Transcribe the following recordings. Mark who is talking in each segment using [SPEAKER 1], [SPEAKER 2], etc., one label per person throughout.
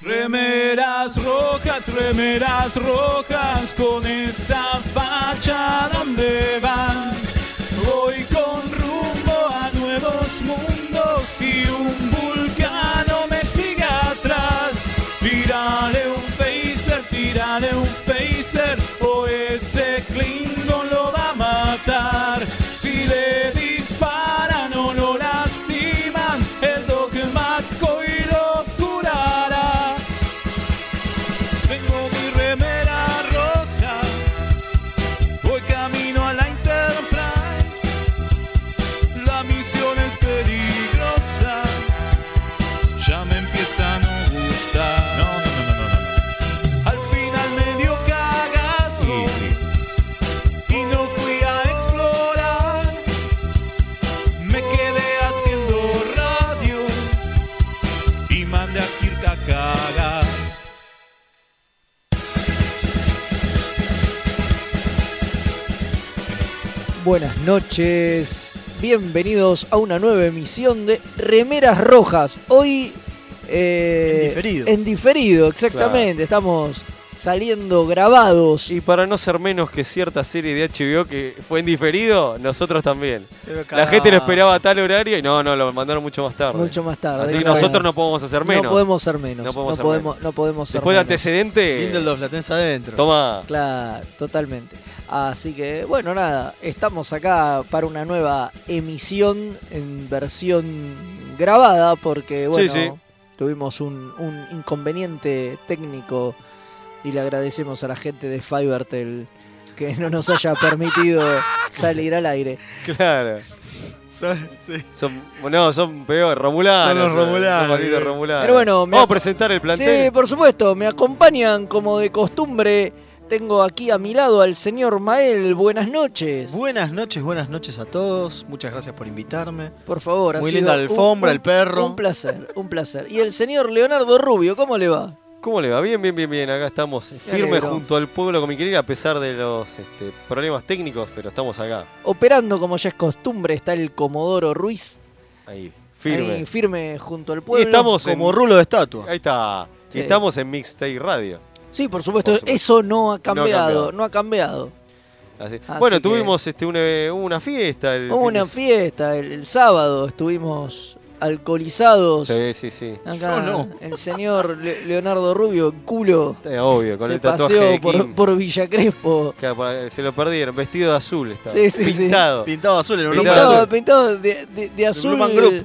[SPEAKER 1] Remeras rojas, remeras rojas, con esa facha donde van. Voy con rumbo a nuevos mundos y un vulcano me sigue atrás. Tírale un phaser, tírale un phaser, o ese Klingon lo va a matar. Si le disparan o lo lastiman, el dogma y lo curará. Tengo mi remera roja, voy camino a la Enterprise. La misión es peligrosa, ya me empieza a no gustar. No, no, no, no, no. Al final me dio cagazo y no fui a explorar. Me quedé haciendo radio y mandé a Kirk a cagar.
[SPEAKER 2] Buenas noches, bienvenidos a una nueva emisión de Remeras Rojas. Hoy... eh,
[SPEAKER 3] En diferido.
[SPEAKER 2] En diferido, exactamente. Estamos saliendo grabados.
[SPEAKER 4] Y para no ser menos que cierta serie de HBO que fue en diferido, nosotros también. La gente lo esperaba a tal horario y no, no, lo mandaron mucho más tarde.
[SPEAKER 2] Mucho más tarde,
[SPEAKER 4] Así que
[SPEAKER 2] claro.
[SPEAKER 4] nosotros no podemos hacer menos.
[SPEAKER 2] No podemos ser menos. No
[SPEAKER 4] No podemos
[SPEAKER 2] podemos,
[SPEAKER 4] ser
[SPEAKER 2] no podemos ser
[SPEAKER 4] Después de
[SPEAKER 2] menos.
[SPEAKER 4] antecedente,
[SPEAKER 3] Lindelof la tenés adentro.
[SPEAKER 4] toma.
[SPEAKER 2] Claro, totalmente. Así que, bueno, nada, estamos acá para una nueva emisión en versión grabada porque, bueno,
[SPEAKER 4] sí.
[SPEAKER 2] tuvimos un, un inconveniente técnico y le agradecemos a la gente de Fivertel que no nos haya permitido salir al aire.
[SPEAKER 4] Claro.
[SPEAKER 3] Son- sí.
[SPEAKER 4] Son, no, son peor, romulanos.
[SPEAKER 3] Son los
[SPEAKER 4] eh,
[SPEAKER 3] romulanos,
[SPEAKER 4] malditos
[SPEAKER 3] eh.
[SPEAKER 4] romulanos.
[SPEAKER 2] Pero bueno, me
[SPEAKER 4] vamos a
[SPEAKER 2] ac-
[SPEAKER 4] presentar el
[SPEAKER 2] Sí,
[SPEAKER 4] plantel.
[SPEAKER 2] por supuesto, me acompañan como de costumbre. Tengo aquí a mi lado al señor Mael. Buenas noches.
[SPEAKER 3] Buenas noches, buenas noches a todos. Muchas gracias por invitarme.
[SPEAKER 2] Por favor, ha
[SPEAKER 3] Muy
[SPEAKER 2] sido
[SPEAKER 3] linda la
[SPEAKER 2] un-
[SPEAKER 3] alfombra,
[SPEAKER 2] un-
[SPEAKER 3] el perro.
[SPEAKER 2] Un placer, un placer. Y el señor Leonardo Rubio, ¿cómo le va?
[SPEAKER 4] ¿Cómo le va? Bien, bien, bien, bien. Acá estamos firmes
[SPEAKER 2] alegro.
[SPEAKER 4] junto al pueblo con mi querida, a pesar de los este, problemas técnicos, pero estamos acá.
[SPEAKER 2] Operando como ya es costumbre está el Comodoro Ruiz.
[SPEAKER 4] Ahí, firme.
[SPEAKER 2] ahí firme junto al pueblo.
[SPEAKER 4] y estamos en-
[SPEAKER 3] Como rulo de estatua.
[SPEAKER 4] Ahí está.
[SPEAKER 2] Sí.
[SPEAKER 4] Y estamos en Mixtape Radio.
[SPEAKER 2] Sí, por supuesto,
[SPEAKER 4] Por supuesto.
[SPEAKER 2] eso no ha cambiado,
[SPEAKER 4] cambiado.
[SPEAKER 2] no ha cambiado.
[SPEAKER 4] Así.
[SPEAKER 2] Así
[SPEAKER 4] bueno,
[SPEAKER 2] que-
[SPEAKER 4] tuvimos este, una, una fiesta. El
[SPEAKER 2] Hubo una
[SPEAKER 4] fin
[SPEAKER 2] fiesta el, el sábado, estuvimos alcoholizados.
[SPEAKER 4] de- Sí, sí, sí.
[SPEAKER 2] Acá
[SPEAKER 3] Yo no.
[SPEAKER 2] el señor Le- Leonardo Rubio, en culo,
[SPEAKER 4] Está Eh, obvio, con
[SPEAKER 2] se
[SPEAKER 4] el tatuaje
[SPEAKER 2] paseó
[SPEAKER 4] de
[SPEAKER 2] por,
[SPEAKER 4] Kim.
[SPEAKER 2] por Villa Crespo.
[SPEAKER 4] Claro, para- se lo perdieron, vestido de azul estaba.
[SPEAKER 2] Sí, sí, sí.
[SPEAKER 4] Pintado.
[SPEAKER 3] Pintado azul en un
[SPEAKER 4] Pintado
[SPEAKER 3] lugar
[SPEAKER 2] Pintado,
[SPEAKER 4] azul.
[SPEAKER 2] pintado de, de- de azul.
[SPEAKER 3] Blue Man Group.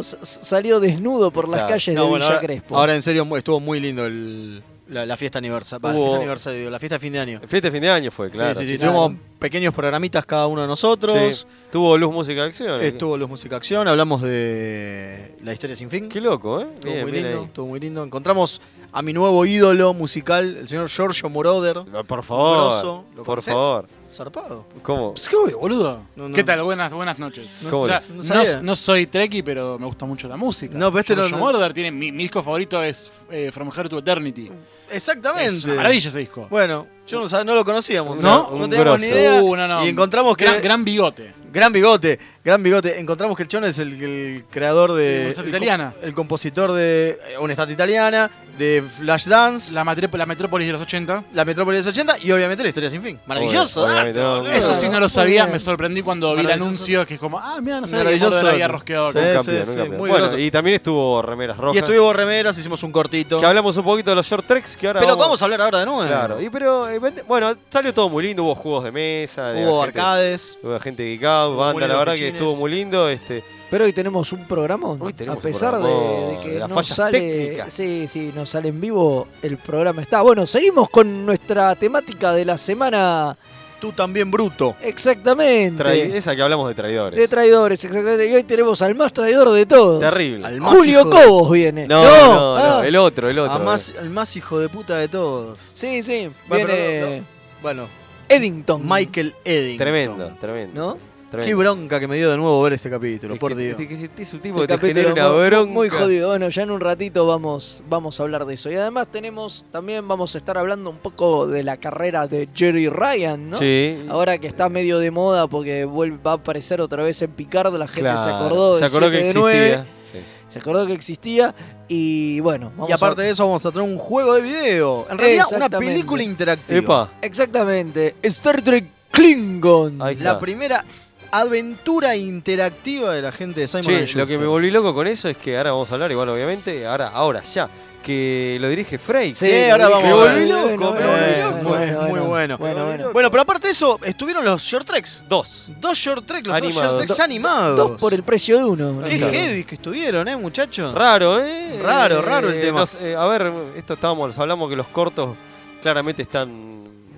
[SPEAKER 2] salió, s- salió desnudo por las
[SPEAKER 4] Claro.
[SPEAKER 2] calles
[SPEAKER 3] No,
[SPEAKER 2] de
[SPEAKER 3] bueno,
[SPEAKER 2] Villa
[SPEAKER 3] ahora,
[SPEAKER 2] Crespo.
[SPEAKER 3] ahora en serio mu- estuvo muy lindo el- la, la fiesta aniversario. La
[SPEAKER 4] Hubo-
[SPEAKER 3] fiesta aniversario, digo, la fiesta de fin de año.
[SPEAKER 4] Fiesta de fin de año fue, claro.
[SPEAKER 3] sí, sí, sí.
[SPEAKER 2] claro.
[SPEAKER 3] Tuvimos pequeños programitas cada uno de nosotros.
[SPEAKER 4] Sí. Tuvo luz, música, acción. eh.
[SPEAKER 3] Estuvo Luz Música Acción, hablamos de la historia sin fin.
[SPEAKER 4] Qué loco, ¿eh?
[SPEAKER 3] Estuvo
[SPEAKER 4] Bien,
[SPEAKER 3] muy
[SPEAKER 4] bien
[SPEAKER 3] lindo,
[SPEAKER 4] ahí.
[SPEAKER 3] estuvo muy lindo. Encontramos a mi nuevo ídolo musical, el señor Giorgio Moroder.
[SPEAKER 4] No, Por
[SPEAKER 3] Grosso.
[SPEAKER 4] favor.
[SPEAKER 3] ¿Lo
[SPEAKER 4] Por
[SPEAKER 3] conocés?
[SPEAKER 4] favor.
[SPEAKER 3] Zarpado.
[SPEAKER 4] ¿Cómo?
[SPEAKER 5] boludo.
[SPEAKER 3] No, no.
[SPEAKER 5] ¿Qué tal? Buenas, buenas noches.
[SPEAKER 4] ¿Cómo
[SPEAKER 5] O sea,
[SPEAKER 4] es?
[SPEAKER 3] No
[SPEAKER 5] no,
[SPEAKER 3] sabía.
[SPEAKER 5] no soy treki, pero me gusta mucho la música.
[SPEAKER 3] No, pero este
[SPEAKER 5] Giorgio
[SPEAKER 3] no- no-
[SPEAKER 5] Moroder tiene mi, mi disco favorito es eh, From Her to Eternity.
[SPEAKER 3] Exactamente.
[SPEAKER 5] Es una maravilla ese disco.
[SPEAKER 3] Bueno, yo no, sab- no lo conocíamos.
[SPEAKER 4] ¿No?
[SPEAKER 3] No,
[SPEAKER 4] Un
[SPEAKER 3] teníamos
[SPEAKER 4] grosso.
[SPEAKER 3] ni idea.
[SPEAKER 5] Uh, no, no.
[SPEAKER 3] Y encontramos que.
[SPEAKER 5] gran, gran bigote.
[SPEAKER 3] Gran bigote, gran bigote. Encontramos que el chon es el, el creador de.
[SPEAKER 5] De Una Estat
[SPEAKER 3] el co-
[SPEAKER 5] Italiana.
[SPEAKER 3] El compositor de eh, Una Estat Italiana, de Flashdance,
[SPEAKER 5] La, matré- la Metrópolis de los 80.
[SPEAKER 3] La Metrópolis de los 80 y obviamente La Historia Sin Fin. Maravilloso,
[SPEAKER 4] Obvio,
[SPEAKER 3] Dark.
[SPEAKER 4] obviamente, no,
[SPEAKER 3] boludo.
[SPEAKER 5] Eso sí no lo
[SPEAKER 2] Muy
[SPEAKER 5] sabía,
[SPEAKER 2] bien.
[SPEAKER 5] me sorprendí cuando vi el
[SPEAKER 3] Maravilloso.
[SPEAKER 5] anuncio que es como, ah, mira, no sabía que
[SPEAKER 3] Maravilloso.
[SPEAKER 5] Moroder había rosqueado.
[SPEAKER 3] Sí,
[SPEAKER 5] acá.
[SPEAKER 4] Nunca cambia,
[SPEAKER 3] sí,
[SPEAKER 4] nunca
[SPEAKER 3] sí,
[SPEAKER 4] cambia.
[SPEAKER 3] muy grosso.
[SPEAKER 4] Bueno, y también estuvo remeras rojas.
[SPEAKER 3] Y estuvimos remeras, hicimos un cortito.
[SPEAKER 4] Que hablamos un poquito de los short treks que ahora
[SPEAKER 3] Pero
[SPEAKER 4] vamos-
[SPEAKER 3] vamos a hablar ahora de nuevo.
[SPEAKER 4] Claro, y pero eh, vende- bueno, salió todo muy lindo, hubo juegos de mesa, de
[SPEAKER 3] Hubo
[SPEAKER 4] gente-
[SPEAKER 3] arcades.
[SPEAKER 4] hubo gente geekado, banda,
[SPEAKER 3] lindos
[SPEAKER 4] la verdad que
[SPEAKER 3] pichines.
[SPEAKER 4] estuvo muy lindo, este,
[SPEAKER 2] Pero hoy tenemos un programa,
[SPEAKER 4] Hoy tenemos
[SPEAKER 2] a pesar
[SPEAKER 4] un
[SPEAKER 2] de- de,
[SPEAKER 4] programón,
[SPEAKER 2] que
[SPEAKER 4] las
[SPEAKER 2] no
[SPEAKER 4] fallas
[SPEAKER 2] sale,
[SPEAKER 4] técnicas.
[SPEAKER 2] sí, sí, no sale en vivo, el programa está. Bueno, seguimos con nuestra temática de la semana,
[SPEAKER 3] Tú también, bruto.
[SPEAKER 2] exactamente,
[SPEAKER 4] trai- esa que hablamos de traidores.
[SPEAKER 2] de traidores, exactamente. Y hoy tenemos al más traidor de todos,
[SPEAKER 4] Terrible.
[SPEAKER 3] Al más
[SPEAKER 2] Julio
[SPEAKER 3] hijo de-
[SPEAKER 2] Cobos viene.
[SPEAKER 4] No, no, no,
[SPEAKER 2] ah,
[SPEAKER 4] el otro, el otro.
[SPEAKER 3] a más- el más hijo de puta de todos.
[SPEAKER 2] sí, sí,
[SPEAKER 3] Bueno,
[SPEAKER 2] viene
[SPEAKER 3] pero no, no. Bueno,
[SPEAKER 2] Eddington,
[SPEAKER 3] Michael Eddington.
[SPEAKER 4] eh. Tremendo, tremendo.
[SPEAKER 2] ¿no?
[SPEAKER 3] Qué
[SPEAKER 4] tremendo.
[SPEAKER 3] bronca que me dio de nuevo ver este capítulo,
[SPEAKER 4] Es
[SPEAKER 3] por
[SPEAKER 4] que-
[SPEAKER 3] Dios.
[SPEAKER 4] es que es- es
[SPEAKER 2] Ese
[SPEAKER 4] un tipo que te
[SPEAKER 2] capítulo
[SPEAKER 4] genera una
[SPEAKER 2] muy-
[SPEAKER 4] bronca.
[SPEAKER 2] Muy jodido. Bueno, ya en un ratito vamos, vamos a hablar de eso. Y además tenemos, también vamos a estar hablando un poco de la carrera de Jerry Ryan, ¿no?
[SPEAKER 4] Sí.
[SPEAKER 2] Ahora que está medio de moda porque vuelve, va a aparecer otra vez en Picard, la gente
[SPEAKER 4] claro,
[SPEAKER 2] se acordó de
[SPEAKER 4] se acordó que
[SPEAKER 2] 7 de
[SPEAKER 4] existía.
[SPEAKER 2] 9.
[SPEAKER 4] Sí.
[SPEAKER 2] se acordó que existía y bueno, vamos
[SPEAKER 3] Y aparte
[SPEAKER 2] a...
[SPEAKER 3] de eso, vamos a tener un juego de video. En realidad, una
[SPEAKER 2] Exactamente.
[SPEAKER 3] película interactiva.
[SPEAKER 4] Epa,
[SPEAKER 2] Exactamente, Star Trek Klingon.
[SPEAKER 4] ahí está.
[SPEAKER 3] La primera aventura interactiva de la gente de Simon
[SPEAKER 4] Che,
[SPEAKER 3] and
[SPEAKER 4] lo que me
[SPEAKER 3] Schuster.
[SPEAKER 4] volví loco con eso es que ahora vamos a hablar igual, obviamente, ahora, ahora ya, que lo dirige Frey.
[SPEAKER 3] Sí, ahora
[SPEAKER 2] lo
[SPEAKER 3] vamos
[SPEAKER 2] dije,
[SPEAKER 3] a ver.
[SPEAKER 2] me volví
[SPEAKER 4] Bueno,
[SPEAKER 2] me volví
[SPEAKER 3] eh,
[SPEAKER 2] loco.
[SPEAKER 3] muy- muy bueno.
[SPEAKER 2] Bueno, bueno.
[SPEAKER 3] Bueno, pero aparte de eso, estuvieron los short treks.
[SPEAKER 4] Dos.
[SPEAKER 3] Dos short treks, los
[SPEAKER 4] Animados.
[SPEAKER 3] dos short treks
[SPEAKER 4] Do-
[SPEAKER 3] animados.
[SPEAKER 2] Dos por el precio de uno.
[SPEAKER 3] Qué
[SPEAKER 2] Ricardo.
[SPEAKER 3] heavy que estuvieron, ¿eh, muchachos?
[SPEAKER 4] Raro, ¿eh?
[SPEAKER 3] Raro, raro el tema.
[SPEAKER 4] nos- eh, a ver, esto estábamos, hablamos que los cortos claramente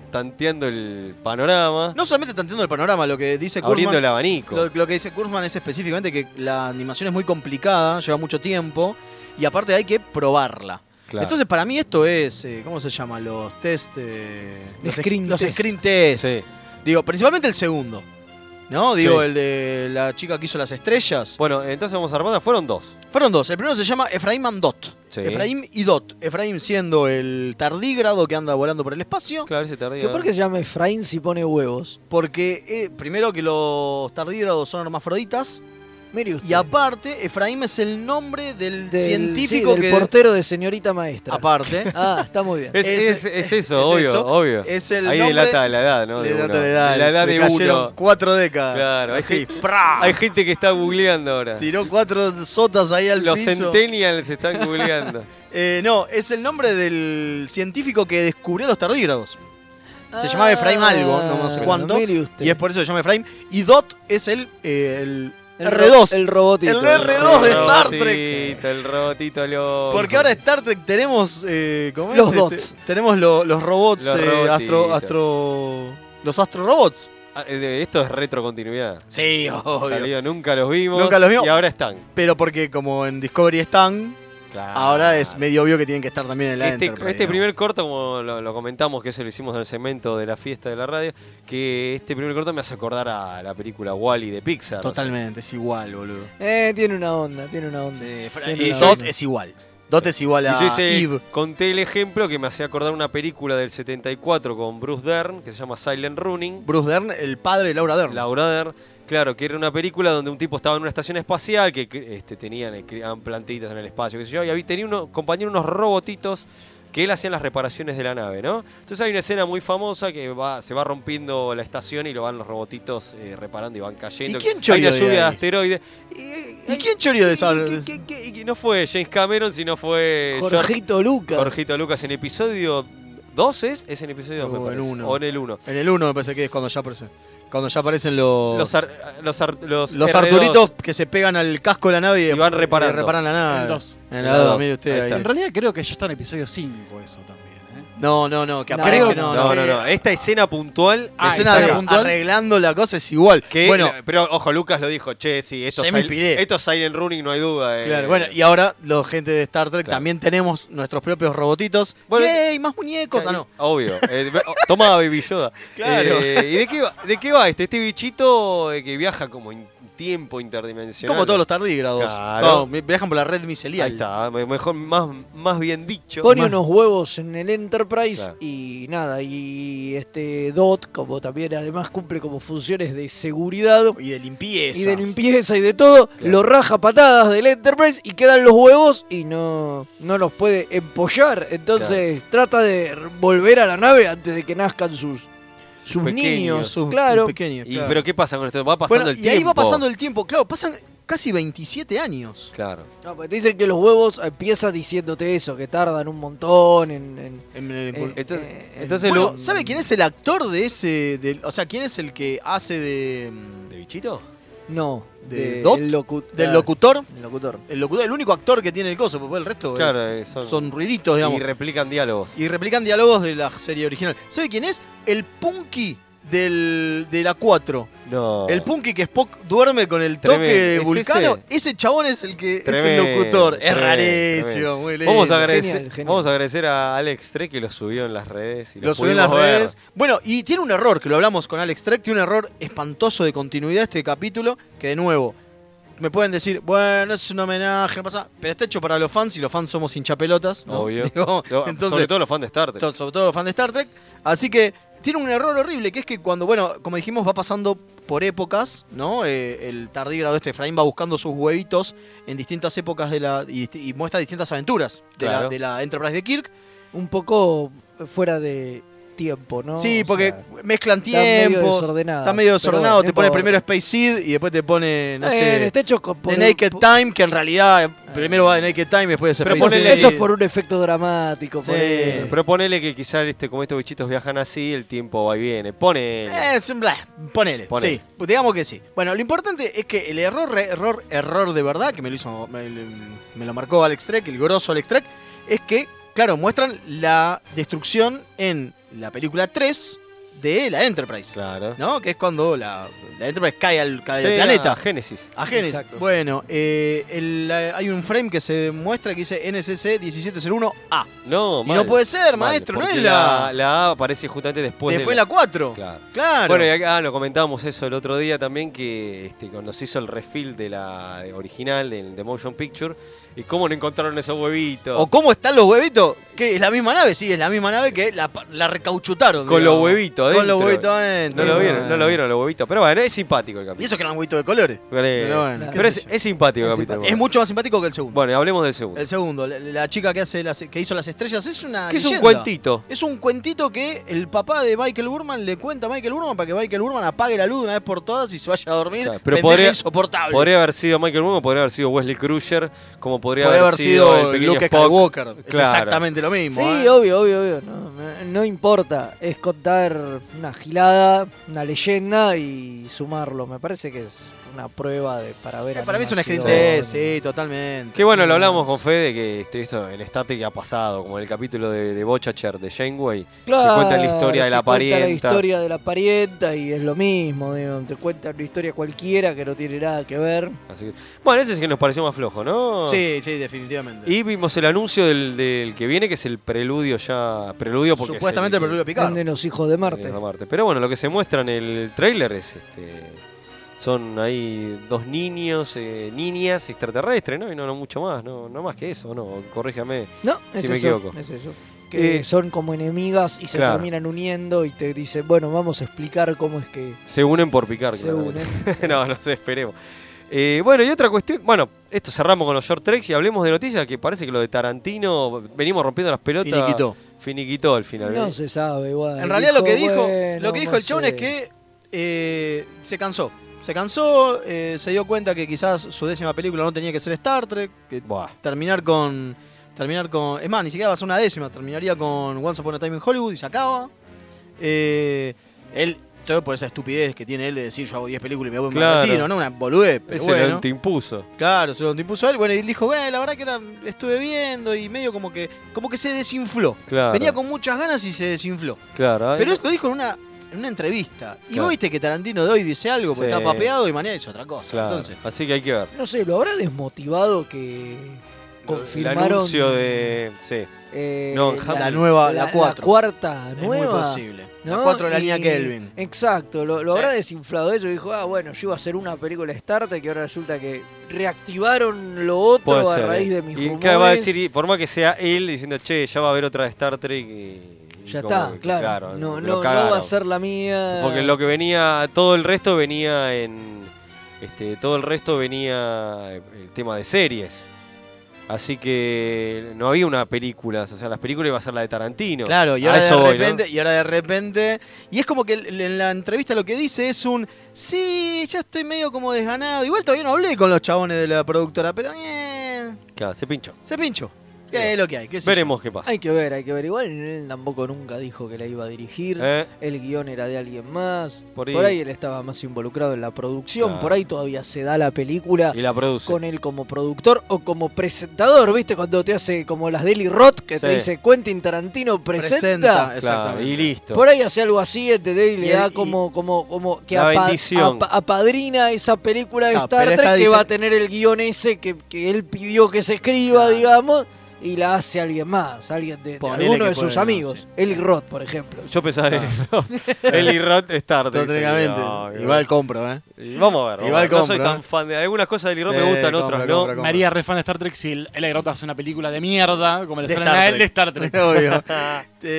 [SPEAKER 4] están tanteando el panorama,
[SPEAKER 3] No solamente tanteando el panorama, lo que dice
[SPEAKER 4] abriendo
[SPEAKER 3] Kurzman.
[SPEAKER 4] el abanico.
[SPEAKER 3] Lo, lo que dice Kurzman es específicamente que la animación es muy complicada, lleva mucho tiempo y aparte hay que probarla.
[SPEAKER 4] Claro.
[SPEAKER 3] Entonces, para mí esto es, eh, ¿cómo se llama? Los test. eh, los
[SPEAKER 2] Screen
[SPEAKER 3] es- los
[SPEAKER 2] test.
[SPEAKER 3] screen test.
[SPEAKER 4] Sí.
[SPEAKER 3] Digo, principalmente el segundo. ¿No? Digo,
[SPEAKER 4] Sí.
[SPEAKER 3] el de la chica que hizo las estrellas.
[SPEAKER 4] Bueno, entonces vamos a armar, fueron dos.
[SPEAKER 3] Fueron dos. El primero se llama Efraín Mandot.
[SPEAKER 4] Sí.
[SPEAKER 3] Efraín y Dot. Efraín siendo el tardígrado que anda volando por el espacio.
[SPEAKER 4] Claro, ese tardía.
[SPEAKER 2] ¿Que ¿Por qué se llama Efraín si pone huevos?
[SPEAKER 3] Porque, eh, primero, que los tardígrados son hermafroditas.
[SPEAKER 2] Mire usted.
[SPEAKER 3] Y aparte, Efraín es el nombre del,
[SPEAKER 2] Del-
[SPEAKER 3] científico
[SPEAKER 2] sí, del
[SPEAKER 3] que.
[SPEAKER 2] portero de señorita maestra.
[SPEAKER 3] Aparte.
[SPEAKER 2] Ah, está muy bien.
[SPEAKER 4] Es,
[SPEAKER 3] Es-
[SPEAKER 4] es, es eso,
[SPEAKER 3] es
[SPEAKER 4] obvio,
[SPEAKER 3] eso.
[SPEAKER 4] obvio.
[SPEAKER 3] Es el
[SPEAKER 4] Ahí
[SPEAKER 3] nombre-
[SPEAKER 4] delata la edad, ¿no?
[SPEAKER 3] le
[SPEAKER 4] De
[SPEAKER 3] da
[SPEAKER 4] uno.
[SPEAKER 3] otra edad,
[SPEAKER 4] La edad
[SPEAKER 3] se
[SPEAKER 4] de
[SPEAKER 3] cayeron
[SPEAKER 4] uno.
[SPEAKER 3] cuatro décadas.
[SPEAKER 4] Claro,
[SPEAKER 3] así.
[SPEAKER 4] hay gente- Hay gente que está googleando ahora.
[SPEAKER 3] Tiró cuatro sotas ahí al
[SPEAKER 4] Los
[SPEAKER 3] piso.
[SPEAKER 4] centennials están googleando.
[SPEAKER 3] Eh, no, es el nombre del científico que descubrió los tardígrados. Este, Se llamaba
[SPEAKER 2] Ah,
[SPEAKER 3] Efraim algo, no, no sé
[SPEAKER 2] bueno,
[SPEAKER 3] cuánto.
[SPEAKER 2] Ah, mire usted.
[SPEAKER 3] Y es por eso se llama Efraim. Y Dot es el, eh, el,
[SPEAKER 2] El ro-
[SPEAKER 3] R2.
[SPEAKER 2] El robotito.
[SPEAKER 3] El R2 de
[SPEAKER 4] El
[SPEAKER 3] Star
[SPEAKER 4] robotito,
[SPEAKER 3] Trek.
[SPEAKER 4] El robotito Alonso.
[SPEAKER 3] Porque ahora Star Trek tenemos. eh, ¿cómo es?
[SPEAKER 2] Los
[SPEAKER 3] Este,
[SPEAKER 2] dots.
[SPEAKER 3] tenemos lo- los robots.
[SPEAKER 4] Los
[SPEAKER 3] eh,
[SPEAKER 4] robotitos.
[SPEAKER 3] astro, astro- los astro robots.
[SPEAKER 4] Ah, eh, Esto es retrocontinuidad.
[SPEAKER 3] Sí,
[SPEAKER 4] Salido, nunca los vimos.
[SPEAKER 3] Nunca los vimos.
[SPEAKER 4] Y ahora están.
[SPEAKER 3] Pero porque como en Discovery están, ahora es medio obvio que tienen que estar también en la
[SPEAKER 4] Ah. Este,
[SPEAKER 3] Enterprise,
[SPEAKER 4] este
[SPEAKER 3] ¿no?
[SPEAKER 4] primer corto, como lo, lo comentamos, que eso lo hicimos en el segmento de la fiesta de la radio, que este primer corto me hace acordar a la película Wally de Pixar. o sea,
[SPEAKER 3] Totalmente, es igual, boludo.
[SPEAKER 2] Eh, tiene una onda, tiene una onda. Tiene
[SPEAKER 3] Y
[SPEAKER 2] una
[SPEAKER 3] Dot
[SPEAKER 2] onda.
[SPEAKER 3] es igual. Dot es igual
[SPEAKER 4] Y
[SPEAKER 3] a
[SPEAKER 4] yo hice-
[SPEAKER 3] Ah, Eve.
[SPEAKER 4] conté el ejemplo que me hacía acordar una película del 74 con Bruce Dern, que se llama Silent Running.
[SPEAKER 3] Bruce Dern, el padre de Laura Dern.
[SPEAKER 4] Laura Dern, claro, que era una película donde un tipo estaba en una estación espacial, que cre- este, tenían, eh, criaban plantitas en el espacio, qué sé yo, y había, tenía unos compañeros, unos robotitos que él hacían las reparaciones de la nave, ¿no? Entonces hay una escena muy famosa que va, se va rompiendo la estación y lo van los robotitos eh, reparando y van cayendo.
[SPEAKER 3] ¿Y quién
[SPEAKER 4] Hay
[SPEAKER 3] choreó
[SPEAKER 4] una
[SPEAKER 3] de
[SPEAKER 4] lluvia de,
[SPEAKER 3] ahí?
[SPEAKER 4] asteroides. ¿Y,
[SPEAKER 3] ¿Y quién choreó de esa-
[SPEAKER 4] y- que- que- y que no fue James Cameron, sino fue... George-
[SPEAKER 2] Jorgito Lucas.
[SPEAKER 4] Jorgito Lucas en episodio 2 es, es en episodio 2
[SPEAKER 3] O
[SPEAKER 4] me
[SPEAKER 3] en
[SPEAKER 4] parece,
[SPEAKER 3] uno.
[SPEAKER 4] o en el 1.
[SPEAKER 3] En el 1 me parece que es cuando ya aparecen. Cuando ya aparecen los.
[SPEAKER 4] Los, ar- los, ar- los,
[SPEAKER 3] los
[SPEAKER 4] R2.
[SPEAKER 3] Arturitos que se pegan al casco de la nave y,
[SPEAKER 4] Y van
[SPEAKER 3] y
[SPEAKER 4] reparando.
[SPEAKER 3] reparan la nave.
[SPEAKER 5] En el dos.
[SPEAKER 3] En
[SPEAKER 4] En
[SPEAKER 3] la
[SPEAKER 4] la
[SPEAKER 3] 2,
[SPEAKER 4] dos.
[SPEAKER 3] mire usted.
[SPEAKER 4] Ahí
[SPEAKER 3] ahí.
[SPEAKER 4] está.
[SPEAKER 5] En realidad creo que ya está en episodio 5 eso también. ¿eh?
[SPEAKER 3] No, no, no, que
[SPEAKER 2] No.
[SPEAKER 3] aparezca.
[SPEAKER 2] Creo-
[SPEAKER 3] No,
[SPEAKER 4] No,
[SPEAKER 3] no,
[SPEAKER 4] no, no. Esta escena puntual.
[SPEAKER 5] Ah,
[SPEAKER 4] es-
[SPEAKER 3] escena
[SPEAKER 5] escena
[SPEAKER 3] de
[SPEAKER 5] puntual.
[SPEAKER 3] arreglando la cosa es igual.
[SPEAKER 4] que,
[SPEAKER 3] bueno,
[SPEAKER 4] pero ojo, Lucas lo dijo, che, sí, esto,
[SPEAKER 3] Se
[SPEAKER 4] es
[SPEAKER 3] me
[SPEAKER 4] Sil-
[SPEAKER 3] inspiré.
[SPEAKER 4] esto es Silent Running, no hay duda. eh.
[SPEAKER 3] Claro, bueno, y ahora los gente de Star Trek
[SPEAKER 4] Claro.
[SPEAKER 3] también tenemos nuestros propios robotitos.
[SPEAKER 4] Bueno,
[SPEAKER 3] ¡Yay! ¡Más muñecos! Ah, no.
[SPEAKER 4] Obvio. Eh, ve- oh, toma Baby Yoda.
[SPEAKER 3] Claro.
[SPEAKER 4] Eh, ¿Y de qué, va, de qué va este? Este bichito eh, que viaja como en tiempo interdimensional.
[SPEAKER 3] Como todos los tardígrados.
[SPEAKER 4] Claro.
[SPEAKER 3] No, vi- viajan por la red micelial.
[SPEAKER 4] Ahí está, me- mejor, más, más bien dicho.
[SPEAKER 2] Pone
[SPEAKER 4] Más-
[SPEAKER 2] unos huevos en el Enterprise
[SPEAKER 4] Claro.
[SPEAKER 2] y nada, y este Dot, como también además cumple como funciones de seguridad
[SPEAKER 3] Y de limpieza.
[SPEAKER 2] y de limpieza y de todo, lo raja a patadas del Enterprise y quedan los huevos y no, no los puede empollar. Entonces trata de volver a la nave antes de que nazcan sus, sus
[SPEAKER 4] pequeños,
[SPEAKER 2] niños,
[SPEAKER 3] Sus-
[SPEAKER 2] sus, claro.
[SPEAKER 3] sus pequeños,
[SPEAKER 4] Y,
[SPEAKER 3] claro.
[SPEAKER 4] Pero ¿qué pasa con esto? Va pasando
[SPEAKER 3] Bueno,
[SPEAKER 4] el
[SPEAKER 3] y
[SPEAKER 4] tiempo.
[SPEAKER 3] ahí va pasando el tiempo. Claro, pasan casi 27 años.
[SPEAKER 4] Claro.
[SPEAKER 2] No, pues te dicen que los huevos empieza diciéndote eso, que tardan un montón en... en- en-
[SPEAKER 4] Entonces-
[SPEAKER 2] eh, en-
[SPEAKER 4] entonces
[SPEAKER 3] Bueno,
[SPEAKER 4] lo-
[SPEAKER 3] ¿sabe quién es el actor de ese. del- o sea, quién es el que hace de.
[SPEAKER 4] ¿De bichito?
[SPEAKER 2] No,
[SPEAKER 3] ¿De
[SPEAKER 2] de-
[SPEAKER 3] Dot?
[SPEAKER 2] del locu-
[SPEAKER 3] del locutor?
[SPEAKER 2] el locutor.
[SPEAKER 3] El locutor, el único actor que tiene el coso, porque el resto es-
[SPEAKER 4] Claro, eh, son-
[SPEAKER 3] Pues son ruiditos, digamos.
[SPEAKER 4] Y replican diálogos.
[SPEAKER 3] Y replican diálogos de la serie original. ¿Sabe quién es? El Punky del, de la 4.
[SPEAKER 4] No.
[SPEAKER 3] El Punky que Spock duerme con el
[SPEAKER 4] Tremendo.
[SPEAKER 3] toque
[SPEAKER 4] ¿Es
[SPEAKER 3] vulcano. Ese? chabón es el que
[SPEAKER 4] Tremendo,
[SPEAKER 3] es el locutor. Es
[SPEAKER 4] tremendo,
[SPEAKER 3] rarísimo,
[SPEAKER 4] tremendo.
[SPEAKER 3] muy lindo.
[SPEAKER 4] Vamos a, agradecer,
[SPEAKER 2] Genial, genial.
[SPEAKER 4] vamos a agradecer a Alex Tre que lo subió en las redes. Y lo
[SPEAKER 3] Lo subió en las
[SPEAKER 4] pudimos ver.
[SPEAKER 3] redes. Bueno, y tiene un error, que lo hablamos con Alex Trek, tiene un error espantoso de continuidad este capítulo, que de nuevo, me pueden decir, bueno, es un homenaje, no pasa, pero está hecho para los fans y los fans somos hinchapelotas. ¿no?
[SPEAKER 4] Obvio.
[SPEAKER 3] Digo,
[SPEAKER 4] Lo-
[SPEAKER 3] entonces,
[SPEAKER 4] sobre todo los fans de Star Trek.
[SPEAKER 3] to- sobre todo los fans de Star Trek. Así que tiene un error horrible, que es que cuando, bueno, como dijimos, va pasando por épocas, ¿no? Eh, el tardígrado este Efraín va buscando sus huevitos en distintas épocas de la y, disti- y muestra distintas aventuras de,
[SPEAKER 4] Claro.
[SPEAKER 3] la, de la Enterprise de Kirk.
[SPEAKER 2] Un poco fuera de tiempo, ¿no?
[SPEAKER 3] sí,
[SPEAKER 2] O
[SPEAKER 3] porque
[SPEAKER 2] sea,
[SPEAKER 3] mezclan
[SPEAKER 2] está medio
[SPEAKER 3] tiempos.
[SPEAKER 2] desordenada,
[SPEAKER 3] Está medio
[SPEAKER 2] pero
[SPEAKER 3] desordenado.
[SPEAKER 2] bueno, no
[SPEAKER 3] te pone
[SPEAKER 2] importa.
[SPEAKER 3] primero Space Seed y después te pone, no
[SPEAKER 2] eh,
[SPEAKER 3] sé,
[SPEAKER 2] está hecho con- por
[SPEAKER 3] The
[SPEAKER 2] un-
[SPEAKER 3] Naked
[SPEAKER 2] po-
[SPEAKER 3] Time, que en realidad primero va de Naked Time y después de
[SPEAKER 4] Pero
[SPEAKER 3] Space
[SPEAKER 4] ponele-
[SPEAKER 3] Seed.
[SPEAKER 2] Eso es por un efecto dramático.
[SPEAKER 3] Sí.
[SPEAKER 2] ponele.
[SPEAKER 4] Pero ponele que quizás este, como estos bichitos viajan así, el tiempo va y viene. Ponele.
[SPEAKER 3] Eh, es un bla, ponele,
[SPEAKER 4] Ponele.
[SPEAKER 3] Sí, pues digamos que sí. Bueno, lo importante es que el error, re- error, error de verdad, que me lo hizo, me, me lo marcó Alex Trek, el grosso Alex Trek, es que, claro, muestran la destrucción en la película 3 de la Enterprise.
[SPEAKER 4] Claro.
[SPEAKER 3] ¿No? Que es cuando la, la Enterprise cae al, cae
[SPEAKER 4] Sí,
[SPEAKER 3] al planeta.
[SPEAKER 4] a Génesis.
[SPEAKER 3] A Genesis.
[SPEAKER 2] Exacto.
[SPEAKER 3] Bueno, eh, el- la- hay un frame que se muestra que dice NSC 1701A.
[SPEAKER 4] No,
[SPEAKER 3] Y
[SPEAKER 4] mal.
[SPEAKER 3] no puede ser,
[SPEAKER 4] Mal,
[SPEAKER 3] maestro, no
[SPEAKER 4] porque
[SPEAKER 3] es la.
[SPEAKER 4] la... A aparece justamente después,
[SPEAKER 3] después
[SPEAKER 4] de
[SPEAKER 3] la 4. Claro.
[SPEAKER 4] Claro. Bueno, y acá, ah, lo comentábamos eso el otro día también, que este, cuando se hizo el refill de la de- original, del de Motion Picture, y cómo no encontraron esos huevitos.
[SPEAKER 3] ¿O cómo están los huevitos? Que es la misma nave, sí, es la misma nave que la, pa- la recauchutaron.
[SPEAKER 4] Con
[SPEAKER 3] digamos.
[SPEAKER 4] los huevitos
[SPEAKER 3] Con los
[SPEAKER 4] adentro.
[SPEAKER 3] huevitos adentro.
[SPEAKER 4] no lo vieron, no lo vieron los huevitos. Pero bueno, es simpático el
[SPEAKER 3] Y
[SPEAKER 4] capítulo.
[SPEAKER 3] eso que eran huevitos de colores.
[SPEAKER 4] Pero, eh,
[SPEAKER 3] Pero bueno,
[SPEAKER 4] pero
[SPEAKER 3] qué sé
[SPEAKER 4] es,
[SPEAKER 3] yo.
[SPEAKER 4] es simpático el
[SPEAKER 3] Es,
[SPEAKER 4] capítulo.
[SPEAKER 3] simpático. Es mucho más simpático que el segundo.
[SPEAKER 4] Bueno, hablemos del segundo.
[SPEAKER 3] El segundo, la, la chica que hace las, que hizo las estrellas, es una.
[SPEAKER 4] que es un
[SPEAKER 3] leyenda.
[SPEAKER 4] cuentito.
[SPEAKER 3] Es un cuentito que el papá de Michael Burman le cuenta a Michael Burman para que Michael Burman apague la luz de una vez por todas y se vaya a dormir.
[SPEAKER 4] Claro, pero
[SPEAKER 3] Pendeja
[SPEAKER 4] podría-
[SPEAKER 3] insoportable.
[SPEAKER 4] Podría haber sido Michael Moore, podría haber sido Wesley Crusher, como podría
[SPEAKER 3] Podría
[SPEAKER 4] haber sido el pequeño
[SPEAKER 3] Luke
[SPEAKER 4] Spock.
[SPEAKER 3] Skywalker. Es
[SPEAKER 4] Claro.
[SPEAKER 3] exactamente lo mismo.
[SPEAKER 2] Sí,
[SPEAKER 3] ¿eh?
[SPEAKER 2] obvio, obvio, obvio. No, no- no importa. Es contar una gilada, una leyenda y sumarlo. Me parece que es una prueba de, para ver.
[SPEAKER 3] Eh, Para mí es una escrita.
[SPEAKER 2] animación.
[SPEAKER 3] Sí, totalmente.
[SPEAKER 4] Que bueno, lo hablamos con Fede, que este, eso en Star que ha pasado, como en el capítulo de, de Bochacher de Janeway,
[SPEAKER 2] Claro,
[SPEAKER 4] que cuenta la historia de la
[SPEAKER 2] te cuenta
[SPEAKER 4] parienta.
[SPEAKER 2] la historia de la parienta y es lo mismo. digo, te cuentan una historia cualquiera que no tiene nada que ver.
[SPEAKER 4] Así que- bueno, ese es que nos pareció más flojo, ¿no?
[SPEAKER 3] Sí, sí, definitivamente.
[SPEAKER 4] Y vimos el anuncio del, del que viene, que es el preludio ya. Preludio porque. es
[SPEAKER 3] Supuestamente el
[SPEAKER 4] que-
[SPEAKER 3] preludio picado.
[SPEAKER 2] Venden los hijos de Marte.
[SPEAKER 4] de Marte. Pero bueno, lo que se muestra en el trailer es este. Son ahí dos niños, eh, niñas extraterrestres, ¿no? Y no, no mucho más, no, no más que eso, ¿no? Corríjame.
[SPEAKER 2] No, es
[SPEAKER 4] Si me
[SPEAKER 2] eso,
[SPEAKER 4] equivoco.
[SPEAKER 2] es eso. Que
[SPEAKER 4] Eh,
[SPEAKER 2] son como enemigas y se
[SPEAKER 4] claro.
[SPEAKER 2] terminan uniendo y te dicen, bueno, vamos a explicar cómo es que
[SPEAKER 4] Se unen por picar,
[SPEAKER 2] se
[SPEAKER 4] claramente.
[SPEAKER 2] unen.
[SPEAKER 4] no, no sé, esperemos. Eh, bueno, y otra cuestión. Bueno, esto cerramos con los short treks y hablemos de noticias que parece que lo de Tarantino venimos rompiendo las pelotas.
[SPEAKER 3] Finiquitó.
[SPEAKER 4] Finiquitó al final. ¿eh?
[SPEAKER 2] No se sabe, igual.
[SPEAKER 3] En realidad lo que dijo,
[SPEAKER 2] bueno,
[SPEAKER 3] lo que dijo
[SPEAKER 2] no
[SPEAKER 3] el chabón
[SPEAKER 2] sé.
[SPEAKER 3] es que eh, se cansó. Se cansó, eh, se dio cuenta que quizás su décima película no tenía que ser Star Trek, que
[SPEAKER 4] Buah.
[SPEAKER 3] terminar con. Terminar con. Es más, ni siquiera va a ser una décima, terminaría con Once Upon a Time in Hollywood y se acaba. Eh, él, todo por esa estupidez que tiene él de decir yo hago 10 películas y me voy
[SPEAKER 4] Claro.
[SPEAKER 3] a retiro, ¿no? Una boludez, pero
[SPEAKER 4] Ese
[SPEAKER 3] bueno.
[SPEAKER 4] lo impuso.
[SPEAKER 3] Claro, se lo impuso él. Bueno, y él dijo, bueno, la verdad que era, estuve viendo y medio como que como que se desinfló.
[SPEAKER 4] Claro.
[SPEAKER 3] Venía con muchas ganas y se desinfló.
[SPEAKER 4] Claro.
[SPEAKER 3] Pero esto lo dijo en una, en una entrevista. Y
[SPEAKER 4] Claro.
[SPEAKER 3] vos viste que Tarantino de hoy dice algo porque
[SPEAKER 4] Sí.
[SPEAKER 3] está papeado y mañana dice otra cosa.
[SPEAKER 4] Claro.
[SPEAKER 3] Entonces,
[SPEAKER 4] Así que hay que ver.
[SPEAKER 2] No sé, lo habrá desmotivado que confirmaron.
[SPEAKER 4] El anuncio de. Sí.
[SPEAKER 2] eh,
[SPEAKER 4] No, Ham-
[SPEAKER 3] La nueva, la cuatro.
[SPEAKER 2] cuarta nueva.
[SPEAKER 3] es muy posible.
[SPEAKER 2] ¿no?
[SPEAKER 3] La 4 de la
[SPEAKER 2] Y-
[SPEAKER 3] línea Kelvin.
[SPEAKER 2] Exacto, lo, lo
[SPEAKER 3] Sí.
[SPEAKER 2] habrá desinflado eso y dijo, ah, bueno, yo iba a hacer una película Star Trek y ahora resulta que reactivaron lo otro
[SPEAKER 4] Puede
[SPEAKER 2] a
[SPEAKER 4] ser.
[SPEAKER 2] raíz
[SPEAKER 4] eh.
[SPEAKER 2] de mis
[SPEAKER 4] y
[SPEAKER 2] rumores.
[SPEAKER 4] claro, va a decir, y por más que sea él diciendo, che, ya va a haber otra de Star Trek. Y, y
[SPEAKER 2] ya
[SPEAKER 4] como
[SPEAKER 2] está,
[SPEAKER 4] que,
[SPEAKER 2] claro.
[SPEAKER 4] lo
[SPEAKER 2] no, no, no
[SPEAKER 4] cagaron.
[SPEAKER 2] va a ser la mía.
[SPEAKER 4] Porque lo que venía, todo el resto venía en. Este, todo el resto venía eh, el tema de series. Así que no había una película, o sea, las películas iba a ser la de Tarantino.
[SPEAKER 3] Claro, y
[SPEAKER 4] A
[SPEAKER 3] ahora,
[SPEAKER 4] eso
[SPEAKER 3] de
[SPEAKER 4] voy, ¿no?
[SPEAKER 3] repente, y ahora de repente. Y es como que el- en la entrevista lo que dice es un. Sí, ya estoy medio como desganado. Igual todavía no hablé con los chabones de la productora, pero. eh,
[SPEAKER 4] Claro, se pinchó.
[SPEAKER 3] se pincho. ¿Qué es lo que hay? qué sé yo.
[SPEAKER 4] Veremos qué pasa.
[SPEAKER 2] Hay que ver, hay que ver. Igual él tampoco nunca dijo que la iba a dirigir.
[SPEAKER 4] Eh,
[SPEAKER 2] El guión era de alguien más.
[SPEAKER 4] Por
[SPEAKER 2] Por
[SPEAKER 4] ahí-
[SPEAKER 2] ahí, él estaba más involucrado en la producción.
[SPEAKER 4] Claro.
[SPEAKER 2] Por ahí todavía se da la película
[SPEAKER 4] y la produce.
[SPEAKER 2] con él como productor o como presentador. ¿Viste? Cuando te hace como las Deli Roth que
[SPEAKER 4] Sí.
[SPEAKER 2] te dice Quentin Tarantino presenta.
[SPEAKER 3] Presenta,
[SPEAKER 4] Claro,
[SPEAKER 3] exactamente.
[SPEAKER 4] y listo.
[SPEAKER 2] Por ahí hace algo así, ¿entendés? Y le
[SPEAKER 3] Y
[SPEAKER 2] da
[SPEAKER 3] el- y-
[SPEAKER 2] como, como, como que
[SPEAKER 4] La
[SPEAKER 2] apa-
[SPEAKER 4] bendición.
[SPEAKER 2] apa- apadrina esa película de
[SPEAKER 3] No,
[SPEAKER 2] Star
[SPEAKER 3] pero
[SPEAKER 2] Trek
[SPEAKER 3] está
[SPEAKER 2] que
[SPEAKER 3] difer-
[SPEAKER 2] va a tener el guión ese que, que él pidió que se escriba,
[SPEAKER 3] Claro.
[SPEAKER 2] digamos, y la hace alguien más, alguien de, de
[SPEAKER 3] Ponele
[SPEAKER 2] alguno
[SPEAKER 3] que
[SPEAKER 2] de sus
[SPEAKER 3] ponele,
[SPEAKER 2] amigos.
[SPEAKER 3] sí.
[SPEAKER 2] Eli Roth, por ejemplo.
[SPEAKER 4] Yo pensaba en Eli
[SPEAKER 2] Ah.
[SPEAKER 4] Roth. Eli Roth es Star Trek.
[SPEAKER 3] Totalmente.
[SPEAKER 4] No, que-
[SPEAKER 3] Igual compro, ¿eh?
[SPEAKER 4] Y Vamos a ver. vamos
[SPEAKER 3] Igual
[SPEAKER 4] a ver. no soy
[SPEAKER 3] compro,
[SPEAKER 4] tan
[SPEAKER 3] eh.
[SPEAKER 4] fan de. Algunas cosas de Eli Roth
[SPEAKER 3] Sí,
[SPEAKER 4] me gustan,
[SPEAKER 3] compra,
[SPEAKER 4] otras
[SPEAKER 3] compra,
[SPEAKER 4] no.
[SPEAKER 3] compra.
[SPEAKER 5] Me haría re fan de Star Trek si el el Airota hace una película de mierda, como le
[SPEAKER 3] De
[SPEAKER 5] salen
[SPEAKER 3] Star
[SPEAKER 5] a él de
[SPEAKER 3] Trek.
[SPEAKER 5] Star Trek.
[SPEAKER 3] Obvio.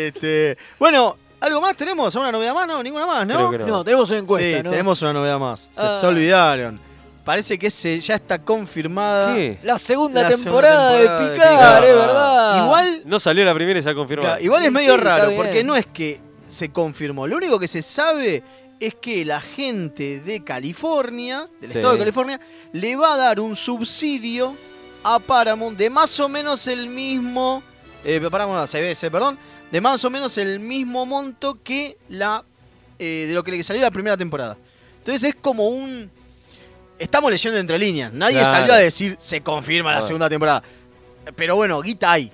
[SPEAKER 3] Este, bueno, ¿Algo más tenemos? ¿Alguna novedad más? No, ninguna más, ¿no?
[SPEAKER 4] Creo que no.
[SPEAKER 2] No, tenemos una encuesta,
[SPEAKER 3] sí,
[SPEAKER 2] ¿no?
[SPEAKER 3] tenemos una novedad más. Se,
[SPEAKER 2] Ah.
[SPEAKER 3] se olvidaron. Parece que se, ya está confirmada.
[SPEAKER 4] ¿Qué?
[SPEAKER 2] La segunda
[SPEAKER 3] La
[SPEAKER 2] temporada,
[SPEAKER 3] segunda temporada
[SPEAKER 2] de
[SPEAKER 3] de
[SPEAKER 2] Picar,
[SPEAKER 4] Picar.
[SPEAKER 2] es verdad.
[SPEAKER 3] Igual,
[SPEAKER 4] No salió la primera y ya confirmó.
[SPEAKER 3] claro, igual
[SPEAKER 2] Y
[SPEAKER 3] es medio
[SPEAKER 2] sí, está
[SPEAKER 3] raro,
[SPEAKER 2] bien.
[SPEAKER 3] porque no es que se confirmó. Lo único que se sabe es que la gente de California, del
[SPEAKER 4] Sí.
[SPEAKER 3] estado de California, le va a dar un subsidio a Paramount de más o menos el mismo. Eh, Paramount, no, CBS, perdón. De más o menos el mismo monto que la. eh, de lo que le salió la primera temporada. Entonces es como un. Estamos leyendo entre líneas. Nadie
[SPEAKER 4] Claro.
[SPEAKER 3] salió a decir se confirma la
[SPEAKER 4] Bueno.
[SPEAKER 3] segunda temporada. Pero bueno, guita hay.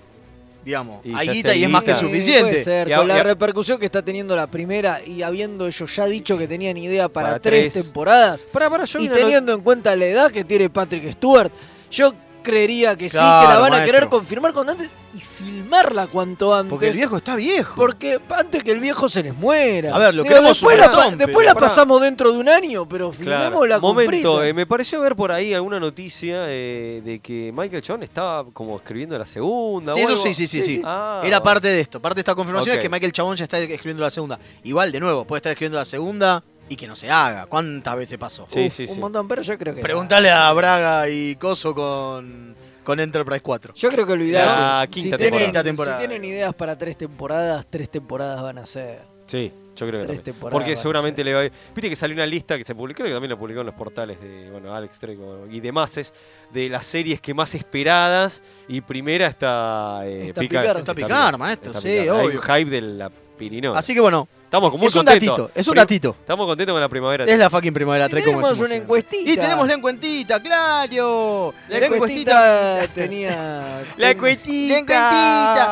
[SPEAKER 3] Digamos.
[SPEAKER 4] Y
[SPEAKER 3] hay
[SPEAKER 4] ya
[SPEAKER 3] guita
[SPEAKER 4] se
[SPEAKER 3] y es más que
[SPEAKER 4] guita.
[SPEAKER 2] Sí,
[SPEAKER 3] suficiente.
[SPEAKER 2] puede ser,
[SPEAKER 4] Y a-
[SPEAKER 2] con
[SPEAKER 4] y
[SPEAKER 2] la
[SPEAKER 4] a-
[SPEAKER 2] repercusión que está teniendo la primera y habiendo ellos ya dicho que tenían idea para,
[SPEAKER 4] Para
[SPEAKER 2] tres,
[SPEAKER 4] tres.
[SPEAKER 2] temporadas
[SPEAKER 4] Para, para, yo
[SPEAKER 2] y
[SPEAKER 4] vi una
[SPEAKER 2] teniendo en cuenta la edad que tiene Patrick Stewart, yo creería que sí, que la
[SPEAKER 3] Claro,
[SPEAKER 2] van a
[SPEAKER 3] maestro.
[SPEAKER 2] querer confirmar cuanto antes y filmarla cuanto antes.
[SPEAKER 3] Porque el viejo está viejo.
[SPEAKER 2] Porque antes que el viejo se les muera.
[SPEAKER 3] A ver, lo queremos
[SPEAKER 2] después,
[SPEAKER 3] un
[SPEAKER 2] la, pa-
[SPEAKER 3] montón,
[SPEAKER 2] después
[SPEAKER 3] pero
[SPEAKER 2] la
[SPEAKER 4] pará.
[SPEAKER 2] pasamos dentro de un año, pero
[SPEAKER 4] Claro.
[SPEAKER 2] filmémosla con
[SPEAKER 4] Momento,
[SPEAKER 2] Frida.
[SPEAKER 4] eh, me pareció ver por ahí alguna noticia eh, de que Michael John estaba como escribiendo la segunda.
[SPEAKER 3] Sí,
[SPEAKER 4] o
[SPEAKER 3] eso
[SPEAKER 4] algo.
[SPEAKER 3] sí, sí, sí, sí.
[SPEAKER 4] Ah,
[SPEAKER 3] Era
[SPEAKER 4] bueno.
[SPEAKER 3] parte de esto, parte de esta confirmación
[SPEAKER 4] Ok.
[SPEAKER 3] es que Michael Chabón ya está escribiendo la segunda. Igual, de nuevo, puede estar escribiendo la segunda y que no se haga. ¿Cuántas veces pasó?
[SPEAKER 4] Sí,
[SPEAKER 2] Uf,
[SPEAKER 4] sí,
[SPEAKER 2] un
[SPEAKER 4] sí.
[SPEAKER 2] montón, pero yo creo que.
[SPEAKER 3] Pregúntale a Braga y Coso con, con Enterprise 4.
[SPEAKER 2] Yo creo que olvidaron.
[SPEAKER 4] La quinta temporada.
[SPEAKER 3] Quinta temporada.
[SPEAKER 2] Si tienen ideas para tres temporadas, tres temporadas van a ser.
[SPEAKER 4] Sí, yo creo
[SPEAKER 2] Tres
[SPEAKER 4] que también.
[SPEAKER 2] temporadas van
[SPEAKER 4] Porque
[SPEAKER 2] a
[SPEAKER 4] seguramente
[SPEAKER 2] ser.
[SPEAKER 4] le va a ir. Viste que salió una lista que se publicó, creo que también la publicó en los portales de bueno, Alex Treco y demás, de las series que más esperadas. Y primera está, eh,
[SPEAKER 2] Está Picard.
[SPEAKER 3] Está Picard, maestro,
[SPEAKER 4] está
[SPEAKER 3] sí,
[SPEAKER 4] Picard. Hay
[SPEAKER 3] obvio.
[SPEAKER 4] un hype de la pirinola.
[SPEAKER 3] Así que bueno,
[SPEAKER 4] Estamos como muy
[SPEAKER 3] es un
[SPEAKER 4] contentos.
[SPEAKER 3] datito, es un
[SPEAKER 4] Prim-
[SPEAKER 3] datito.
[SPEAKER 4] Estamos contentos con la primavera.
[SPEAKER 3] Es la fucking primavera
[SPEAKER 2] Y
[SPEAKER 3] 3 como
[SPEAKER 2] tenemos
[SPEAKER 3] decimos
[SPEAKER 2] una
[SPEAKER 3] siempre.
[SPEAKER 2] encuestita.
[SPEAKER 3] Y tenemos la encuestita, claro.
[SPEAKER 2] La encuestita tenía.
[SPEAKER 4] La
[SPEAKER 2] ten-
[SPEAKER 4] cuetita.
[SPEAKER 3] La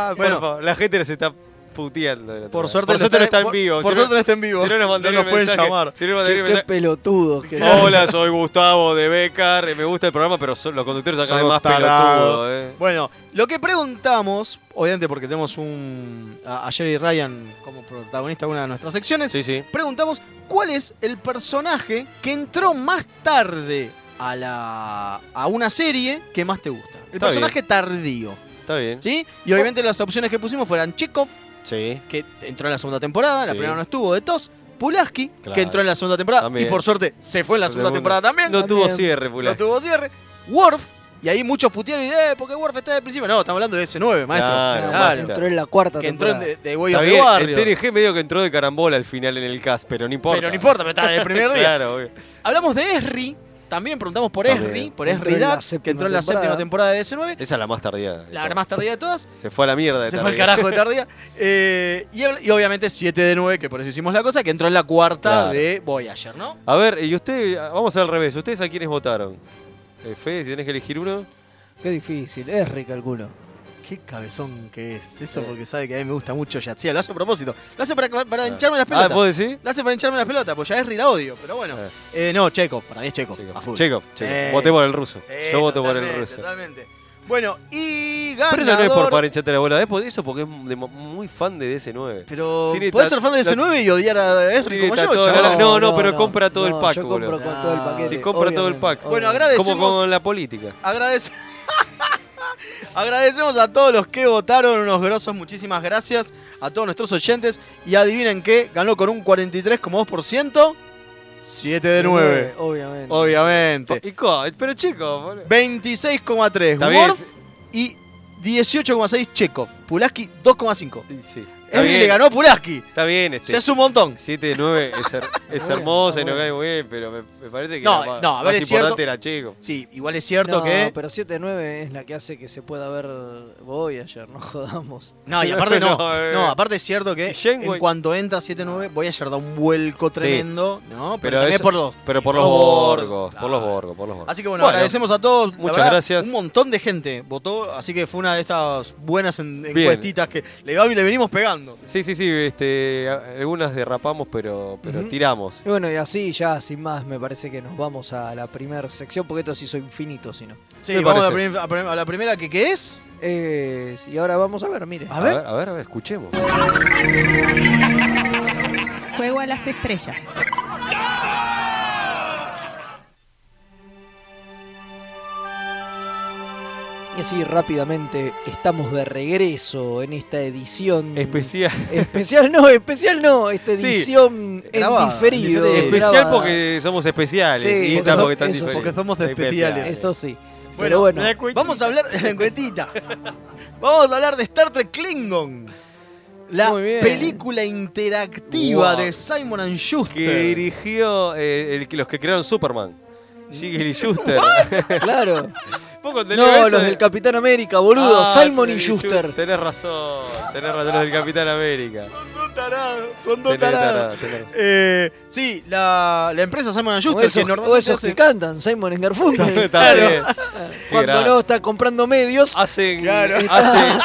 [SPEAKER 3] cuetita. Bueno.
[SPEAKER 4] Bueno, por- la gente nos está puteando. del otro
[SPEAKER 3] Por
[SPEAKER 4] lado.
[SPEAKER 3] suerte,
[SPEAKER 4] por suerte no está en
[SPEAKER 3] por- Por
[SPEAKER 4] vivo. Si no-
[SPEAKER 3] suerte no está en vivo.
[SPEAKER 4] Si no nos mandaría un
[SPEAKER 3] pueden
[SPEAKER 4] mensaje.
[SPEAKER 3] llamar.
[SPEAKER 4] Si no
[SPEAKER 2] Qué,
[SPEAKER 4] nos mandaría un
[SPEAKER 2] qué
[SPEAKER 4] mensaje.
[SPEAKER 2] pelotudos que
[SPEAKER 4] Hola, soy Gustavo de Becar. Me gusta el programa, pero son- los conductores acá de
[SPEAKER 3] Somos
[SPEAKER 4] más
[SPEAKER 3] tarados.
[SPEAKER 4] pelotudos. eh.
[SPEAKER 3] Bueno, lo que preguntamos, obviamente porque tenemos un a, a Jerry Ryan como protagonista de una de nuestras secciones,
[SPEAKER 4] Sí, sí.
[SPEAKER 3] preguntamos cuál es el personaje que entró más tarde a la a una serie que más te gusta. El
[SPEAKER 4] Está
[SPEAKER 3] personaje tardío,
[SPEAKER 4] Está bien.
[SPEAKER 3] ¿sí? Y obviamente las opciones que pusimos fueran Chekhov,
[SPEAKER 4] Sí.
[SPEAKER 3] que entró en la segunda temporada, la
[SPEAKER 4] Sí.
[SPEAKER 3] primera no estuvo, de Tos, Pulaski,
[SPEAKER 4] Claro.
[SPEAKER 3] que entró en la segunda temporada
[SPEAKER 4] También.
[SPEAKER 3] y por suerte se fue en la segunda
[SPEAKER 4] Segundo.
[SPEAKER 3] temporada también.
[SPEAKER 4] No tuvo
[SPEAKER 2] También.
[SPEAKER 4] cierre,
[SPEAKER 3] No
[SPEAKER 4] Pula.
[SPEAKER 3] tuvo cierre. Worf, y ahí muchos putearon y eh, ¿por qué Worf está al principio? No, estamos hablando de S9, maestro.
[SPEAKER 4] Claro,
[SPEAKER 2] Nada más,
[SPEAKER 4] claro.
[SPEAKER 2] Entró en la cuarta
[SPEAKER 3] Que entró en
[SPEAKER 2] temporada.
[SPEAKER 3] de, de Way
[SPEAKER 4] Está
[SPEAKER 3] of the
[SPEAKER 4] bien.
[SPEAKER 3] Warrior.
[SPEAKER 4] El TNG medio que entró de carambola al final en el cast, pero no importa.
[SPEAKER 3] Pero no importa, pero está del primer día.
[SPEAKER 4] Claro, obvio.
[SPEAKER 3] Hablamos de Esri, también preguntamos por
[SPEAKER 4] También.
[SPEAKER 3] Esri, por
[SPEAKER 2] Entró
[SPEAKER 3] Esri
[SPEAKER 2] en la
[SPEAKER 3] Dax,
[SPEAKER 2] séptima
[SPEAKER 3] que entró en la
[SPEAKER 2] temporada.
[SPEAKER 3] séptima temporada de S9,
[SPEAKER 4] Esa es la más tardía. de
[SPEAKER 3] la
[SPEAKER 4] todas.
[SPEAKER 3] más tardía de todas.
[SPEAKER 4] Se fue a la mierda. de
[SPEAKER 3] Se fue al
[SPEAKER 4] tardía.
[SPEAKER 3] carajo de tardía. Eh, y, y obviamente 7 de 9, que por eso hicimos la cosa, que entró en la cuarta
[SPEAKER 4] Claro.
[SPEAKER 3] de Voyager, ¿no?
[SPEAKER 4] A ver, y usted, vamos al revés. ¿Ustedes a quiénes votaron? Eh, Fede, si tenés que elegir uno.
[SPEAKER 2] Qué difícil, es recalculo.
[SPEAKER 3] Qué cabezón que es. Eso porque sabe que a mí me gusta mucho Yatsia. Lo hace a propósito. Lo hace para, para hincharme las
[SPEAKER 4] Ah,
[SPEAKER 3] pelotas.
[SPEAKER 4] ¿vos decís?
[SPEAKER 3] La hace para hincharme las pelotas, pues ya Esri la odio, pero bueno.
[SPEAKER 4] Ah.
[SPEAKER 3] Eh, no, Checo, para mí es Checo. a full.
[SPEAKER 4] Checo,
[SPEAKER 3] Eh.
[SPEAKER 4] Voté por el ruso.
[SPEAKER 3] Sí,
[SPEAKER 4] Yo voto por el
[SPEAKER 3] totalmente,
[SPEAKER 4] ruso.
[SPEAKER 3] Totalmente. Bueno, y ganador...
[SPEAKER 4] Pero eso no es por para hincharte la bola, es por eso porque es de mo- muy fan de DS9.
[SPEAKER 3] Pero
[SPEAKER 4] Tiene
[SPEAKER 3] podés
[SPEAKER 4] ta-
[SPEAKER 3] ser fan de
[SPEAKER 4] ta-
[SPEAKER 3] S9 y odiar a Esri
[SPEAKER 4] tiene
[SPEAKER 3] como yo,
[SPEAKER 4] tatuado
[SPEAKER 3] chaval.
[SPEAKER 4] la- no, no, pero compra todo el
[SPEAKER 2] no,
[SPEAKER 4] pack,
[SPEAKER 2] Yo compro
[SPEAKER 4] boludo.
[SPEAKER 2] con todo el
[SPEAKER 3] Ah.
[SPEAKER 2] paquete.
[SPEAKER 4] Si compra todo el
[SPEAKER 2] obviamente,
[SPEAKER 4] pack.
[SPEAKER 3] Bueno,
[SPEAKER 2] obviamente.
[SPEAKER 3] agradezco.
[SPEAKER 4] Como
[SPEAKER 3] Agradecemos-
[SPEAKER 4] con la política.
[SPEAKER 3] Agradece- Agradecemos a todos los que votaron, unos grosos, muchísimas gracias a todos nuestros oyentes. Y adivinen qué, ganó con un 43,2%, 7 de 9,
[SPEAKER 2] Obviamente.
[SPEAKER 3] obviamente.
[SPEAKER 4] Y co- pero chicos, boludo.
[SPEAKER 3] 26,3
[SPEAKER 4] Está bien.
[SPEAKER 3] Worf y 18,6 Chekhov. Pulaski 2,5.
[SPEAKER 4] Sí, sí. Está
[SPEAKER 3] Él le
[SPEAKER 4] bien,
[SPEAKER 3] ganó Pulaski,
[SPEAKER 4] está bien
[SPEAKER 3] ya
[SPEAKER 4] este.
[SPEAKER 3] es un montón.
[SPEAKER 4] 7 de 9 es, her- es
[SPEAKER 2] bueno,
[SPEAKER 4] hermosa y
[SPEAKER 2] está
[SPEAKER 4] nos cae
[SPEAKER 2] bueno.
[SPEAKER 4] muy bien, pero me, me parece que
[SPEAKER 3] No,
[SPEAKER 4] la más,
[SPEAKER 3] no, a ver,
[SPEAKER 4] más
[SPEAKER 3] es cierto.
[SPEAKER 4] importante era Checo.
[SPEAKER 3] Sí, igual es cierto
[SPEAKER 2] no,
[SPEAKER 3] que...
[SPEAKER 2] pero 7-9 es la que hace que se pueda ver Voyager, no jodamos.
[SPEAKER 3] No, y aparte no.
[SPEAKER 4] No, eh.
[SPEAKER 3] No, aparte es cierto que
[SPEAKER 4] Y Janeway.
[SPEAKER 3] en cuanto entra 7-9 voy a dar un vuelco tremendo, ¿no? Pero,
[SPEAKER 4] Pero
[SPEAKER 3] también
[SPEAKER 4] eso-
[SPEAKER 3] por los...
[SPEAKER 4] Pero por los borgos, por los
[SPEAKER 3] claro.
[SPEAKER 4] borgos, por los borgos.
[SPEAKER 3] Así que bueno,
[SPEAKER 4] Bueno,
[SPEAKER 3] agradecemos a todos. la
[SPEAKER 4] muchas
[SPEAKER 3] verdad,
[SPEAKER 4] gracias.
[SPEAKER 3] Un montón de gente votó, así que fue una de estas buenas en-
[SPEAKER 4] Bien.
[SPEAKER 3] encuestitas que le, vamos y le venimos pegando.
[SPEAKER 4] Sí, sí, sí, este, a- algunas derrapamos, pero, pero
[SPEAKER 2] Ujú.
[SPEAKER 4] tiramos.
[SPEAKER 2] Y bueno, y así ya, sin más, me parece que nos vamos a la primera sección, porque esto se hizo infinito, si no.
[SPEAKER 3] Sí,
[SPEAKER 4] Me
[SPEAKER 3] vamos a la,
[SPEAKER 4] parece.
[SPEAKER 3] prim- a prim- a la primera que ¿qué es.
[SPEAKER 2] Eh, y ahora vamos a ver, mire.
[SPEAKER 3] A ver.
[SPEAKER 4] a ver, a ver, escuchemos.
[SPEAKER 6] Juego a las estrellas.
[SPEAKER 2] Y así rápidamente estamos de regreso en esta edición.
[SPEAKER 4] Especial.
[SPEAKER 2] Especial no, especial no, esta
[SPEAKER 4] Sí,
[SPEAKER 2] edición en
[SPEAKER 3] grabada,
[SPEAKER 2] diferido.
[SPEAKER 3] en diferido.
[SPEAKER 4] Especial
[SPEAKER 2] grabada.
[SPEAKER 4] porque somos especiales.
[SPEAKER 2] Sí,
[SPEAKER 4] y
[SPEAKER 2] porque
[SPEAKER 4] está
[SPEAKER 2] so-
[SPEAKER 4] porque
[SPEAKER 2] eso
[SPEAKER 4] están
[SPEAKER 2] sí.
[SPEAKER 4] diferentes.
[SPEAKER 3] Porque somos
[SPEAKER 4] Está
[SPEAKER 3] especiales.
[SPEAKER 2] Eso sí.
[SPEAKER 3] Bueno,
[SPEAKER 2] Pero bueno,
[SPEAKER 3] Vamos a hablar de la encuetita. Vamos a hablar de Star Trek Klingon. La
[SPEAKER 2] Muy bien.
[SPEAKER 3] película interactiva
[SPEAKER 4] Wow.
[SPEAKER 3] de Simon and
[SPEAKER 4] Que
[SPEAKER 3] Schuster.
[SPEAKER 4] dirigió eh, el que- los que crearon Superman. Sigel y Schuster.
[SPEAKER 2] claro.
[SPEAKER 4] ¿Vos contenés
[SPEAKER 2] No,
[SPEAKER 4] eso
[SPEAKER 2] los
[SPEAKER 4] de-
[SPEAKER 2] del Capitán América, boludo.
[SPEAKER 4] Ah,
[SPEAKER 2] Simon y
[SPEAKER 4] tenés-
[SPEAKER 2] Schuster.
[SPEAKER 4] Tenés razón. Tenés razón, los del Capitán América.
[SPEAKER 3] Son dos tarados. Son dos
[SPEAKER 4] Tenés
[SPEAKER 3] tarados.
[SPEAKER 4] tarado, tenés razón.
[SPEAKER 3] Eh, sí, la, la empresa Simon and
[SPEAKER 2] O
[SPEAKER 3] Schuster.
[SPEAKER 2] esos,
[SPEAKER 3] que normalmente
[SPEAKER 2] o esos
[SPEAKER 3] hace-
[SPEAKER 2] que cantan, Simon and Garfunkel.
[SPEAKER 4] Está
[SPEAKER 3] Claro.
[SPEAKER 4] bien.
[SPEAKER 2] Cuando
[SPEAKER 4] grave. Ah,
[SPEAKER 2] no está comprando medios,
[SPEAKER 4] Hacen,
[SPEAKER 3] Claro.
[SPEAKER 4] hacen,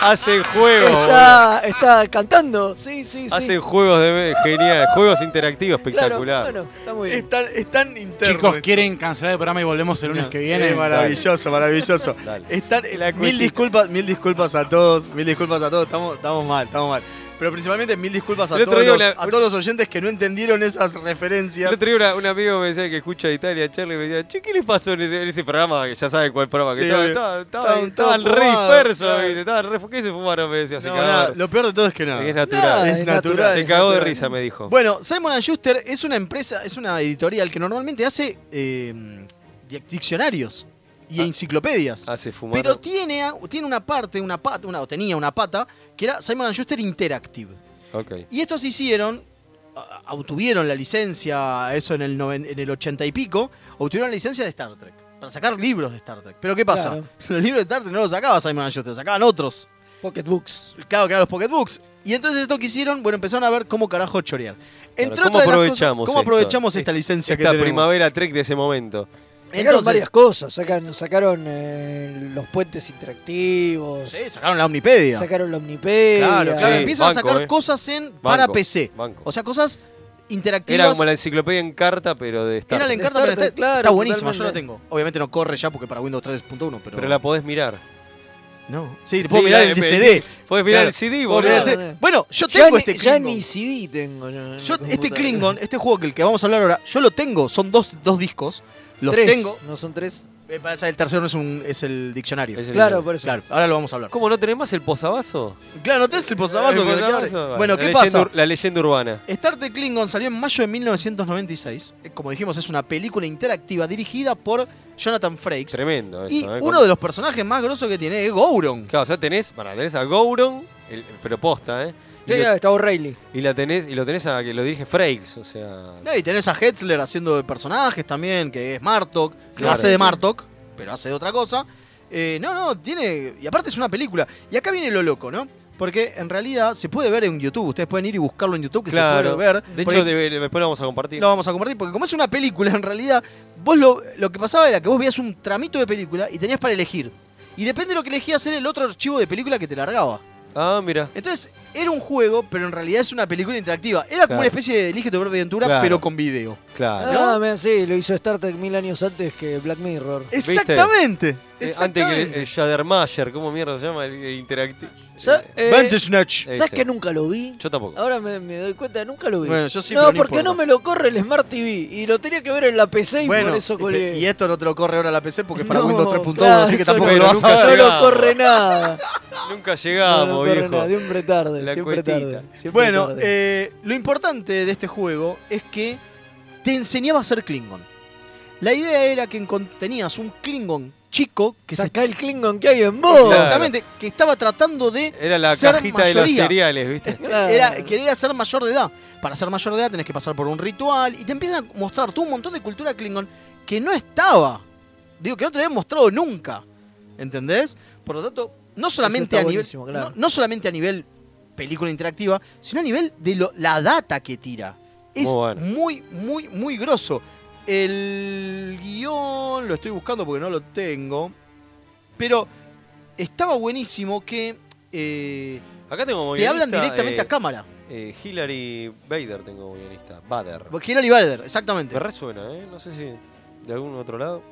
[SPEAKER 4] hacen juegos. boludo.
[SPEAKER 2] está, está cantando. Sí, sí, sí.
[SPEAKER 4] Hacen juegos de genial, juegos interactivos
[SPEAKER 2] Claro,
[SPEAKER 4] espectacular.
[SPEAKER 2] bueno, está muy bien.
[SPEAKER 3] Están, están internos.
[SPEAKER 5] Chicos, ¿quieren cancelar el programa y volvemos el lunes que viene?
[SPEAKER 3] Eh, maravilloso, maravilloso.
[SPEAKER 4] Dale.
[SPEAKER 3] Están- eh, mil
[SPEAKER 4] cuestión.
[SPEAKER 3] disculpas, mil disculpas a todos, mil disculpas a todos, estamos, estamos mal, estamos mal. Pero principalmente mil disculpas a
[SPEAKER 4] El otro
[SPEAKER 3] todos,
[SPEAKER 4] día
[SPEAKER 3] los,
[SPEAKER 4] la-
[SPEAKER 3] a todos los oyentes que no entendieron esas
[SPEAKER 4] El
[SPEAKER 3] referencias.
[SPEAKER 4] otro día una- un amigo me decía que escucha de Italia, Charlie, y me decía, che, ¿qué le pasó en ese, en ese programa? Que ya sabe cuál programa, que
[SPEAKER 3] Sí,
[SPEAKER 4] estaba-
[SPEAKER 3] obvio.
[SPEAKER 4] estaba- estaba-
[SPEAKER 3] Estaban
[SPEAKER 4] estaban
[SPEAKER 3] todos
[SPEAKER 4] re
[SPEAKER 3] fumados,
[SPEAKER 4] dispersos,
[SPEAKER 3] claro.
[SPEAKER 4] ¿viste? estaban re- ¿Qué se fumaron? Me decía, se
[SPEAKER 3] No,
[SPEAKER 4] cagaron.
[SPEAKER 3] nada, lo peor de todo es que nada.
[SPEAKER 4] Es natural.
[SPEAKER 2] Nada,
[SPEAKER 3] Es
[SPEAKER 2] es
[SPEAKER 3] natural,
[SPEAKER 2] natural,
[SPEAKER 4] se
[SPEAKER 2] es
[SPEAKER 4] cagó de
[SPEAKER 2] natural.
[SPEAKER 4] risa, me dijo.
[SPEAKER 3] Bueno, Simon and Schuster es una empresa, es una editorial que normalmente hace eh, dic- diccionarios y enciclopedias.
[SPEAKER 4] Hace fumar.
[SPEAKER 3] Pero tiene, a- tiene una parte, una pata, una, o tenía una pata, que era Simon and Schuster Interactive.
[SPEAKER 4] Ok.
[SPEAKER 3] Y estos hicieron, a- obtuvieron la licencia, eso en el, noven- en el 80 y pico, obtuvieron la licencia de Star Trek, para sacar libros de Star Trek. Pero ¿qué pasa?
[SPEAKER 2] Claro.
[SPEAKER 3] Los libros de Star Trek no los sacaba Simon Schuster, sacaban otros.
[SPEAKER 2] Pocketbooks.
[SPEAKER 3] Claro, que eran los pocketbooks. Y entonces esto que hicieron, bueno, empezaron a ver cómo carajo chorear. Entre
[SPEAKER 4] Claro, ¿cómo
[SPEAKER 3] otras de las
[SPEAKER 4] aprovechamos
[SPEAKER 3] cosas- ¿Cómo
[SPEAKER 4] esto?
[SPEAKER 3] aprovechamos esta licencia que
[SPEAKER 4] Esta
[SPEAKER 3] tenemos?
[SPEAKER 4] primavera Trek de ese momento.
[SPEAKER 2] Sacaron
[SPEAKER 3] Entonces-
[SPEAKER 2] varias cosas. Sacan, sacaron eh, los puentes interactivos.
[SPEAKER 3] Sí, sacaron la Omnipedia.
[SPEAKER 2] Sacaron la Omnipedia.
[SPEAKER 3] Claro, claro,
[SPEAKER 4] Sí,
[SPEAKER 3] empiezan
[SPEAKER 4] banco,
[SPEAKER 3] a sacar
[SPEAKER 4] eh.
[SPEAKER 3] cosas en para
[SPEAKER 4] Banco,
[SPEAKER 3] PC.
[SPEAKER 4] banco.
[SPEAKER 3] O sea, cosas interactivas.
[SPEAKER 4] Era como la enciclopedia en carta, pero de Star
[SPEAKER 3] Era la
[SPEAKER 4] Trek.
[SPEAKER 3] encarta,
[SPEAKER 2] Star
[SPEAKER 3] pero
[SPEAKER 2] Trek,
[SPEAKER 3] está,
[SPEAKER 2] claro,
[SPEAKER 3] está buenísima, yo la
[SPEAKER 2] totalmente.
[SPEAKER 3] tengo. Obviamente no corre ya porque para Windows 3.1, pero...
[SPEAKER 4] Pero la podés mirar.
[SPEAKER 3] No. Sí,
[SPEAKER 4] Sí,
[SPEAKER 3] puedo mirar
[SPEAKER 4] la-
[SPEAKER 3] el CD.
[SPEAKER 4] Podés mirar
[SPEAKER 3] Claro.
[SPEAKER 4] el CD,
[SPEAKER 3] Puedo
[SPEAKER 4] boludo.
[SPEAKER 3] mirar el
[SPEAKER 2] boludo.
[SPEAKER 3] CD. Bueno, yo
[SPEAKER 2] Ya,
[SPEAKER 3] tengo
[SPEAKER 2] ni,
[SPEAKER 3] este
[SPEAKER 2] ya
[SPEAKER 3] Klingon.
[SPEAKER 2] ni CD tengo. yo en
[SPEAKER 3] Yo-
[SPEAKER 2] la
[SPEAKER 3] este
[SPEAKER 2] computadora.
[SPEAKER 3] Klingon, este juego que el que vamos a hablar ahora, yo lo tengo, son dos, dos discos. Los
[SPEAKER 2] Tres,
[SPEAKER 3] tengo.
[SPEAKER 2] ¿No son tres?
[SPEAKER 3] Eh, pasa, el tercero es, un, es el diccionario.
[SPEAKER 4] Es el-
[SPEAKER 2] Claro, por eso.
[SPEAKER 3] Claro, ahora lo vamos a hablar.
[SPEAKER 4] ¿Cómo no tenés más el posavasos?
[SPEAKER 3] Claro, no tenés el posavasos.
[SPEAKER 4] El
[SPEAKER 3] que-
[SPEAKER 4] posavasos,
[SPEAKER 3] claro.
[SPEAKER 4] vale.
[SPEAKER 3] Bueno,
[SPEAKER 4] La
[SPEAKER 3] ¿qué
[SPEAKER 4] leyenda
[SPEAKER 3] pasa?
[SPEAKER 4] ur- La leyenda urbana.
[SPEAKER 3] Star Trek Klingon salió en mayo de 1996. Eh, Como dijimos, es una película interactiva dirigida por Jonathan Frakes.
[SPEAKER 4] Tremendo eso.
[SPEAKER 3] Y
[SPEAKER 4] ¿eh?
[SPEAKER 3] uno de los personajes más grosos que tiene es Gouron.
[SPEAKER 4] Claro, o sea, tenés, para, tenés a Gouron, el, pero posta, ¿eh? Y,
[SPEAKER 2] Sí,
[SPEAKER 4] lo,
[SPEAKER 2] está O'Reilly.
[SPEAKER 4] y la tenés, y lo tenés a que lo dirige Frakes, o sea.
[SPEAKER 3] No, y tenés a Hetzler haciendo de personajes también, que es Martok. No
[SPEAKER 4] Claro,
[SPEAKER 3] hace de
[SPEAKER 4] sí.
[SPEAKER 3] Martok, pero hace de otra cosa. Eh, no, no, tiene. Y aparte es una película. Y acá viene lo loco, ¿no? Porque en realidad se puede ver en YouTube. Ustedes pueden ir y buscarlo en YouTube, que se
[SPEAKER 4] claro.
[SPEAKER 3] puede ver.
[SPEAKER 4] De
[SPEAKER 3] Porque
[SPEAKER 4] hecho, debe- después lo vamos a compartir.
[SPEAKER 3] lo vamos a compartir, porque como es una película, en realidad, vos lo, lo que pasaba era que vos veías un tramito de película y tenías para elegir. Y depende de lo que elegías, era el otro archivo de película que te largaba.
[SPEAKER 4] Ah, mira.
[SPEAKER 3] Entonces, era un juego, pero en realidad es una película interactiva. Era como
[SPEAKER 4] Claro.
[SPEAKER 3] una especie de Elige tu propia aventura,
[SPEAKER 4] Claro.
[SPEAKER 3] pero con video.
[SPEAKER 4] Claro. Eh,
[SPEAKER 2] Ah, mira, sí, lo hizo Star Trek mil años antes que Black Mirror.
[SPEAKER 3] Eh, Exactamente.
[SPEAKER 4] Eh, antes que el, el Schadermayer, ¿cómo mierda se llama? El, interactivo.
[SPEAKER 2] Sa- eh,
[SPEAKER 3] Bandersnatch.
[SPEAKER 2] ¿Sabes que nunca lo vi?
[SPEAKER 4] Yo tampoco.
[SPEAKER 2] Ahora me, me doy cuenta, nunca lo vi.
[SPEAKER 3] Este. Bueno, yo sí,
[SPEAKER 2] no,
[SPEAKER 3] pero no
[SPEAKER 2] porque
[SPEAKER 3] importa.
[SPEAKER 2] no me lo corre el Smart TV y lo tenía que ver en la PC y
[SPEAKER 3] Bueno, eh,
[SPEAKER 2] por eso colgué.
[SPEAKER 3] y esto no te lo corre ahora la PC porque es para
[SPEAKER 2] No,
[SPEAKER 3] Windows 3.1,
[SPEAKER 2] claro,
[SPEAKER 3] así que
[SPEAKER 2] eso
[SPEAKER 3] tampoco
[SPEAKER 2] no,
[SPEAKER 3] lo vas
[SPEAKER 4] nunca
[SPEAKER 3] a ver.
[SPEAKER 2] No lo
[SPEAKER 4] Llegamos.
[SPEAKER 2] corre nada.
[SPEAKER 4] Nunca
[SPEAKER 2] No,
[SPEAKER 4] llegamos,
[SPEAKER 2] no corre
[SPEAKER 4] viejo.
[SPEAKER 2] nada, siempre tarde,
[SPEAKER 4] La
[SPEAKER 2] siempre
[SPEAKER 4] cuetita.
[SPEAKER 2] tarde. siempre
[SPEAKER 3] Bueno,
[SPEAKER 2] tarde.
[SPEAKER 3] eh, lo importante de este juego es que te enseñaba a ser Klingon. La idea era que encon- tenías un Klingon chico que se-
[SPEAKER 2] Sacá el Klingon que hay en vos.
[SPEAKER 3] exactamente que estaba tratando de
[SPEAKER 4] Era la
[SPEAKER 3] ser
[SPEAKER 4] cajita de los
[SPEAKER 3] mayoría.
[SPEAKER 4] cereales, ¿viste?
[SPEAKER 2] Claro.
[SPEAKER 3] era, quería ser mayor de edad. Para ser mayor de edad tenés que pasar por un ritual y te empiezan a mostrar tú un montón de cultura Klingon que no estaba. Digo, que no te habían mostrado nunca. ¿Entendés? Por lo tanto, no solamente
[SPEAKER 2] está
[SPEAKER 3] a nivel.
[SPEAKER 2] buenísimo, claro.
[SPEAKER 3] no, no solamente a nivel película interactiva, sino a nivel de lo- la data que tira. Es
[SPEAKER 4] Muy bueno.
[SPEAKER 3] muy, muy, muy grosso. El guión lo estoy buscando porque no lo tengo. Pero estaba buenísimo que eh,
[SPEAKER 4] Acá tengo como
[SPEAKER 3] te hablan
[SPEAKER 4] guionista,
[SPEAKER 3] directamente
[SPEAKER 4] eh,
[SPEAKER 3] a cámara.
[SPEAKER 4] eh, Hillary Bader tengo como guionista. Bader.
[SPEAKER 3] Hillary Balder, exactamente.
[SPEAKER 4] Me resuena, ¿eh? No sé si de algún otro lado.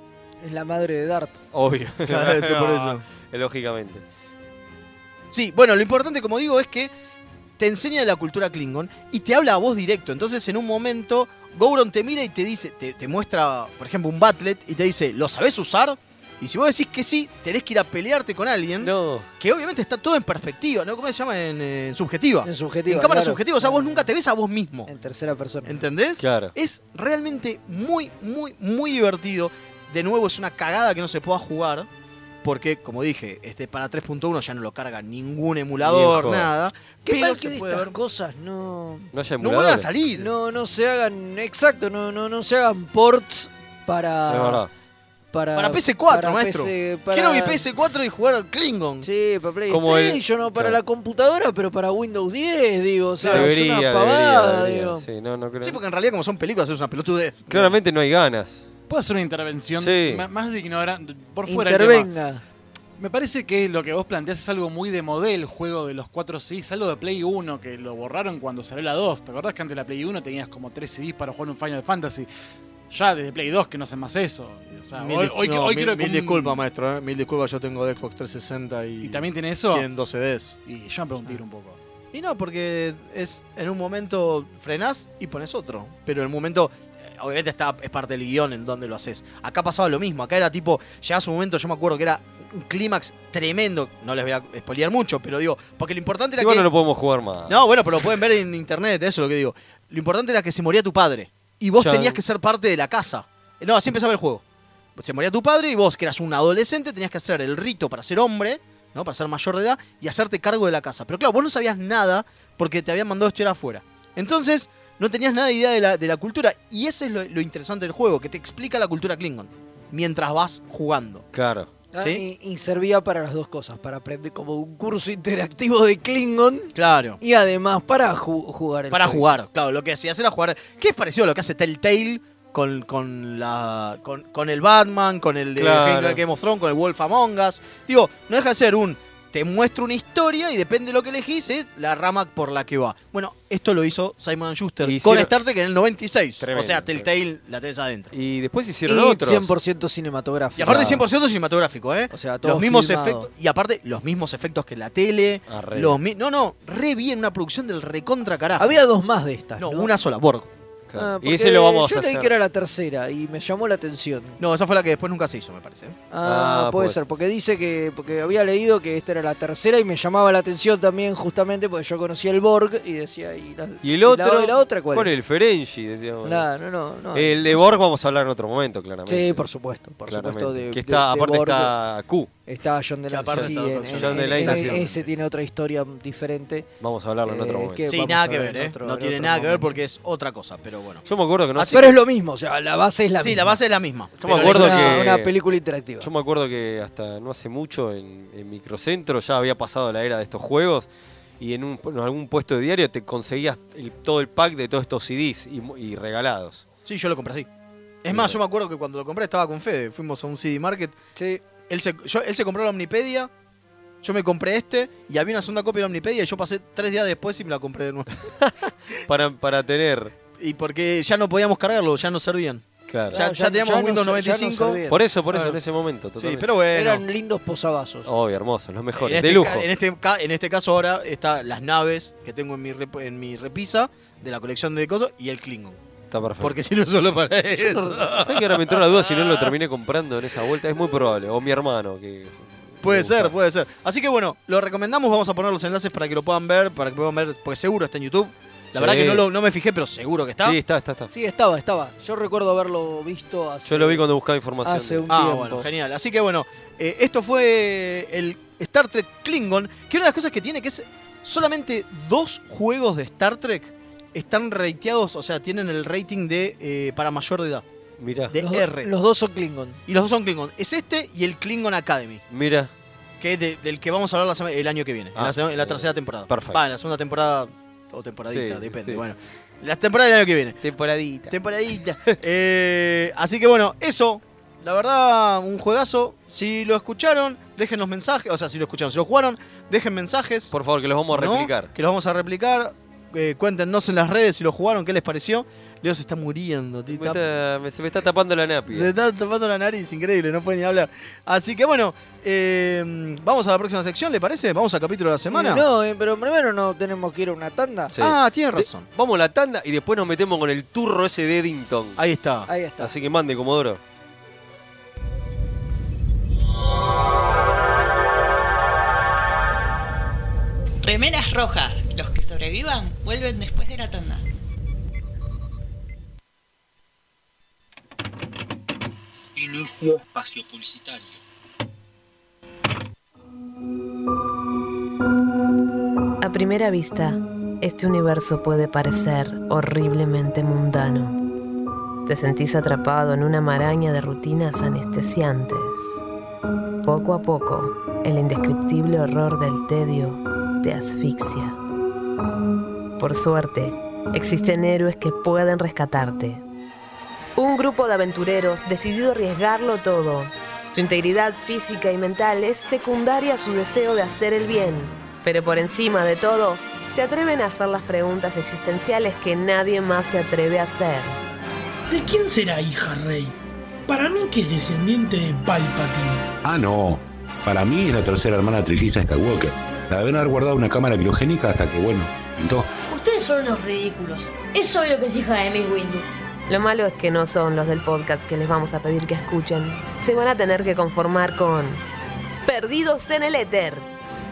[SPEAKER 2] Es la madre de Dart.
[SPEAKER 4] Obvio.
[SPEAKER 3] Claro, eso, por eso.
[SPEAKER 4] Eh, Lógicamente.
[SPEAKER 3] Sí, bueno, lo importante, como digo, es que te enseña de la cultura Klingon y te habla a vos directo. Entonces, en un momento, Gouron te mira y te dice, te, te muestra, por ejemplo, un Batlet y te dice, ¿lo sabés usar? Y si vos decís que sí, tenés que ir a pelearte con alguien.
[SPEAKER 4] No.
[SPEAKER 3] Que obviamente está todo en perspectiva, ¿no? ¿Cómo se llama? En, eh, en subjetiva.
[SPEAKER 2] En subjetiva,
[SPEAKER 3] En cámara
[SPEAKER 2] claro.
[SPEAKER 3] subjetiva. O sea, vos nunca te ves a vos mismo.
[SPEAKER 2] En tercera persona.
[SPEAKER 3] ¿Entendés?
[SPEAKER 4] Claro.
[SPEAKER 3] Es realmente muy, muy, muy divertido. De nuevo, es una cagada que no se pueda jugar. Porque, como dije, este para 3.1 ya no lo carga ningún emulador,
[SPEAKER 4] joda.
[SPEAKER 3] nada.
[SPEAKER 2] Qué
[SPEAKER 3] pero
[SPEAKER 2] mal
[SPEAKER 3] se
[SPEAKER 2] que de
[SPEAKER 3] puede
[SPEAKER 2] estas
[SPEAKER 3] ver-
[SPEAKER 2] cosas no,
[SPEAKER 4] No haya
[SPEAKER 3] No vuelven a
[SPEAKER 4] emuladores.
[SPEAKER 3] salir.
[SPEAKER 2] no, no se hagan, exacto, no, no, no se hagan ports
[SPEAKER 4] Es
[SPEAKER 2] para,
[SPEAKER 4] verdad.
[SPEAKER 2] para,
[SPEAKER 3] Para PS4,
[SPEAKER 2] para
[SPEAKER 3] maestro.
[SPEAKER 2] PC, para-
[SPEAKER 3] Quiero mi PS4 y jugar al Klingon.
[SPEAKER 2] Sí, para
[SPEAKER 4] Como el-
[SPEAKER 2] PlayStation, no para
[SPEAKER 4] claro.
[SPEAKER 2] la computadora, pero para Windows 10, digo, o sea,
[SPEAKER 4] debería,
[SPEAKER 2] es una
[SPEAKER 4] debería,
[SPEAKER 2] pavada,
[SPEAKER 4] debería.
[SPEAKER 2] digo.
[SPEAKER 4] Sí, no, no creo.
[SPEAKER 3] Sí, porque en realidad, como son películas, es una pelotudez.
[SPEAKER 4] Claramente no hay ganas.
[SPEAKER 5] ¿Puedo hacer una intervención
[SPEAKER 4] Sí.
[SPEAKER 5] Ma- más de ignorante? Por fuera del tema.
[SPEAKER 2] Intervenga.
[SPEAKER 5] Me parece que lo que vos planteás es algo muy de modelo, el juego de los 4 CDs, algo de Play 1 que lo borraron cuando salió la 2. ¿Te acordás que antes de la Play 1 tenías como 3 CDs para jugar un Final Fantasy? Ya desde Play 2 que no hacen más eso. O sea,
[SPEAKER 3] Mil
[SPEAKER 5] Ah, hoy,
[SPEAKER 3] dis-
[SPEAKER 5] hoy-
[SPEAKER 3] no,
[SPEAKER 5] hoy
[SPEAKER 3] mil-
[SPEAKER 5] creo que.
[SPEAKER 3] Mil
[SPEAKER 5] un-
[SPEAKER 3] disculpas, maestro. ¿eh? Mil disculpas, yo tengo de Xbox 360 y.
[SPEAKER 5] Y también tiene eso.
[SPEAKER 3] tienen 12 Ds.
[SPEAKER 5] Y yo me pego un tiro un poco.
[SPEAKER 3] Y no, porque es en un momento frenás y pones otro. Pero en el momento, eh, obviamente está, es parte del guión en donde lo haces. Acá pasaba lo mismo, acá era tipo, llegás a un momento, yo me acuerdo que era un clímax tremendo. No les voy a spoilear mucho, pero digo, porque lo importante
[SPEAKER 4] Si
[SPEAKER 3] era
[SPEAKER 4] vos
[SPEAKER 3] que.
[SPEAKER 4] no lo podemos jugar más.
[SPEAKER 3] No, bueno, pero lo pueden ver en internet, eso es lo que digo. Lo importante era que se moría tu padre. Y vos
[SPEAKER 4] Chan.
[SPEAKER 3] tenías que ser parte de la casa. Eh, No, así empezaba el juego. Se moría tu padre y vos, que eras un adolescente, tenías que hacer el rito para ser hombre, ¿no? Para ser mayor de edad y hacerte cargo de la casa. Pero claro, vos no sabías nada porque te habían mandado a estudiar afuera. Entonces, no tenías nada de idea de la, de la cultura. Y ese es lo, lo interesante del juego, que te explica la cultura Klingon mientras vas jugando.
[SPEAKER 4] Claro.
[SPEAKER 2] Ah,
[SPEAKER 3] ¿Sí?
[SPEAKER 2] Y, y servía para las dos cosas, para aprender como un curso interactivo de Klingon
[SPEAKER 3] Claro.
[SPEAKER 2] y además para ju- jugar el
[SPEAKER 3] Para
[SPEAKER 2] juego.
[SPEAKER 3] jugar, claro, lo que hacías era jugar. ¿Qué es parecido a lo que hace Telltale con, con, la, con, con el Batman, con el de
[SPEAKER 4] Claro.
[SPEAKER 3] Game- Game of Thrones, con el Wolf Among Us? Digo, no deja de ser un. Te muestro una historia y depende de lo que elegís, es la rama por la que va. Bueno, esto lo hizo Simon Schuster
[SPEAKER 4] Hicieron-
[SPEAKER 3] con Star Trek en el 96.
[SPEAKER 4] Tremendo,
[SPEAKER 3] o sea, Telltale la tenés adentro.
[SPEAKER 4] Y después hicieron
[SPEAKER 2] Y
[SPEAKER 4] otros.
[SPEAKER 2] 100% cinematográfico.
[SPEAKER 3] Y aparte
[SPEAKER 4] Claro.
[SPEAKER 3] 100% cinematográfico, ¿eh?
[SPEAKER 2] O sea, todo
[SPEAKER 3] los mismos
[SPEAKER 2] filmado.
[SPEAKER 3] efectos y aparte los mismos efectos que la tele,
[SPEAKER 4] Ah, re.
[SPEAKER 3] los mi- no, no, re bien una producción del recontra carajo.
[SPEAKER 2] Ah. Había dos más de estas.
[SPEAKER 3] no,
[SPEAKER 2] No,
[SPEAKER 3] una sola, Borg.
[SPEAKER 4] Claro.
[SPEAKER 2] Ah,
[SPEAKER 4] y
[SPEAKER 2] porque
[SPEAKER 4] ese lo vamos
[SPEAKER 2] yo
[SPEAKER 4] a
[SPEAKER 2] leí
[SPEAKER 4] hacer.
[SPEAKER 2] que era la tercera y me llamó la atención.
[SPEAKER 3] No, esa fue la que después nunca se hizo, me parece.
[SPEAKER 2] Ah,
[SPEAKER 4] Ah,
[SPEAKER 2] puede
[SPEAKER 4] pues.
[SPEAKER 2] ser, porque dice que. Porque había leído que esta era la tercera y me llamaba la atención también, justamente porque yo conocía el Borg y decía. ¿Y, la,
[SPEAKER 4] Y el
[SPEAKER 2] la-
[SPEAKER 4] otro.
[SPEAKER 2] la, otra cuál?
[SPEAKER 4] Con el Ferengi, decíamos.
[SPEAKER 2] Nah, no, no, no.
[SPEAKER 4] El de Borg vamos a hablar en otro momento, claramente.
[SPEAKER 2] Sí, por supuesto, por
[SPEAKER 4] Claramente.
[SPEAKER 2] supuesto. De,
[SPEAKER 4] que está,
[SPEAKER 2] de- de
[SPEAKER 4] aparte
[SPEAKER 2] Borg
[SPEAKER 4] está Q.
[SPEAKER 2] está John Delaney.
[SPEAKER 3] aparte
[SPEAKER 2] sí,
[SPEAKER 3] está
[SPEAKER 2] en-
[SPEAKER 3] John
[SPEAKER 2] en-
[SPEAKER 4] Delaney
[SPEAKER 2] en- ese-
[SPEAKER 4] haciendo-
[SPEAKER 2] ese tiene otra historia diferente.
[SPEAKER 4] Vamos a hablarlo en
[SPEAKER 2] Eh,
[SPEAKER 4] otro momento.
[SPEAKER 2] que-
[SPEAKER 3] Sí,
[SPEAKER 2] vamos a
[SPEAKER 3] nada que
[SPEAKER 2] ver
[SPEAKER 3] ver, ¿eh?
[SPEAKER 2] en otro-
[SPEAKER 3] no
[SPEAKER 2] en
[SPEAKER 3] tiene
[SPEAKER 2] otro
[SPEAKER 3] nada que ver
[SPEAKER 2] momento.
[SPEAKER 3] porque es otra cosa, pero bueno.
[SPEAKER 4] Yo me acuerdo que no sé.
[SPEAKER 2] pero es lo mismo, o sea, la base es la
[SPEAKER 3] sí,
[SPEAKER 2] misma.
[SPEAKER 3] la base es la misma.
[SPEAKER 4] Yo me
[SPEAKER 3] pero
[SPEAKER 4] acuerdo
[SPEAKER 3] es
[SPEAKER 2] es una,
[SPEAKER 4] que-
[SPEAKER 2] una película interactiva.
[SPEAKER 4] Yo me acuerdo que hasta no hace mucho en, en Microcentro ya había pasado la era de estos juegos y en, un- en algún puesto de diario te conseguías el- todo el pack de todos estos CDs y, mu- y regalados.
[SPEAKER 3] Sí, yo lo compré así. Es más, yo me acuerdo que cuando lo compré estaba con Fede. Fuimos a un CD Market.
[SPEAKER 2] Sí,
[SPEAKER 3] Él se, yo- él se compró la Omnipedia. Yo me compré este. Y había una segunda copia de la Omnipedia. Y yo pasé tres días después y me la compré de nuevo.
[SPEAKER 4] Para, para tener.
[SPEAKER 3] y porque ya no podíamos cargarlo, ya no servían.
[SPEAKER 4] Claro.
[SPEAKER 3] Ya- teníamos Windows
[SPEAKER 2] no-
[SPEAKER 3] 95.
[SPEAKER 2] servía.
[SPEAKER 4] por eso, por eso,
[SPEAKER 3] Claro.
[SPEAKER 4] en ese momento.
[SPEAKER 3] Sí,
[SPEAKER 4] totalmente.
[SPEAKER 3] pero bueno.
[SPEAKER 2] Eran lindos posavasos.
[SPEAKER 4] Obvio, hermoso, los mejores.
[SPEAKER 3] En
[SPEAKER 4] de
[SPEAKER 3] este
[SPEAKER 4] lujo.
[SPEAKER 3] ca- En este, ca- en este caso ahora están las naves que tengo en mi, rep- en mi repisa de la colección de cosas y el Klingon.
[SPEAKER 4] Está perfecto.
[SPEAKER 3] Porque si no solo para eso.
[SPEAKER 4] ¿Sabes que ahora me entró la duda si no lo terminé comprando en esa vuelta? Es muy probable. O mi hermano. que
[SPEAKER 3] Puede
[SPEAKER 4] me
[SPEAKER 3] ser,
[SPEAKER 4] gusta.
[SPEAKER 3] puede ser. Así que bueno, lo recomendamos, vamos a poner los enlaces para que lo puedan ver, para que puedan ver, porque seguro está en YouTube. La
[SPEAKER 4] Sí.
[SPEAKER 3] verdad que no, lo- no me fijé, pero seguro que está.
[SPEAKER 4] Sí, está, está, está.
[SPEAKER 2] Sí, estaba, estaba. Yo recuerdo haberlo visto hace.
[SPEAKER 4] Yo lo vi cuando buscaba información.
[SPEAKER 2] Hace
[SPEAKER 4] de-
[SPEAKER 2] un-
[SPEAKER 3] ah,
[SPEAKER 2] tiempo.
[SPEAKER 3] bueno, genial. Así que bueno, eh, esto fue el Star Trek Klingon, que una de las cosas que tiene que es solamente dos juegos de Star Trek están rateados, o sea, tienen el rating de eh, para mayor de edad,
[SPEAKER 4] Mirá,
[SPEAKER 3] de
[SPEAKER 2] los, do-
[SPEAKER 3] R.
[SPEAKER 2] los dos son Klingon.
[SPEAKER 3] Y los dos son Klingon. Es este y el Klingon Academy,
[SPEAKER 4] mirá.
[SPEAKER 3] que es de- del que vamos a hablar la sema- el año que viene, en,
[SPEAKER 4] Ah,
[SPEAKER 3] la se- en la,
[SPEAKER 4] eh,
[SPEAKER 3] tercera temporada.
[SPEAKER 4] perfecto.
[SPEAKER 3] Va, en la segunda temporada o temporadita,
[SPEAKER 4] Sí,
[SPEAKER 3] depende.
[SPEAKER 4] sí.
[SPEAKER 3] Bueno, la temporada del año que viene.
[SPEAKER 4] Temporadita.
[SPEAKER 3] Temporadita. Eh, así que bueno, eso. La verdad, un juegazo. Si lo escucharon, dejen los mensajes. O sea, si lo escucharon, si lo jugaron, dejen mensajes.
[SPEAKER 4] Por favor, que los vamos a
[SPEAKER 3] ¿no?
[SPEAKER 4] replicar.
[SPEAKER 3] Que los vamos a replicar. Eh, cuéntenos en las redes si lo jugaron, qué les pareció. Leo se está muriendo,
[SPEAKER 4] Me
[SPEAKER 3] tita.
[SPEAKER 4] está- me- se me está tapando la
[SPEAKER 3] Se
[SPEAKER 4] napia.
[SPEAKER 3] está tapando la nariz, increíble, no puede ni hablar. Así que bueno, eh, vamos a la próxima sección, ¿le parece? Vamos al capítulo de la semana.
[SPEAKER 2] No, eh, pero primero no tenemos que ir a una tanda.
[SPEAKER 4] Sí.
[SPEAKER 3] Ah, tienes
[SPEAKER 4] De-
[SPEAKER 3] razón.
[SPEAKER 4] vamos a la tanda y después nos metemos con el turro ese de Eddington.
[SPEAKER 3] Ah, Ahí está.
[SPEAKER 2] Ahí está.
[SPEAKER 4] Así que mande, Comodoro.
[SPEAKER 7] Remeras rojas. Los que sobrevivan vuelven después de la tanda.
[SPEAKER 8] Inicio espacio publicitario.
[SPEAKER 9] A primera vista, este universo puede parecer horriblemente mundano. Te sentís atrapado en una maraña de rutinas anestesiantes. Poco a poco, el indescriptible horror del tedio te asfixia. Por suerte, existen héroes que pueden rescatarte. Un grupo de aventureros decidido a arriesgarlo todo. Su integridad física y mental es secundaria a su deseo de hacer el bien, pero por encima de todo, se atreven a hacer las preguntas existenciales que nadie más se atreve a hacer.
[SPEAKER 10] ¿De quién será hija Rey? Para mí que es descendiente de Palpatine.
[SPEAKER 11] Ah, no. Para mí es la tercera hermana trilliza Skywalker. La deben haber guardado en una cámara criogénica hasta que, bueno, pintó.
[SPEAKER 12] Ustedes son unos ridículos. Es obvio que es hija de Miss Windu.
[SPEAKER 9] Lo malo es que no son los del podcast que les vamos a pedir que escuchen. Se van a tener que conformar con Perdidos en el Éter.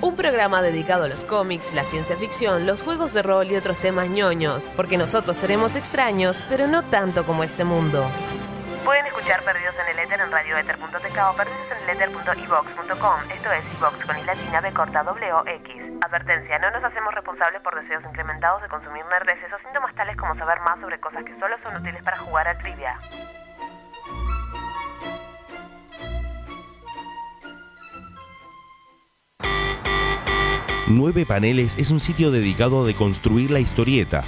[SPEAKER 9] Un programa dedicado a los cómics, la ciencia ficción, los juegos de rol y otros temas ñoños, porque nosotros seremos extraños, pero no tanto como este mundo.
[SPEAKER 13] Pueden escuchar Perdidos en el Éter en radioether.tk o perdidos en el éter.evox.com. Esto es iVox con i latina b corta w x. Advertencia, no nos hacemos responsables por deseos incrementados de consumir nerdeces o síntomas tales como saber más sobre cosas que solo son útiles para jugar a trivia.
[SPEAKER 14] Nueve Paneles es un sitio dedicado a deconstruir la historieta.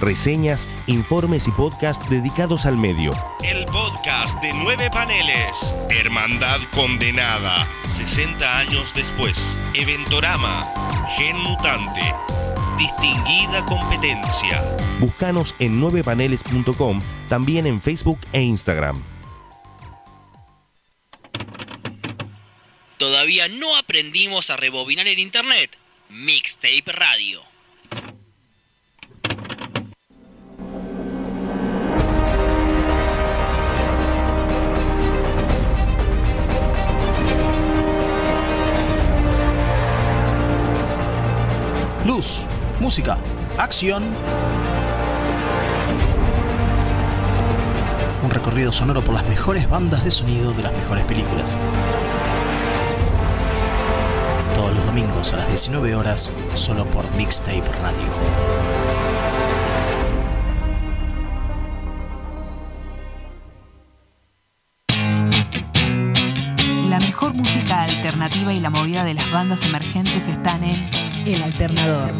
[SPEAKER 14] Reseñas, informes y podcast dedicados al medio.
[SPEAKER 15] El podcast de nueve paneles. Hermandad condenada. 60 años después. Eventorama. Gen mutante. Distinguida competencia.
[SPEAKER 14] Búscanos en 9paneles.com, también en Facebook e Instagram.
[SPEAKER 16] Todavía no aprendimos a rebobinar en internet. Mixtape Radio.
[SPEAKER 17] Luz, música, acción. Un recorrido sonoro por las mejores bandas de sonido de las mejores películas. Todos los domingos a las 19 horas, solo por Mixtape Radio.
[SPEAKER 9] La mejor música alternativa y la movida de las bandas emergentes están en El Alternador.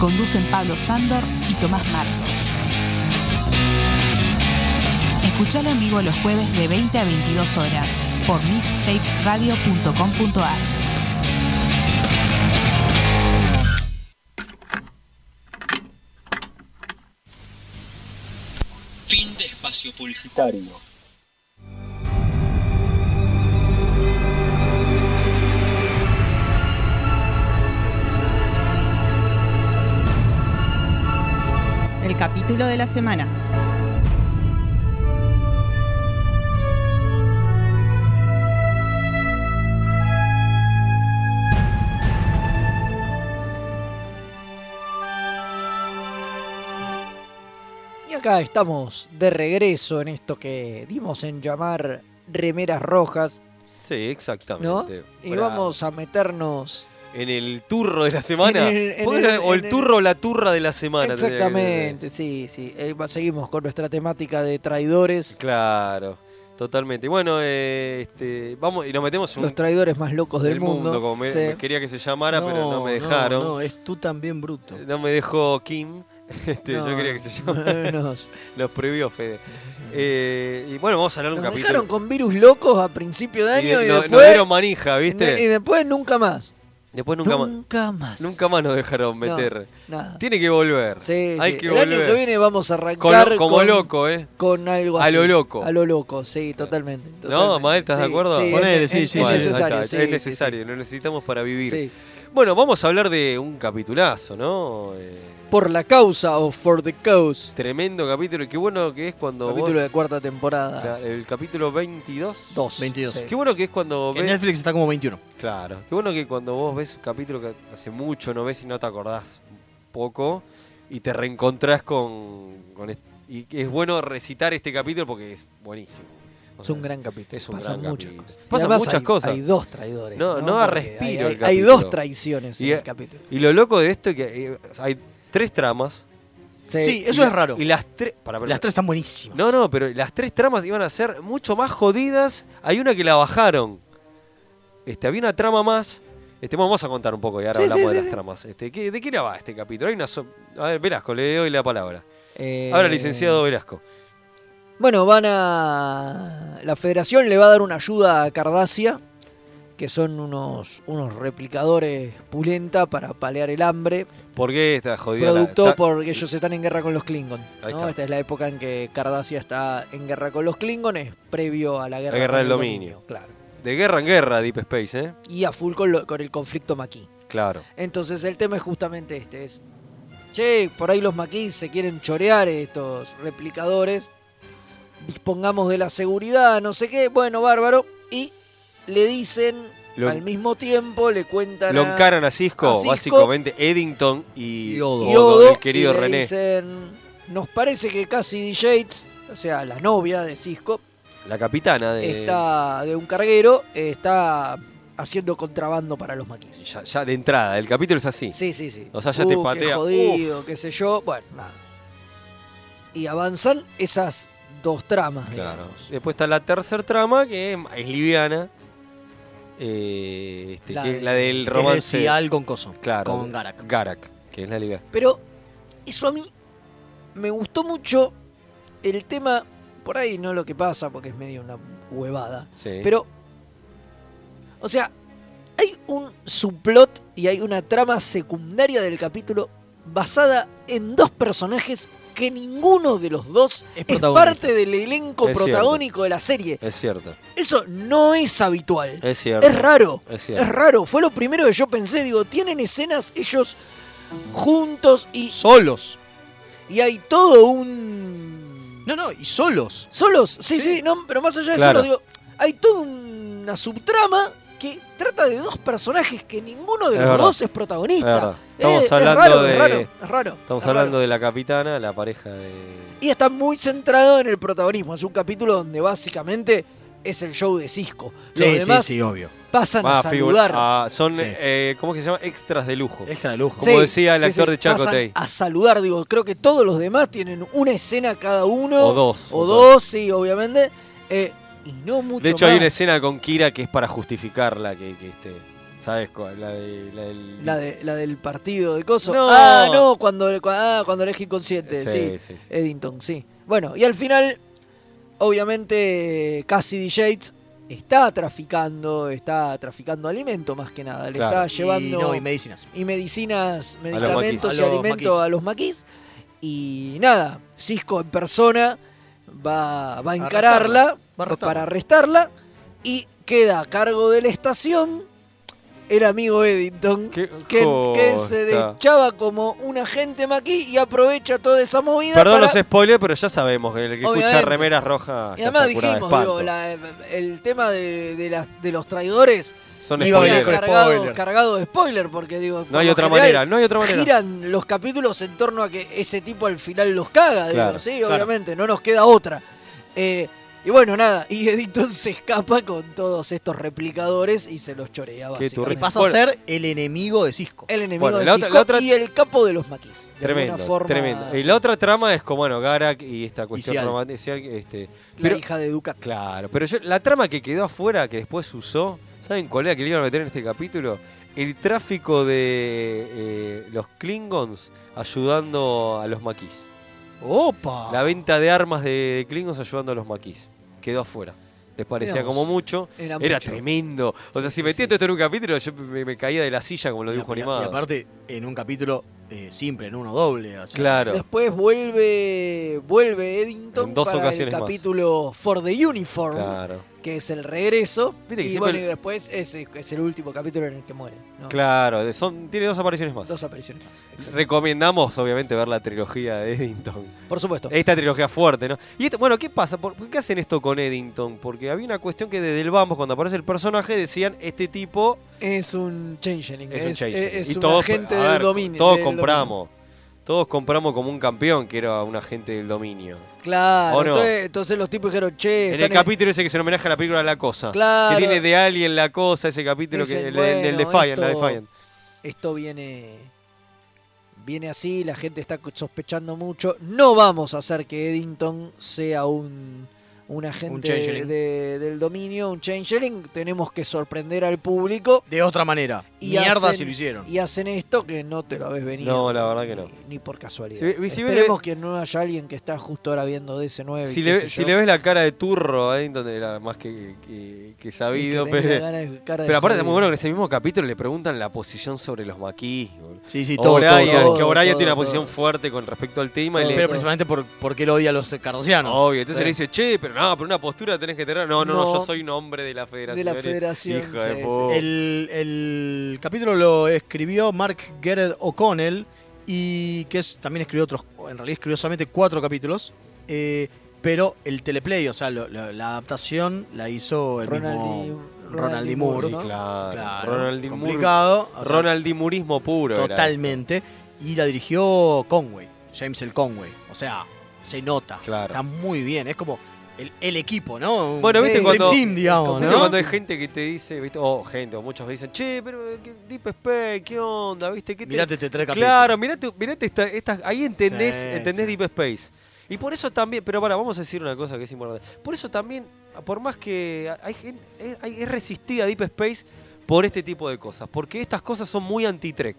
[SPEAKER 9] Conducen Pablo Sándor y Tomás Marcos. Escuchalo en vivo los jueves de 20 a 22 horas por mixtaperadio.com.ar.
[SPEAKER 8] Fin de espacio publicitario.
[SPEAKER 6] El capítulo de la semana.
[SPEAKER 2] Y acá estamos de regreso en esto que dimos en llamar remeras rojas,
[SPEAKER 4] Sí, exactamente.
[SPEAKER 2] ¿no? Y
[SPEAKER 4] Para-
[SPEAKER 2] vamos a meternos
[SPEAKER 4] En el turro de la semana.
[SPEAKER 2] En el- en
[SPEAKER 4] Póngale-
[SPEAKER 2] el-
[SPEAKER 4] o el
[SPEAKER 2] en el-
[SPEAKER 4] turro o la turra de la semana. tendría que-
[SPEAKER 2] Exactamente, sí, sí. Eh, va- Seguimos con nuestra temática de traidores,
[SPEAKER 4] Claro, totalmente. Bueno, eh, este, vamos y nos metemos en
[SPEAKER 2] los
[SPEAKER 4] un
[SPEAKER 2] traidores más locos del
[SPEAKER 4] el
[SPEAKER 2] mundo.
[SPEAKER 4] como me-
[SPEAKER 2] Sí.
[SPEAKER 4] me quería que se llamara, pero no me dejaron. Eh,
[SPEAKER 3] No,
[SPEAKER 4] No,
[SPEAKER 3] es tú también bruto.
[SPEAKER 4] me dejó Kim. Este, Yo
[SPEAKER 2] No,
[SPEAKER 4] quería que se llamara.
[SPEAKER 2] menos.
[SPEAKER 4] Los previó Fede. Eh, y bueno, vamos a hablar de un
[SPEAKER 2] Nos
[SPEAKER 4] capítulo.
[SPEAKER 2] dejaron con virus locos a principio de
[SPEAKER 4] Y
[SPEAKER 2] año
[SPEAKER 4] de-
[SPEAKER 2] y,
[SPEAKER 4] no- nos
[SPEAKER 2] después,
[SPEAKER 4] dieron manija, ¿viste?
[SPEAKER 2] y después nunca más.
[SPEAKER 4] Después nunca, más.
[SPEAKER 2] Nunca más.
[SPEAKER 4] Nunca más nos dejaron
[SPEAKER 2] No,
[SPEAKER 4] meter.
[SPEAKER 2] nada.
[SPEAKER 4] Tiene que volver.
[SPEAKER 2] Sí,
[SPEAKER 4] Hay
[SPEAKER 2] sí.
[SPEAKER 4] que
[SPEAKER 2] el
[SPEAKER 4] volver.
[SPEAKER 2] año que viene vamos a
[SPEAKER 4] Con-
[SPEAKER 2] arrancar
[SPEAKER 4] como
[SPEAKER 2] con-
[SPEAKER 4] loco, ¿eh?
[SPEAKER 2] Con algo
[SPEAKER 4] A
[SPEAKER 2] así.
[SPEAKER 4] lo loco.
[SPEAKER 2] A lo loco, sí, totalmente.
[SPEAKER 4] ¿No,
[SPEAKER 2] totalmente.
[SPEAKER 4] Mael, estás de
[SPEAKER 2] Sí,
[SPEAKER 4] acuerdo?
[SPEAKER 2] Sí,
[SPEAKER 3] Ponele,
[SPEAKER 2] es-
[SPEAKER 3] sí,
[SPEAKER 2] es-
[SPEAKER 3] sí,
[SPEAKER 2] es
[SPEAKER 4] Bueno, ahí
[SPEAKER 2] necesario.
[SPEAKER 4] está,
[SPEAKER 2] sí,
[SPEAKER 4] es
[SPEAKER 2] sí,
[SPEAKER 4] necesario, lo necesitamos para vivir.
[SPEAKER 2] sí.
[SPEAKER 4] Bueno, vamos a hablar de un capitulazo, ¿no? Eh,
[SPEAKER 2] Por la causa o for the cause.
[SPEAKER 4] tremendo capítulo. Y Qué bueno que es cuando.
[SPEAKER 2] Capítulo
[SPEAKER 4] vos-
[SPEAKER 2] de cuarta temporada.
[SPEAKER 4] Claro, El capítulo 22.
[SPEAKER 2] Dos. 22. Sí.
[SPEAKER 4] Qué bueno que es cuando
[SPEAKER 3] En
[SPEAKER 4] ves.
[SPEAKER 3] Netflix está como 21.
[SPEAKER 4] Claro. Qué bueno que cuando vos ves un capítulo que hace mucho no ves y no te acordás un poco y te reencontrás con. con est- y es bueno recitar este capítulo porque es buenísimo. O
[SPEAKER 2] Es
[SPEAKER 4] sea,
[SPEAKER 2] un gran capítulo.
[SPEAKER 4] Es un
[SPEAKER 2] Pasan
[SPEAKER 4] gran
[SPEAKER 2] muchas
[SPEAKER 4] capítulo.
[SPEAKER 2] cosas.
[SPEAKER 4] Pasan
[SPEAKER 2] Y además
[SPEAKER 4] muchas
[SPEAKER 2] hay-
[SPEAKER 4] cosas.
[SPEAKER 2] hay dos traidores,
[SPEAKER 4] No,
[SPEAKER 2] ¿no?
[SPEAKER 4] no, da
[SPEAKER 2] Porque hay-
[SPEAKER 4] respiro. el
[SPEAKER 2] hay- hay
[SPEAKER 4] capítulo.
[SPEAKER 2] dos traiciones en el capítulo.
[SPEAKER 4] Y lo loco de esto es que eh, hay tres tramas.
[SPEAKER 2] Sí. Sí,
[SPEAKER 3] eso
[SPEAKER 4] Y
[SPEAKER 3] es raro.
[SPEAKER 4] Y las tres. para, para,
[SPEAKER 3] Las tres
[SPEAKER 4] para.
[SPEAKER 3] están buenísimas.
[SPEAKER 4] No, no, pero las tres tramas iban a ser mucho más jodidas. Hay una que la bajaron. Este, había una trama más. Este, bueno, vamos a contar un poco y ahora
[SPEAKER 2] Sí,
[SPEAKER 4] hablamos
[SPEAKER 2] sí,
[SPEAKER 4] de
[SPEAKER 2] sí,
[SPEAKER 4] las
[SPEAKER 2] sí.
[SPEAKER 4] tramas. Este, ¿qué- ¿De qué era va este capítulo? Hay una so- a ver, Velasco, le doy la palabra.
[SPEAKER 2] Eh,
[SPEAKER 4] Ahora, licenciado Velasco.
[SPEAKER 2] Bueno, van a. La federación le va a dar una ayuda a Cardasia, que son unos, unos replicadores pulenta para paliar el hambre.
[SPEAKER 4] ¿Por qué está jodida? la-
[SPEAKER 2] Producto
[SPEAKER 4] está-
[SPEAKER 2] porque ellos están en guerra con los Klingon.
[SPEAKER 4] Ahí
[SPEAKER 2] ¿no?
[SPEAKER 4] está.
[SPEAKER 2] Esta es la época en que Cardasia está en guerra con los Klingones, previo a la guerra,
[SPEAKER 4] la guerra
[SPEAKER 2] con
[SPEAKER 4] del
[SPEAKER 2] el
[SPEAKER 4] dominio.
[SPEAKER 2] claro.
[SPEAKER 4] De guerra en guerra, Deep Space, ¿eh?
[SPEAKER 2] Y a full con, lo- con el conflicto maquis.
[SPEAKER 4] Claro.
[SPEAKER 2] Entonces el tema es justamente este, es, che, por ahí los maquis se quieren chorear estos replicadores, dispongamos de la seguridad, no sé qué, bueno, bárbaro, y le dicen
[SPEAKER 4] Lo-
[SPEAKER 2] al mismo tiempo, le cuentan...
[SPEAKER 4] Lo
[SPEAKER 2] a-
[SPEAKER 4] encaran a Cisco,
[SPEAKER 2] a Cisco.
[SPEAKER 4] básicamente Eddington y,
[SPEAKER 2] y Odo,
[SPEAKER 4] el querido
[SPEAKER 2] y le
[SPEAKER 4] René.
[SPEAKER 2] dicen, nos parece que Cassidy Yates, o sea, la novia de Cisco,
[SPEAKER 4] La capitana de.
[SPEAKER 2] está de un carguero, está haciendo contrabando para los maquis.
[SPEAKER 4] Ya, ya de entrada, el capítulo es así.
[SPEAKER 2] Sí, sí, sí.
[SPEAKER 4] O sea, ya te
[SPEAKER 2] Uh, Qué
[SPEAKER 4] patea.
[SPEAKER 2] jodido, qué sé yo. Bueno, nada. Y avanzan esas dos tramas. digamos.
[SPEAKER 4] Claro. Después está la tercer trama, que es, es liviana. Eh, este,
[SPEAKER 2] La
[SPEAKER 4] que es
[SPEAKER 2] de-
[SPEAKER 4] la del
[SPEAKER 3] Es
[SPEAKER 4] romance.
[SPEAKER 3] de Sial con Coso,
[SPEAKER 4] Claro.
[SPEAKER 3] con Garak.
[SPEAKER 4] Garak, que es la liga.
[SPEAKER 2] Pero eso a mí me gustó mucho el tema. Por ahí no lo que pasa, porque es medio una huevada.
[SPEAKER 4] Sí.
[SPEAKER 2] Pero, o sea, hay un subplot y hay una trama secundaria del capítulo basada en dos personajes que ninguno de los dos es,
[SPEAKER 4] protagonista.
[SPEAKER 2] parte del elenco
[SPEAKER 4] Es cierto.
[SPEAKER 2] protagónico de la serie.
[SPEAKER 4] Es cierto.
[SPEAKER 2] Eso no es habitual.
[SPEAKER 4] Es cierto.
[SPEAKER 2] Es raro.
[SPEAKER 4] Es
[SPEAKER 2] Es,
[SPEAKER 4] cierto.
[SPEAKER 2] raro. Fue lo primero que yo pensé. Digo, tienen escenas ellos juntos y.
[SPEAKER 3] Solos.
[SPEAKER 2] Y hay todo un.
[SPEAKER 3] No, no, y solos.
[SPEAKER 2] Solos. Sí, sí, no, pero más allá de solos,
[SPEAKER 3] Claro.
[SPEAKER 2] digo, hay toda una subtrama que trata de dos personajes que ninguno de
[SPEAKER 4] Es
[SPEAKER 2] los
[SPEAKER 4] verdad.
[SPEAKER 2] dos es
[SPEAKER 4] Es verdad.
[SPEAKER 2] protagonista.
[SPEAKER 4] Estamos
[SPEAKER 2] Eh,
[SPEAKER 4] hablando
[SPEAKER 2] es raro,
[SPEAKER 4] de.
[SPEAKER 2] Es raro, es raro,
[SPEAKER 4] Estamos
[SPEAKER 2] es raro.
[SPEAKER 4] hablando de la capitana, la pareja de.
[SPEAKER 2] Y está muy centrado en el protagonismo. Es un capítulo donde básicamente es el show de Cisco. Los demás
[SPEAKER 3] obvio.
[SPEAKER 2] pasan a
[SPEAKER 4] Ah, figu-
[SPEAKER 2] saludar.
[SPEAKER 4] ah, son,
[SPEAKER 2] Sí.
[SPEAKER 4] eh, ¿cómo que se llama? Extras de lujo.
[SPEAKER 3] Extra de lujo.
[SPEAKER 4] Como
[SPEAKER 2] Sí,
[SPEAKER 4] decía el
[SPEAKER 2] sí,
[SPEAKER 4] actor
[SPEAKER 2] sí,
[SPEAKER 4] de Chacotey.
[SPEAKER 2] pasan A saludar, digo, creo que todos los demás tienen una escena cada uno.
[SPEAKER 4] O dos,
[SPEAKER 2] O,
[SPEAKER 4] o
[SPEAKER 2] dos,
[SPEAKER 4] dos.
[SPEAKER 2] sí, obviamente. eh, y no mucho
[SPEAKER 4] De hecho,
[SPEAKER 2] más.
[SPEAKER 4] hay una escena con Kira que es para justificarla, que, que este, ¿sabes cuál? La, de, la del...
[SPEAKER 2] La, de- la del partido de Coso.
[SPEAKER 4] No.
[SPEAKER 2] Ah, no, cuando, cua- ah, cuando eres inconsciente, sí,
[SPEAKER 4] Sí, sí, sí.
[SPEAKER 2] Eddington, sí. Bueno, y al final, obviamente, Cassidy Yates está traficando, está traficando alimento más que nada. Le
[SPEAKER 3] Claro.
[SPEAKER 2] está llevando.
[SPEAKER 3] Y, no, y medicinas.
[SPEAKER 2] y medicinas,
[SPEAKER 3] los
[SPEAKER 2] medicamentos
[SPEAKER 3] maquis.
[SPEAKER 2] y
[SPEAKER 3] A los
[SPEAKER 2] alimentos
[SPEAKER 3] maquis.
[SPEAKER 2] a los maquis. Y nada, Cisco en persona va, va a encararla
[SPEAKER 3] Va a arrestarla.
[SPEAKER 2] para arrestarla y queda a cargo de la estación el amigo Eddington, que, que se
[SPEAKER 4] joda.
[SPEAKER 2] deschaba como un agente maquis y aprovecha toda esa movida.
[SPEAKER 4] Perdón
[SPEAKER 2] para-
[SPEAKER 4] los spoilers, pero ya sabemos que el que escucha
[SPEAKER 2] Obviamente.
[SPEAKER 4] remeras rojas
[SPEAKER 2] y
[SPEAKER 4] ya
[SPEAKER 2] además
[SPEAKER 4] está curado de
[SPEAKER 2] dijimos,
[SPEAKER 4] espanto.
[SPEAKER 2] digo, la- el tema de, de las- de los traidores
[SPEAKER 4] Son
[SPEAKER 2] iba
[SPEAKER 4] spoilers.
[SPEAKER 2] cargado,
[SPEAKER 4] Spoiler.
[SPEAKER 2] cargado de spoiler, porque digo, por
[SPEAKER 4] hay
[SPEAKER 2] lo
[SPEAKER 4] otra
[SPEAKER 2] general
[SPEAKER 4] manera, no hay otra manera.
[SPEAKER 2] Giran los capítulos en torno a que ese tipo al final los caga, digo,
[SPEAKER 4] Claro,
[SPEAKER 2] sí,
[SPEAKER 4] claro.
[SPEAKER 2] obviamente, no nos queda otra. Eh, y bueno, nada, y Eddington se escapa con todos estos replicadores y se los chorea
[SPEAKER 4] Qué
[SPEAKER 2] básicamente.
[SPEAKER 4] turri- Y
[SPEAKER 3] Pasa a ser el enemigo de
[SPEAKER 4] Eh.
[SPEAKER 3] Cisco.
[SPEAKER 2] el enemigo
[SPEAKER 4] Bueno,
[SPEAKER 2] de
[SPEAKER 4] la otra-
[SPEAKER 2] Cisco
[SPEAKER 4] la otra-
[SPEAKER 2] y el capo de los maquis. de
[SPEAKER 4] Tremendo,
[SPEAKER 2] alguna forma,
[SPEAKER 4] tremendo. Y la otra trama es como, bueno, Garak y esta cuestión
[SPEAKER 2] Sial.
[SPEAKER 4] romántica. Este,
[SPEAKER 2] la
[SPEAKER 4] pero,
[SPEAKER 2] hija de Ducat.
[SPEAKER 4] claro, pero yo, la trama que quedó afuera, que después usó, ¿saben cuál era que le iban a meter en este capítulo? El tráfico de eh, los Klingons ayudando a los maquis.
[SPEAKER 2] Ah.
[SPEAKER 3] Opa.
[SPEAKER 4] La venta de armas de Klingons ayudando a los maquis. Quedó afuera. Les parecía
[SPEAKER 2] Mirá vos.
[SPEAKER 4] como mucho.
[SPEAKER 2] Era
[SPEAKER 4] Era,
[SPEAKER 2] mucho.
[SPEAKER 4] tremendo. O sea, si metía todo esto en un capítulo, yo me, me caía de la silla como lo dibujo
[SPEAKER 3] Y- y
[SPEAKER 4] animado.
[SPEAKER 3] aparte, en un capítulo eh, simple, en uno doble. Así.
[SPEAKER 4] Claro.
[SPEAKER 2] Después vuelve vuelve Eddington
[SPEAKER 4] En dos
[SPEAKER 2] para el
[SPEAKER 4] ocasiones más.
[SPEAKER 2] capítulo For the Uniform,
[SPEAKER 4] Claro.
[SPEAKER 2] que es el regreso.
[SPEAKER 4] Viste que
[SPEAKER 2] y
[SPEAKER 4] siempre
[SPEAKER 2] bueno,
[SPEAKER 4] el-
[SPEAKER 2] y después es, es el último capítulo en el que mueren. ¿no?
[SPEAKER 4] Claro, de- son, tiene dos apariciones más.
[SPEAKER 2] Dos apariciones más. exacto.
[SPEAKER 4] Recomendamos, obviamente, ver la trilogía de Eddington.
[SPEAKER 2] Por supuesto.
[SPEAKER 4] Esta trilogía fuerte, ¿no? Y esto, bueno, ¿qué pasa? ¿Por por qué hacen esto con Eddington? Porque había una cuestión que desde el Vamos, cuando aparece el personaje, decían, este tipo
[SPEAKER 2] Es un changeling.
[SPEAKER 4] es, un changeling.
[SPEAKER 2] Es,
[SPEAKER 4] Y
[SPEAKER 2] un
[SPEAKER 4] todos-
[SPEAKER 2] agente
[SPEAKER 4] a
[SPEAKER 2] del
[SPEAKER 4] ver,
[SPEAKER 2] dominio.
[SPEAKER 4] Todos
[SPEAKER 2] del
[SPEAKER 4] compramos. Todos compramos como un campeón que era un agente del dominio.
[SPEAKER 2] dominio. Claro.
[SPEAKER 4] ¿O no?
[SPEAKER 2] Entonces, entonces los tipos dijeron, che,
[SPEAKER 4] En
[SPEAKER 2] están
[SPEAKER 4] el capítulo ese que se homenaje a la película La Cosa.
[SPEAKER 2] Claro.
[SPEAKER 4] Que tiene de alguien La Cosa, ese capítulo,
[SPEAKER 2] Dicen,
[SPEAKER 4] que, el, de- el
[SPEAKER 2] bueno,
[SPEAKER 4] Defiant, la
[SPEAKER 2] esto-
[SPEAKER 4] Defiant.
[SPEAKER 2] Esto viene. Viene así, la gente está sospechando mucho. No vamos a hacer que Eddington sea un, un agente
[SPEAKER 3] changeling.
[SPEAKER 2] de- del dominio, un changeling. Tenemos que sorprender al público.
[SPEAKER 3] De otra manera.
[SPEAKER 2] Y
[SPEAKER 3] Mierda
[SPEAKER 2] hacen-
[SPEAKER 3] si lo hicieron.
[SPEAKER 2] Y hacen esto que no te lo habés venido.
[SPEAKER 4] No, la verdad que no.
[SPEAKER 2] Ni por casualidad.
[SPEAKER 4] Si ve- si ve-
[SPEAKER 2] Esperemos que no haya alguien que está justo ahora viendo DC9. y
[SPEAKER 4] Si
[SPEAKER 2] qué
[SPEAKER 4] le,
[SPEAKER 2] sé
[SPEAKER 4] si
[SPEAKER 2] yo.
[SPEAKER 4] le ves la cara de turro a Eddington, era más que, que- que sabido.
[SPEAKER 2] tenía
[SPEAKER 4] Pero,
[SPEAKER 2] la cara de- cara de
[SPEAKER 4] pero aparte,
[SPEAKER 2] jodido.
[SPEAKER 4] es muy bueno que en ese mismo capítulo le preguntan la posición sobre los maquis.
[SPEAKER 3] Sí, sí, todo,
[SPEAKER 4] O'Brien,
[SPEAKER 3] todo, todo,
[SPEAKER 4] que O'Brien
[SPEAKER 3] todo,
[SPEAKER 4] tiene una
[SPEAKER 3] todo.
[SPEAKER 4] posición fuerte con respecto al tema. y le-
[SPEAKER 3] Pero principalmente por, porque él odia a los cardosianos.
[SPEAKER 4] Obvio, entonces
[SPEAKER 3] Sí.
[SPEAKER 4] le dice, che, pero no, pero una postura tenés que tener. No, no, no,
[SPEAKER 3] No.
[SPEAKER 4] yo soy un hombre de la federación.
[SPEAKER 2] De la federación,
[SPEAKER 4] Hijo de
[SPEAKER 2] sí,
[SPEAKER 4] puta.
[SPEAKER 3] El, el capítulo lo escribió Mark Garrett O'Connell y que es, también escribió otros, en realidad escribió solamente cuatro capítulos, eh, pero el teleplay, o sea, lo- lo- la adaptación la hizo el
[SPEAKER 2] Ronald
[SPEAKER 3] mismo
[SPEAKER 2] D- Ronald
[SPEAKER 3] Ronald D.
[SPEAKER 2] D.
[SPEAKER 3] Moore.
[SPEAKER 2] Moore, ¿no?
[SPEAKER 4] Y Claro,
[SPEAKER 3] Claro,
[SPEAKER 4] Ronald D. Moore.
[SPEAKER 3] complicado, o sea,
[SPEAKER 4] Ronald D. Mooreismo puro. era.
[SPEAKER 3] Totalmente. Y la dirigió Conway, James el Conway. O sea, se nota.
[SPEAKER 4] Claro.
[SPEAKER 3] Está muy bien. Es como el, el equipo, ¿no? Un-
[SPEAKER 4] Bueno, viste
[SPEAKER 3] un
[SPEAKER 4] cuando.
[SPEAKER 3] Dream Team, digamos,
[SPEAKER 4] viste
[SPEAKER 3] ¿no?
[SPEAKER 4] cuando hay gente que te dice, ¿viste? o gente, o muchos dicen, che, pero eh, que- Deep Space, ¿qué onda? ¿Viste? ¿Qué te-
[SPEAKER 3] Mirate este tres
[SPEAKER 4] Claro, mirate, mirate esta- estas- ahí entendés,
[SPEAKER 3] Sí,
[SPEAKER 4] entendés Deep Space. Y por eso también, pero para, vamos a decir una cosa que es importante. Por eso también, por más que hay gente, es, hay- es resistida Deep Space por este tipo de cosas, porque estas cosas son muy anti-Trek.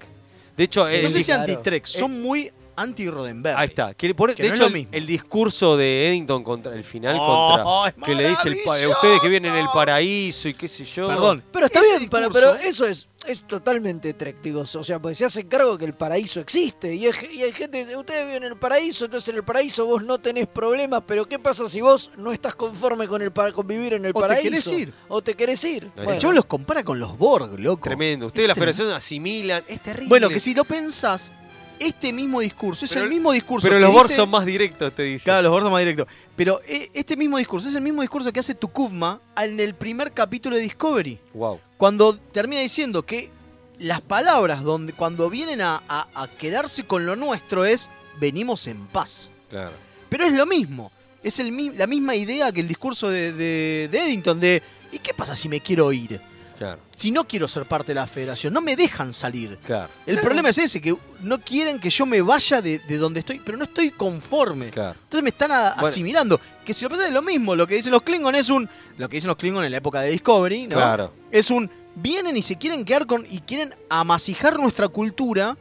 [SPEAKER 4] De hecho,
[SPEAKER 3] Sí, no
[SPEAKER 4] el-
[SPEAKER 3] sé si
[SPEAKER 4] Claro.
[SPEAKER 3] anti-Trek,
[SPEAKER 4] Eh,
[SPEAKER 3] son muy anti-Rodenberg.
[SPEAKER 4] Ahí está. Que por-
[SPEAKER 3] Que
[SPEAKER 4] de
[SPEAKER 3] no es
[SPEAKER 4] hecho,
[SPEAKER 3] lo
[SPEAKER 4] el-
[SPEAKER 3] mismo.
[SPEAKER 4] El, discurso de Eddington contra el final
[SPEAKER 3] Oh,
[SPEAKER 4] contra que le dice el pa- eh, ustedes que vienen en el paraíso y qué sé yo.
[SPEAKER 3] Perdón.
[SPEAKER 2] Pero está
[SPEAKER 3] Ese
[SPEAKER 2] bien, para- pero
[SPEAKER 3] discurso-
[SPEAKER 2] eso es, es totalmente Trek, digo, O sea, porque se hacen cargo que el paraíso existe. Y, hay ge- y hay gente que dice, ustedes viven en el paraíso, entonces en el paraíso vos no tenés problemas. Pero ¿qué pasa si vos no estás conforme con el para convivir en el
[SPEAKER 3] O te
[SPEAKER 2] paraíso?
[SPEAKER 3] querés ir.
[SPEAKER 2] O te querés ir.
[SPEAKER 4] No,
[SPEAKER 3] El
[SPEAKER 2] Bueno,
[SPEAKER 3] chavo los compara con los Borg, loco. Este
[SPEAKER 4] Tremendo. Ustedes la Federación asimilan. Es terrible.
[SPEAKER 3] Bueno, que si lo pensás, este mismo discurso es
[SPEAKER 4] Pero-
[SPEAKER 3] el mismo discurso.
[SPEAKER 4] Pero
[SPEAKER 3] que
[SPEAKER 4] los Borg
[SPEAKER 3] dice-
[SPEAKER 4] son más directos, te dicen.
[SPEAKER 3] Claro, los Borg son más directos. Pero eh, este mismo discurso es el mismo discurso que hace Tukuvma en el primer capítulo de Discovery.
[SPEAKER 4] Wow.
[SPEAKER 3] Cuando termina diciendo que las palabras donde cuando vienen a, a- a quedarse con lo nuestro es venimos en paz.
[SPEAKER 4] Claro.
[SPEAKER 3] Pero es lo mismo. Es el, mi- la misma idea que el discurso de, de- de Eddington de ¿y qué pasa si me quiero ir?
[SPEAKER 4] Claro.
[SPEAKER 3] Si no quiero ser parte de la federación, no me dejan salir.
[SPEAKER 4] Claro.
[SPEAKER 3] El problema es ese, que no quieren que yo me vaya de, de donde estoy, pero no estoy conforme.
[SPEAKER 4] Claro.
[SPEAKER 3] Entonces me están a-
[SPEAKER 4] Bueno.
[SPEAKER 3] asimilando. Que si lo pensás es lo mismo, lo que dicen los Klingon es un... Lo que dicen los Klingon en la época de Discovery, ¿no?
[SPEAKER 4] Claro.
[SPEAKER 3] Es un... Vienen y se quieren quedar con... Y quieren amasijar nuestra cultura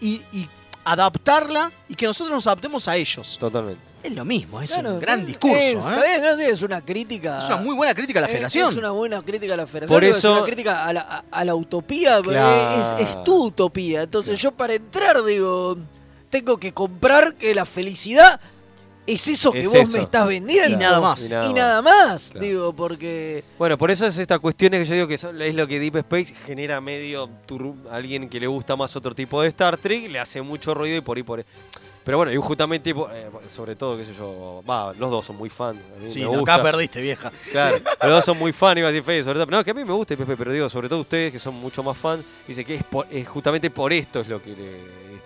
[SPEAKER 3] y, y adaptarla y que nosotros nos adaptemos a ellos.
[SPEAKER 4] Totalmente.
[SPEAKER 3] Es lo mismo, es
[SPEAKER 2] claro,
[SPEAKER 3] un gran
[SPEAKER 2] es-
[SPEAKER 3] discurso.
[SPEAKER 2] está
[SPEAKER 3] ¿eh?
[SPEAKER 2] bien, no, sí, es una crítica.
[SPEAKER 3] Es una muy buena crítica a la
[SPEAKER 2] Es-
[SPEAKER 3] federación.
[SPEAKER 2] Es una buena crítica a la federación.
[SPEAKER 4] Por
[SPEAKER 2] digo,
[SPEAKER 4] eso-
[SPEAKER 2] es una crítica a la, a- a la utopía. porque
[SPEAKER 4] Claro.
[SPEAKER 2] Es, es tu utopía. Entonces yo para entrar digo, tengo que comprar que la felicidad es eso que
[SPEAKER 4] Es
[SPEAKER 2] vos
[SPEAKER 4] eso.
[SPEAKER 2] me estás vendiendo.
[SPEAKER 3] Y nada más.
[SPEAKER 4] Y nada
[SPEAKER 2] Y
[SPEAKER 4] más.
[SPEAKER 2] nada más,
[SPEAKER 4] Claro.
[SPEAKER 2] digo, porque...
[SPEAKER 4] Bueno, por eso es estas cuestiones que yo digo que son- es lo que Deep Space genera medio turru- alguien que le gusta más otro tipo de Star Trek, le hace mucho ruido y por ahí por ahí. Pero bueno, y justamente, por- eh, sobre todo, qué sé yo, va, los dos son muy fans. a mí
[SPEAKER 3] Sí,
[SPEAKER 4] me
[SPEAKER 3] no,
[SPEAKER 4] gusta.
[SPEAKER 3] acá perdiste, vieja.
[SPEAKER 4] Claro, los dos son muy fan, iba a decir Fede, sobre todo. No, que a mí me gusta Deep Space, pero digo, sobre todo ustedes que son mucho más fan, dice que es, por- es justamente por esto es lo que le.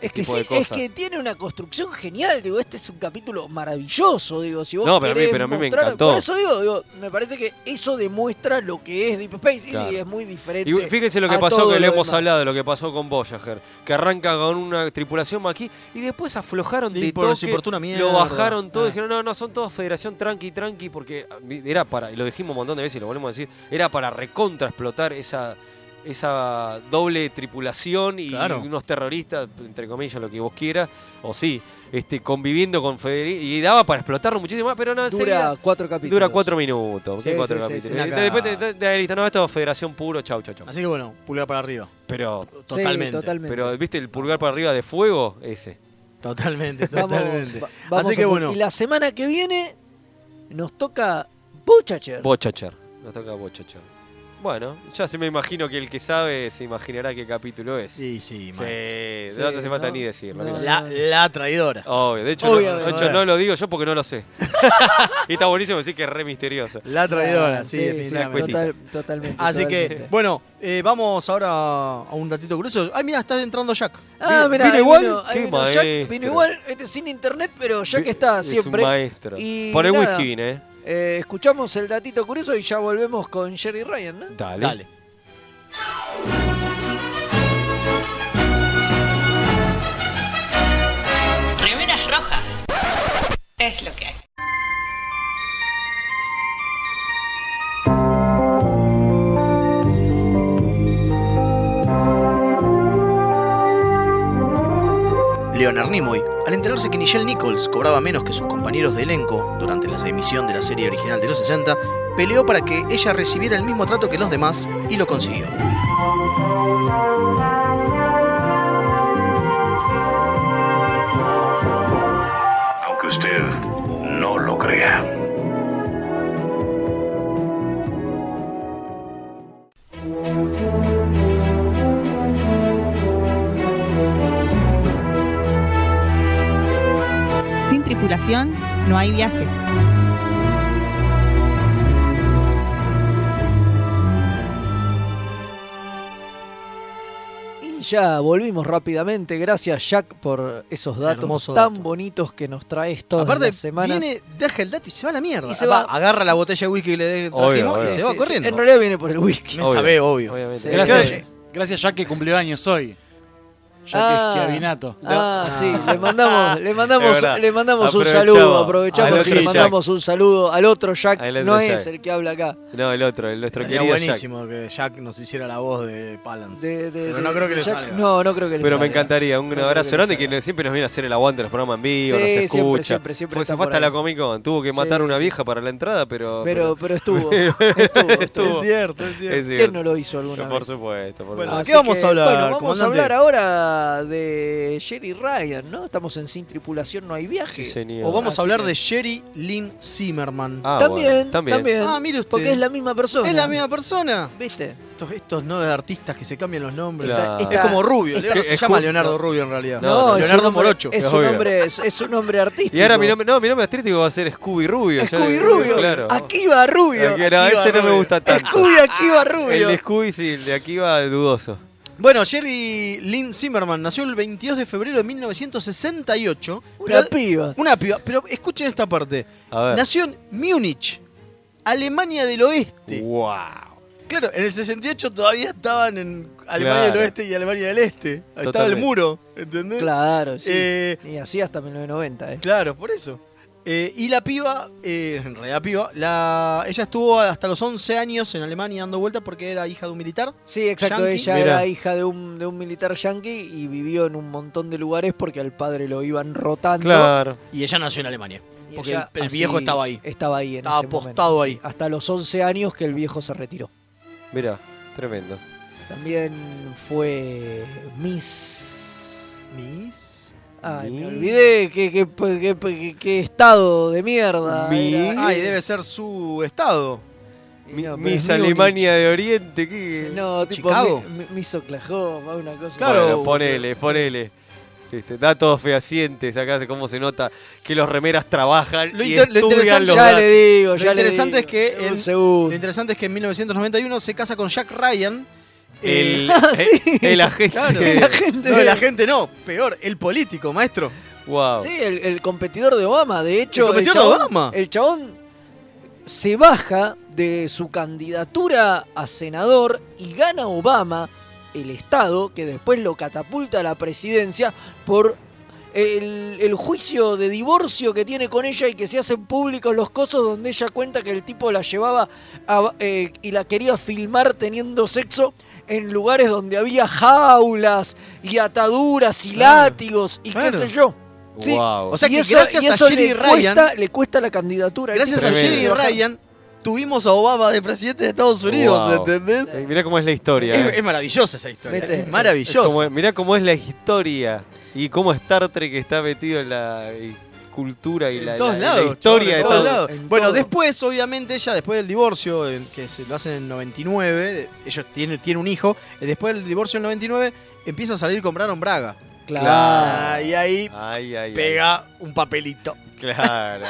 [SPEAKER 4] este
[SPEAKER 2] Es que,
[SPEAKER 4] tipo
[SPEAKER 2] sí,
[SPEAKER 4] de
[SPEAKER 2] es
[SPEAKER 4] cosas.
[SPEAKER 2] que tiene una construcción genial, digo, este es un capítulo maravilloso, digo, si vos
[SPEAKER 4] No, pero a mí-
[SPEAKER 2] querés
[SPEAKER 4] pero a mí me
[SPEAKER 2] mostrar-
[SPEAKER 4] encantó.
[SPEAKER 2] Por eso digo, digo, me parece que eso demuestra lo que es Deep Space, y
[SPEAKER 4] Claro.
[SPEAKER 2] sí, es muy diferente.
[SPEAKER 4] Y fíjense lo que
[SPEAKER 2] Este, a
[SPEAKER 4] pasó,
[SPEAKER 2] todo
[SPEAKER 4] que le
[SPEAKER 2] lo
[SPEAKER 4] hemos
[SPEAKER 2] demás.
[SPEAKER 4] hablado, lo que pasó con Voyager, que arranca con una tripulación aquí y después aflojaron
[SPEAKER 3] Sí,
[SPEAKER 4] de
[SPEAKER 3] por-
[SPEAKER 4] toque,
[SPEAKER 3] sí, por una mierda.
[SPEAKER 4] lo bajaron todo,
[SPEAKER 3] Ah.
[SPEAKER 4] y dijeron, no, no, son todos Federación Tranqui Tranqui, porque ah, era para, y lo dijimos un montón de veces y lo volvemos a decir, era para recontra explotar esa, esa doble tripulación y
[SPEAKER 3] Claro.
[SPEAKER 4] unos terroristas, entre comillas, lo que vos quieras, o sí, este, conviviendo con Federico, y daba para explotarlo muchísimo más, pero no,
[SPEAKER 2] Dura
[SPEAKER 4] enseguida-
[SPEAKER 2] cuatro capítulos.
[SPEAKER 4] Dura cuatro minutos.
[SPEAKER 2] Sí,
[SPEAKER 4] ¿qué cuatro
[SPEAKER 2] sí, sí,
[SPEAKER 4] capítulos?
[SPEAKER 3] sí.
[SPEAKER 4] Y después te- te- te- listo, no, esto es Federación puro, chau, chau, chau.
[SPEAKER 3] Así que bueno, pulgar para arriba.
[SPEAKER 4] Pero,
[SPEAKER 3] Totalmente.
[SPEAKER 2] totalmente.
[SPEAKER 4] pero viste el pulgar para arriba de fuego, ese.
[SPEAKER 3] Totalmente,
[SPEAKER 2] Vamos,
[SPEAKER 3] totalmente.
[SPEAKER 2] va- vamos
[SPEAKER 3] Así que
[SPEAKER 2] a-
[SPEAKER 3] bueno,
[SPEAKER 2] Y la semana que viene nos toca Bochacher.
[SPEAKER 4] Bochacher. Nos toca Bochocho. Bueno, ya se me imagino que el que sabe se imaginará qué capítulo es.
[SPEAKER 3] Sí, sí,
[SPEAKER 4] sí. De no
[SPEAKER 3] Sí,
[SPEAKER 4] hace falta
[SPEAKER 3] ¿no?
[SPEAKER 4] ni decirlo.
[SPEAKER 3] No, La,
[SPEAKER 4] mirá.
[SPEAKER 3] la traidora.
[SPEAKER 4] Obvio, de hecho, no,
[SPEAKER 3] Obviamente.
[SPEAKER 4] de hecho, no lo digo yo porque no lo sé. y está buenísimo decir que es re misterioso.
[SPEAKER 3] La
[SPEAKER 2] Ah,
[SPEAKER 3] traidora, sí,
[SPEAKER 4] la
[SPEAKER 3] definitivamente.
[SPEAKER 4] cuestita.
[SPEAKER 2] totalmente.
[SPEAKER 3] Así que,
[SPEAKER 2] totalmente.
[SPEAKER 3] bueno, eh, vamos ahora a un datito curioso. Ay, mira, está entrando Jack.
[SPEAKER 2] Ah,
[SPEAKER 3] Vino-
[SPEAKER 2] mira,
[SPEAKER 3] vino igual.
[SPEAKER 4] Qué
[SPEAKER 2] Jack vino
[SPEAKER 4] maestro.
[SPEAKER 2] igual, este, sin internet, pero Jack está
[SPEAKER 4] Es
[SPEAKER 2] siempre.
[SPEAKER 4] un maestro.
[SPEAKER 2] Y
[SPEAKER 4] Por el
[SPEAKER 2] nada,
[SPEAKER 4] whisky, ¿eh?
[SPEAKER 2] eh, escuchamos el datito curioso y ya volvemos con Jerry Ryan, ¿no?
[SPEAKER 4] Dale. Dale.
[SPEAKER 7] Remeras rojas. Es lo que hay.
[SPEAKER 17] Leonard Nimoy, al enterarse que Nichelle Nichols cobraba menos que sus compañeros de elenco durante la emisión de la serie original de los 60, peleó para que ella recibiera el mismo trato que los demás y lo consiguió.
[SPEAKER 18] aunque usted no lo crea.
[SPEAKER 6] Sin tripulación no hay viaje.
[SPEAKER 2] Y ya volvimos rápidamente. Gracias, Jack, por esos datos
[SPEAKER 3] Hermoso
[SPEAKER 2] tan bonitos que nos traes todas
[SPEAKER 3] Aparte,
[SPEAKER 2] las semanas.
[SPEAKER 3] viene, deja el dato y se va a la mierda.
[SPEAKER 2] Y se
[SPEAKER 3] Va,
[SPEAKER 2] va.
[SPEAKER 3] agarra la botella de whisky que le
[SPEAKER 4] Obvio,
[SPEAKER 3] trajimos
[SPEAKER 4] obvio.
[SPEAKER 3] y se
[SPEAKER 4] Sí,
[SPEAKER 3] va
[SPEAKER 4] sí,
[SPEAKER 3] corriendo.
[SPEAKER 2] en realidad viene por el whisky.
[SPEAKER 3] Me sabe, obvio.
[SPEAKER 4] Obviamente.
[SPEAKER 5] Gracias, gracias Jack, que cumplió años hoy. Jack
[SPEAKER 2] Ah,
[SPEAKER 5] Esquiavinato.
[SPEAKER 2] Ah, sí, le mandamos, le
[SPEAKER 5] Es
[SPEAKER 2] mandamos,
[SPEAKER 5] verdad.
[SPEAKER 2] le mandamos un
[SPEAKER 4] Aprovechamos.
[SPEAKER 2] saludo, aprovechamos
[SPEAKER 4] Al
[SPEAKER 2] y le
[SPEAKER 4] otro
[SPEAKER 2] mandamos un saludo al otro Jack,
[SPEAKER 4] Al otro
[SPEAKER 2] no
[SPEAKER 4] Jack.
[SPEAKER 2] es el que habla acá.
[SPEAKER 4] No, el otro, el nuestro
[SPEAKER 3] Sería
[SPEAKER 4] querido
[SPEAKER 3] buenísimo que Jack nos hiciera la voz de Palance.
[SPEAKER 2] De- de-
[SPEAKER 3] Pero
[SPEAKER 2] de-
[SPEAKER 3] no creo que le
[SPEAKER 2] Jack-
[SPEAKER 3] salga.
[SPEAKER 2] No, no creo que
[SPEAKER 4] Jack.
[SPEAKER 2] le
[SPEAKER 4] Pero
[SPEAKER 2] salga.
[SPEAKER 4] me encantaría. Un
[SPEAKER 2] No creo
[SPEAKER 4] abrazo
[SPEAKER 2] que le
[SPEAKER 4] grande
[SPEAKER 2] salga.
[SPEAKER 4] que siempre nos viene a hacer el aguante en los programas en vivo,
[SPEAKER 2] Sí,
[SPEAKER 4] nos
[SPEAKER 2] siempre,
[SPEAKER 4] escucha.
[SPEAKER 2] siempre, siempre
[SPEAKER 4] Fue,
[SPEAKER 2] está
[SPEAKER 4] se fue
[SPEAKER 2] por
[SPEAKER 4] hasta la
[SPEAKER 2] ahí.
[SPEAKER 4] Comic Con, tuvo que
[SPEAKER 2] Sí,
[SPEAKER 4] matar una
[SPEAKER 2] sí.
[SPEAKER 4] vieja para la entrada, pero.
[SPEAKER 2] Pero- pero estuvo, estuvo, estuvo.
[SPEAKER 4] Es cierto, es cierto.
[SPEAKER 2] ¿Quién no lo hizo alguna
[SPEAKER 4] Por
[SPEAKER 2] vez?
[SPEAKER 4] supuesto, por
[SPEAKER 2] Así
[SPEAKER 4] supuesto.
[SPEAKER 2] que, Bueno, vamos a hablar ahora de Jerry Ryan, ¿no? Estamos en Sin Tripulación No Hay Viaje.
[SPEAKER 4] Sí, señor.
[SPEAKER 3] O vamos
[SPEAKER 2] Así
[SPEAKER 3] a hablar
[SPEAKER 2] que-
[SPEAKER 3] de Sherry Lynn Zimmerman.
[SPEAKER 4] Ah,
[SPEAKER 2] también,
[SPEAKER 4] bueno,
[SPEAKER 2] también,
[SPEAKER 3] Ah, mire usted.
[SPEAKER 2] Porque es la misma persona.
[SPEAKER 3] Es la misma persona.
[SPEAKER 2] ¿Viste?
[SPEAKER 3] Estos, estos no de artistas que se cambian los nombres.
[SPEAKER 4] Esta- esta-
[SPEAKER 3] es como Rubio.
[SPEAKER 4] esta-
[SPEAKER 3] Leonardo- se
[SPEAKER 4] es
[SPEAKER 3] llama
[SPEAKER 4] ju-
[SPEAKER 3] Leonardo
[SPEAKER 4] no.
[SPEAKER 3] Rubio en realidad.
[SPEAKER 4] No, no,
[SPEAKER 3] Leonardo
[SPEAKER 2] es un hombre-
[SPEAKER 3] Morocho.
[SPEAKER 2] Es un,
[SPEAKER 4] Obvio.
[SPEAKER 2] hombre, es, es un hombre artístico.
[SPEAKER 4] Y ahora mi nombre, no, mi nombre artístico va a ser Scooby Rubio. ya
[SPEAKER 2] Scooby
[SPEAKER 4] lo-
[SPEAKER 2] Rubio.
[SPEAKER 4] Claro.
[SPEAKER 2] Aquí va Rubio.
[SPEAKER 4] Aquí- no,
[SPEAKER 2] Akiva
[SPEAKER 4] ese no me
[SPEAKER 2] Rubio.
[SPEAKER 4] gusta tanto.
[SPEAKER 2] Scooby aquí va Rubio.
[SPEAKER 4] El de Scooby, sí, el de aquí va dudoso.
[SPEAKER 3] Bueno, Jerry Lynn Zimmerman nació el 22 de febrero de 1968.
[SPEAKER 2] Una piba.
[SPEAKER 3] Una piba. Pero escuchen esta parte.
[SPEAKER 4] A ver.
[SPEAKER 3] Nació en Múnich, Alemania del Oeste.
[SPEAKER 4] Uh. ¡Wow!
[SPEAKER 3] Claro, en el 68 todavía estaban en Alemania
[SPEAKER 2] Claro.
[SPEAKER 3] del Oeste y Alemania del Este. Ahí Estaba el
[SPEAKER 2] Totalmente.
[SPEAKER 3] muro, ¿entendés?
[SPEAKER 2] Claro, sí.
[SPEAKER 3] Eh,
[SPEAKER 2] y así hasta 1990, ¿eh?
[SPEAKER 3] Claro, por eso. Eh, y la piba, eh, en realidad piba, la, ella estuvo hasta los 11 años en Alemania dando vueltas porque era hija de un militar.
[SPEAKER 2] Sí, exacto.
[SPEAKER 3] yankee.
[SPEAKER 2] Ella era hija de un, de un militar yanqui y vivió en un montón de lugares porque al padre lo iban rotando.
[SPEAKER 3] Y ella nació en Alemania.
[SPEAKER 2] Y
[SPEAKER 3] Porque
[SPEAKER 2] ella
[SPEAKER 3] el, el
[SPEAKER 2] así
[SPEAKER 3] viejo estaba ahí.
[SPEAKER 2] Estaba ahí en
[SPEAKER 3] Estaba
[SPEAKER 2] ese momento,
[SPEAKER 3] apostado
[SPEAKER 2] sí.
[SPEAKER 3] ahí.
[SPEAKER 2] Hasta los 11 años que el viejo se retiró.
[SPEAKER 4] Mirá, tremendo.
[SPEAKER 2] También fue Miss.
[SPEAKER 3] ¿Miss?
[SPEAKER 2] Ay, me
[SPEAKER 3] Miss.
[SPEAKER 2] olvidé qué que, pues, que- que- que estado de mierda.
[SPEAKER 3] Miss-
[SPEAKER 2] era.
[SPEAKER 3] Ay, debe ser su estado.
[SPEAKER 4] Mi-
[SPEAKER 2] pero
[SPEAKER 4] Miss
[SPEAKER 2] es
[SPEAKER 4] Alemania de Oriente, ¿qué?
[SPEAKER 2] No, tipo
[SPEAKER 3] Chicago.
[SPEAKER 2] mi- mi- Miss Oklahoma, una cosa.
[SPEAKER 4] Bueno, ponele, ponele. Este, datos fehacientes, acá cómo se nota que los remeras trabajan
[SPEAKER 3] Lo
[SPEAKER 4] y
[SPEAKER 3] inter- lo
[SPEAKER 4] estudian
[SPEAKER 3] interesante-
[SPEAKER 4] los
[SPEAKER 2] Ya
[SPEAKER 4] datos.
[SPEAKER 2] le digo,
[SPEAKER 3] Lo
[SPEAKER 2] ya le
[SPEAKER 3] interesante, es
[SPEAKER 2] digo.
[SPEAKER 3] que
[SPEAKER 2] Un
[SPEAKER 3] en,
[SPEAKER 2] segundo.
[SPEAKER 3] lo interesante es que en 1991 se casa con Jack Ryan.
[SPEAKER 4] El,
[SPEAKER 3] eh,
[SPEAKER 4] el- el agente.
[SPEAKER 3] claro. No, la gente no. Peor, el político, maestro.
[SPEAKER 4] Wow.
[SPEAKER 2] Sí, el, el competidor de Obama. De hecho,
[SPEAKER 3] El
[SPEAKER 2] el,
[SPEAKER 3] competidor de
[SPEAKER 2] chabón,
[SPEAKER 3] Obama.
[SPEAKER 2] el chabón se baja de su candidatura a senador y gana Obama el Estado, que después lo catapulta a la presidencia por el, el juicio de divorcio que tiene con ella y que se hacen públicos los cosos donde ella cuenta que el tipo la llevaba a- eh, y la quería filmar teniendo sexo en lugares donde había jaulas y ataduras y
[SPEAKER 3] Claro,
[SPEAKER 2] látigos y
[SPEAKER 3] claro.
[SPEAKER 2] qué sé yo. Sí.
[SPEAKER 4] Wow.
[SPEAKER 3] O sea
[SPEAKER 2] y
[SPEAKER 3] que
[SPEAKER 2] eso,
[SPEAKER 3] gracias
[SPEAKER 2] y
[SPEAKER 3] a
[SPEAKER 2] eso
[SPEAKER 3] Jerry
[SPEAKER 2] le, cuesta,
[SPEAKER 3] Ryan-
[SPEAKER 2] le cuesta la candidatura. al
[SPEAKER 3] Gracias
[SPEAKER 2] tipo.
[SPEAKER 3] a Jerry
[SPEAKER 4] Tremendo.
[SPEAKER 3] Ryan tuvimos a Obama de presidente de Estados Unidos,
[SPEAKER 4] Wow.
[SPEAKER 3] ¿entendés?
[SPEAKER 4] Eh, Mirá cómo es la historia.
[SPEAKER 3] Es,
[SPEAKER 4] eh.
[SPEAKER 3] es maravillosa esa historia.
[SPEAKER 2] Vete.
[SPEAKER 3] Es maravillosa.
[SPEAKER 4] Como- mirá cómo es la historia y cómo Star Trek está metido en la y cultura y la,
[SPEAKER 3] todos
[SPEAKER 4] la- la
[SPEAKER 3] lados,
[SPEAKER 4] historia de
[SPEAKER 3] chabón, en todos
[SPEAKER 4] todo.
[SPEAKER 3] lados. Bueno, después, obviamente, ella, después del divorcio, en- que se lo hacen en el 99, eh, ellos tienen, tienen un hijo, eh, después del divorcio en el 99, empieza a salir con Braron Braga.
[SPEAKER 2] Claro.
[SPEAKER 3] Ah, Y ahí
[SPEAKER 4] Ay, ay, ay.
[SPEAKER 3] pega un papelito.
[SPEAKER 4] Claro.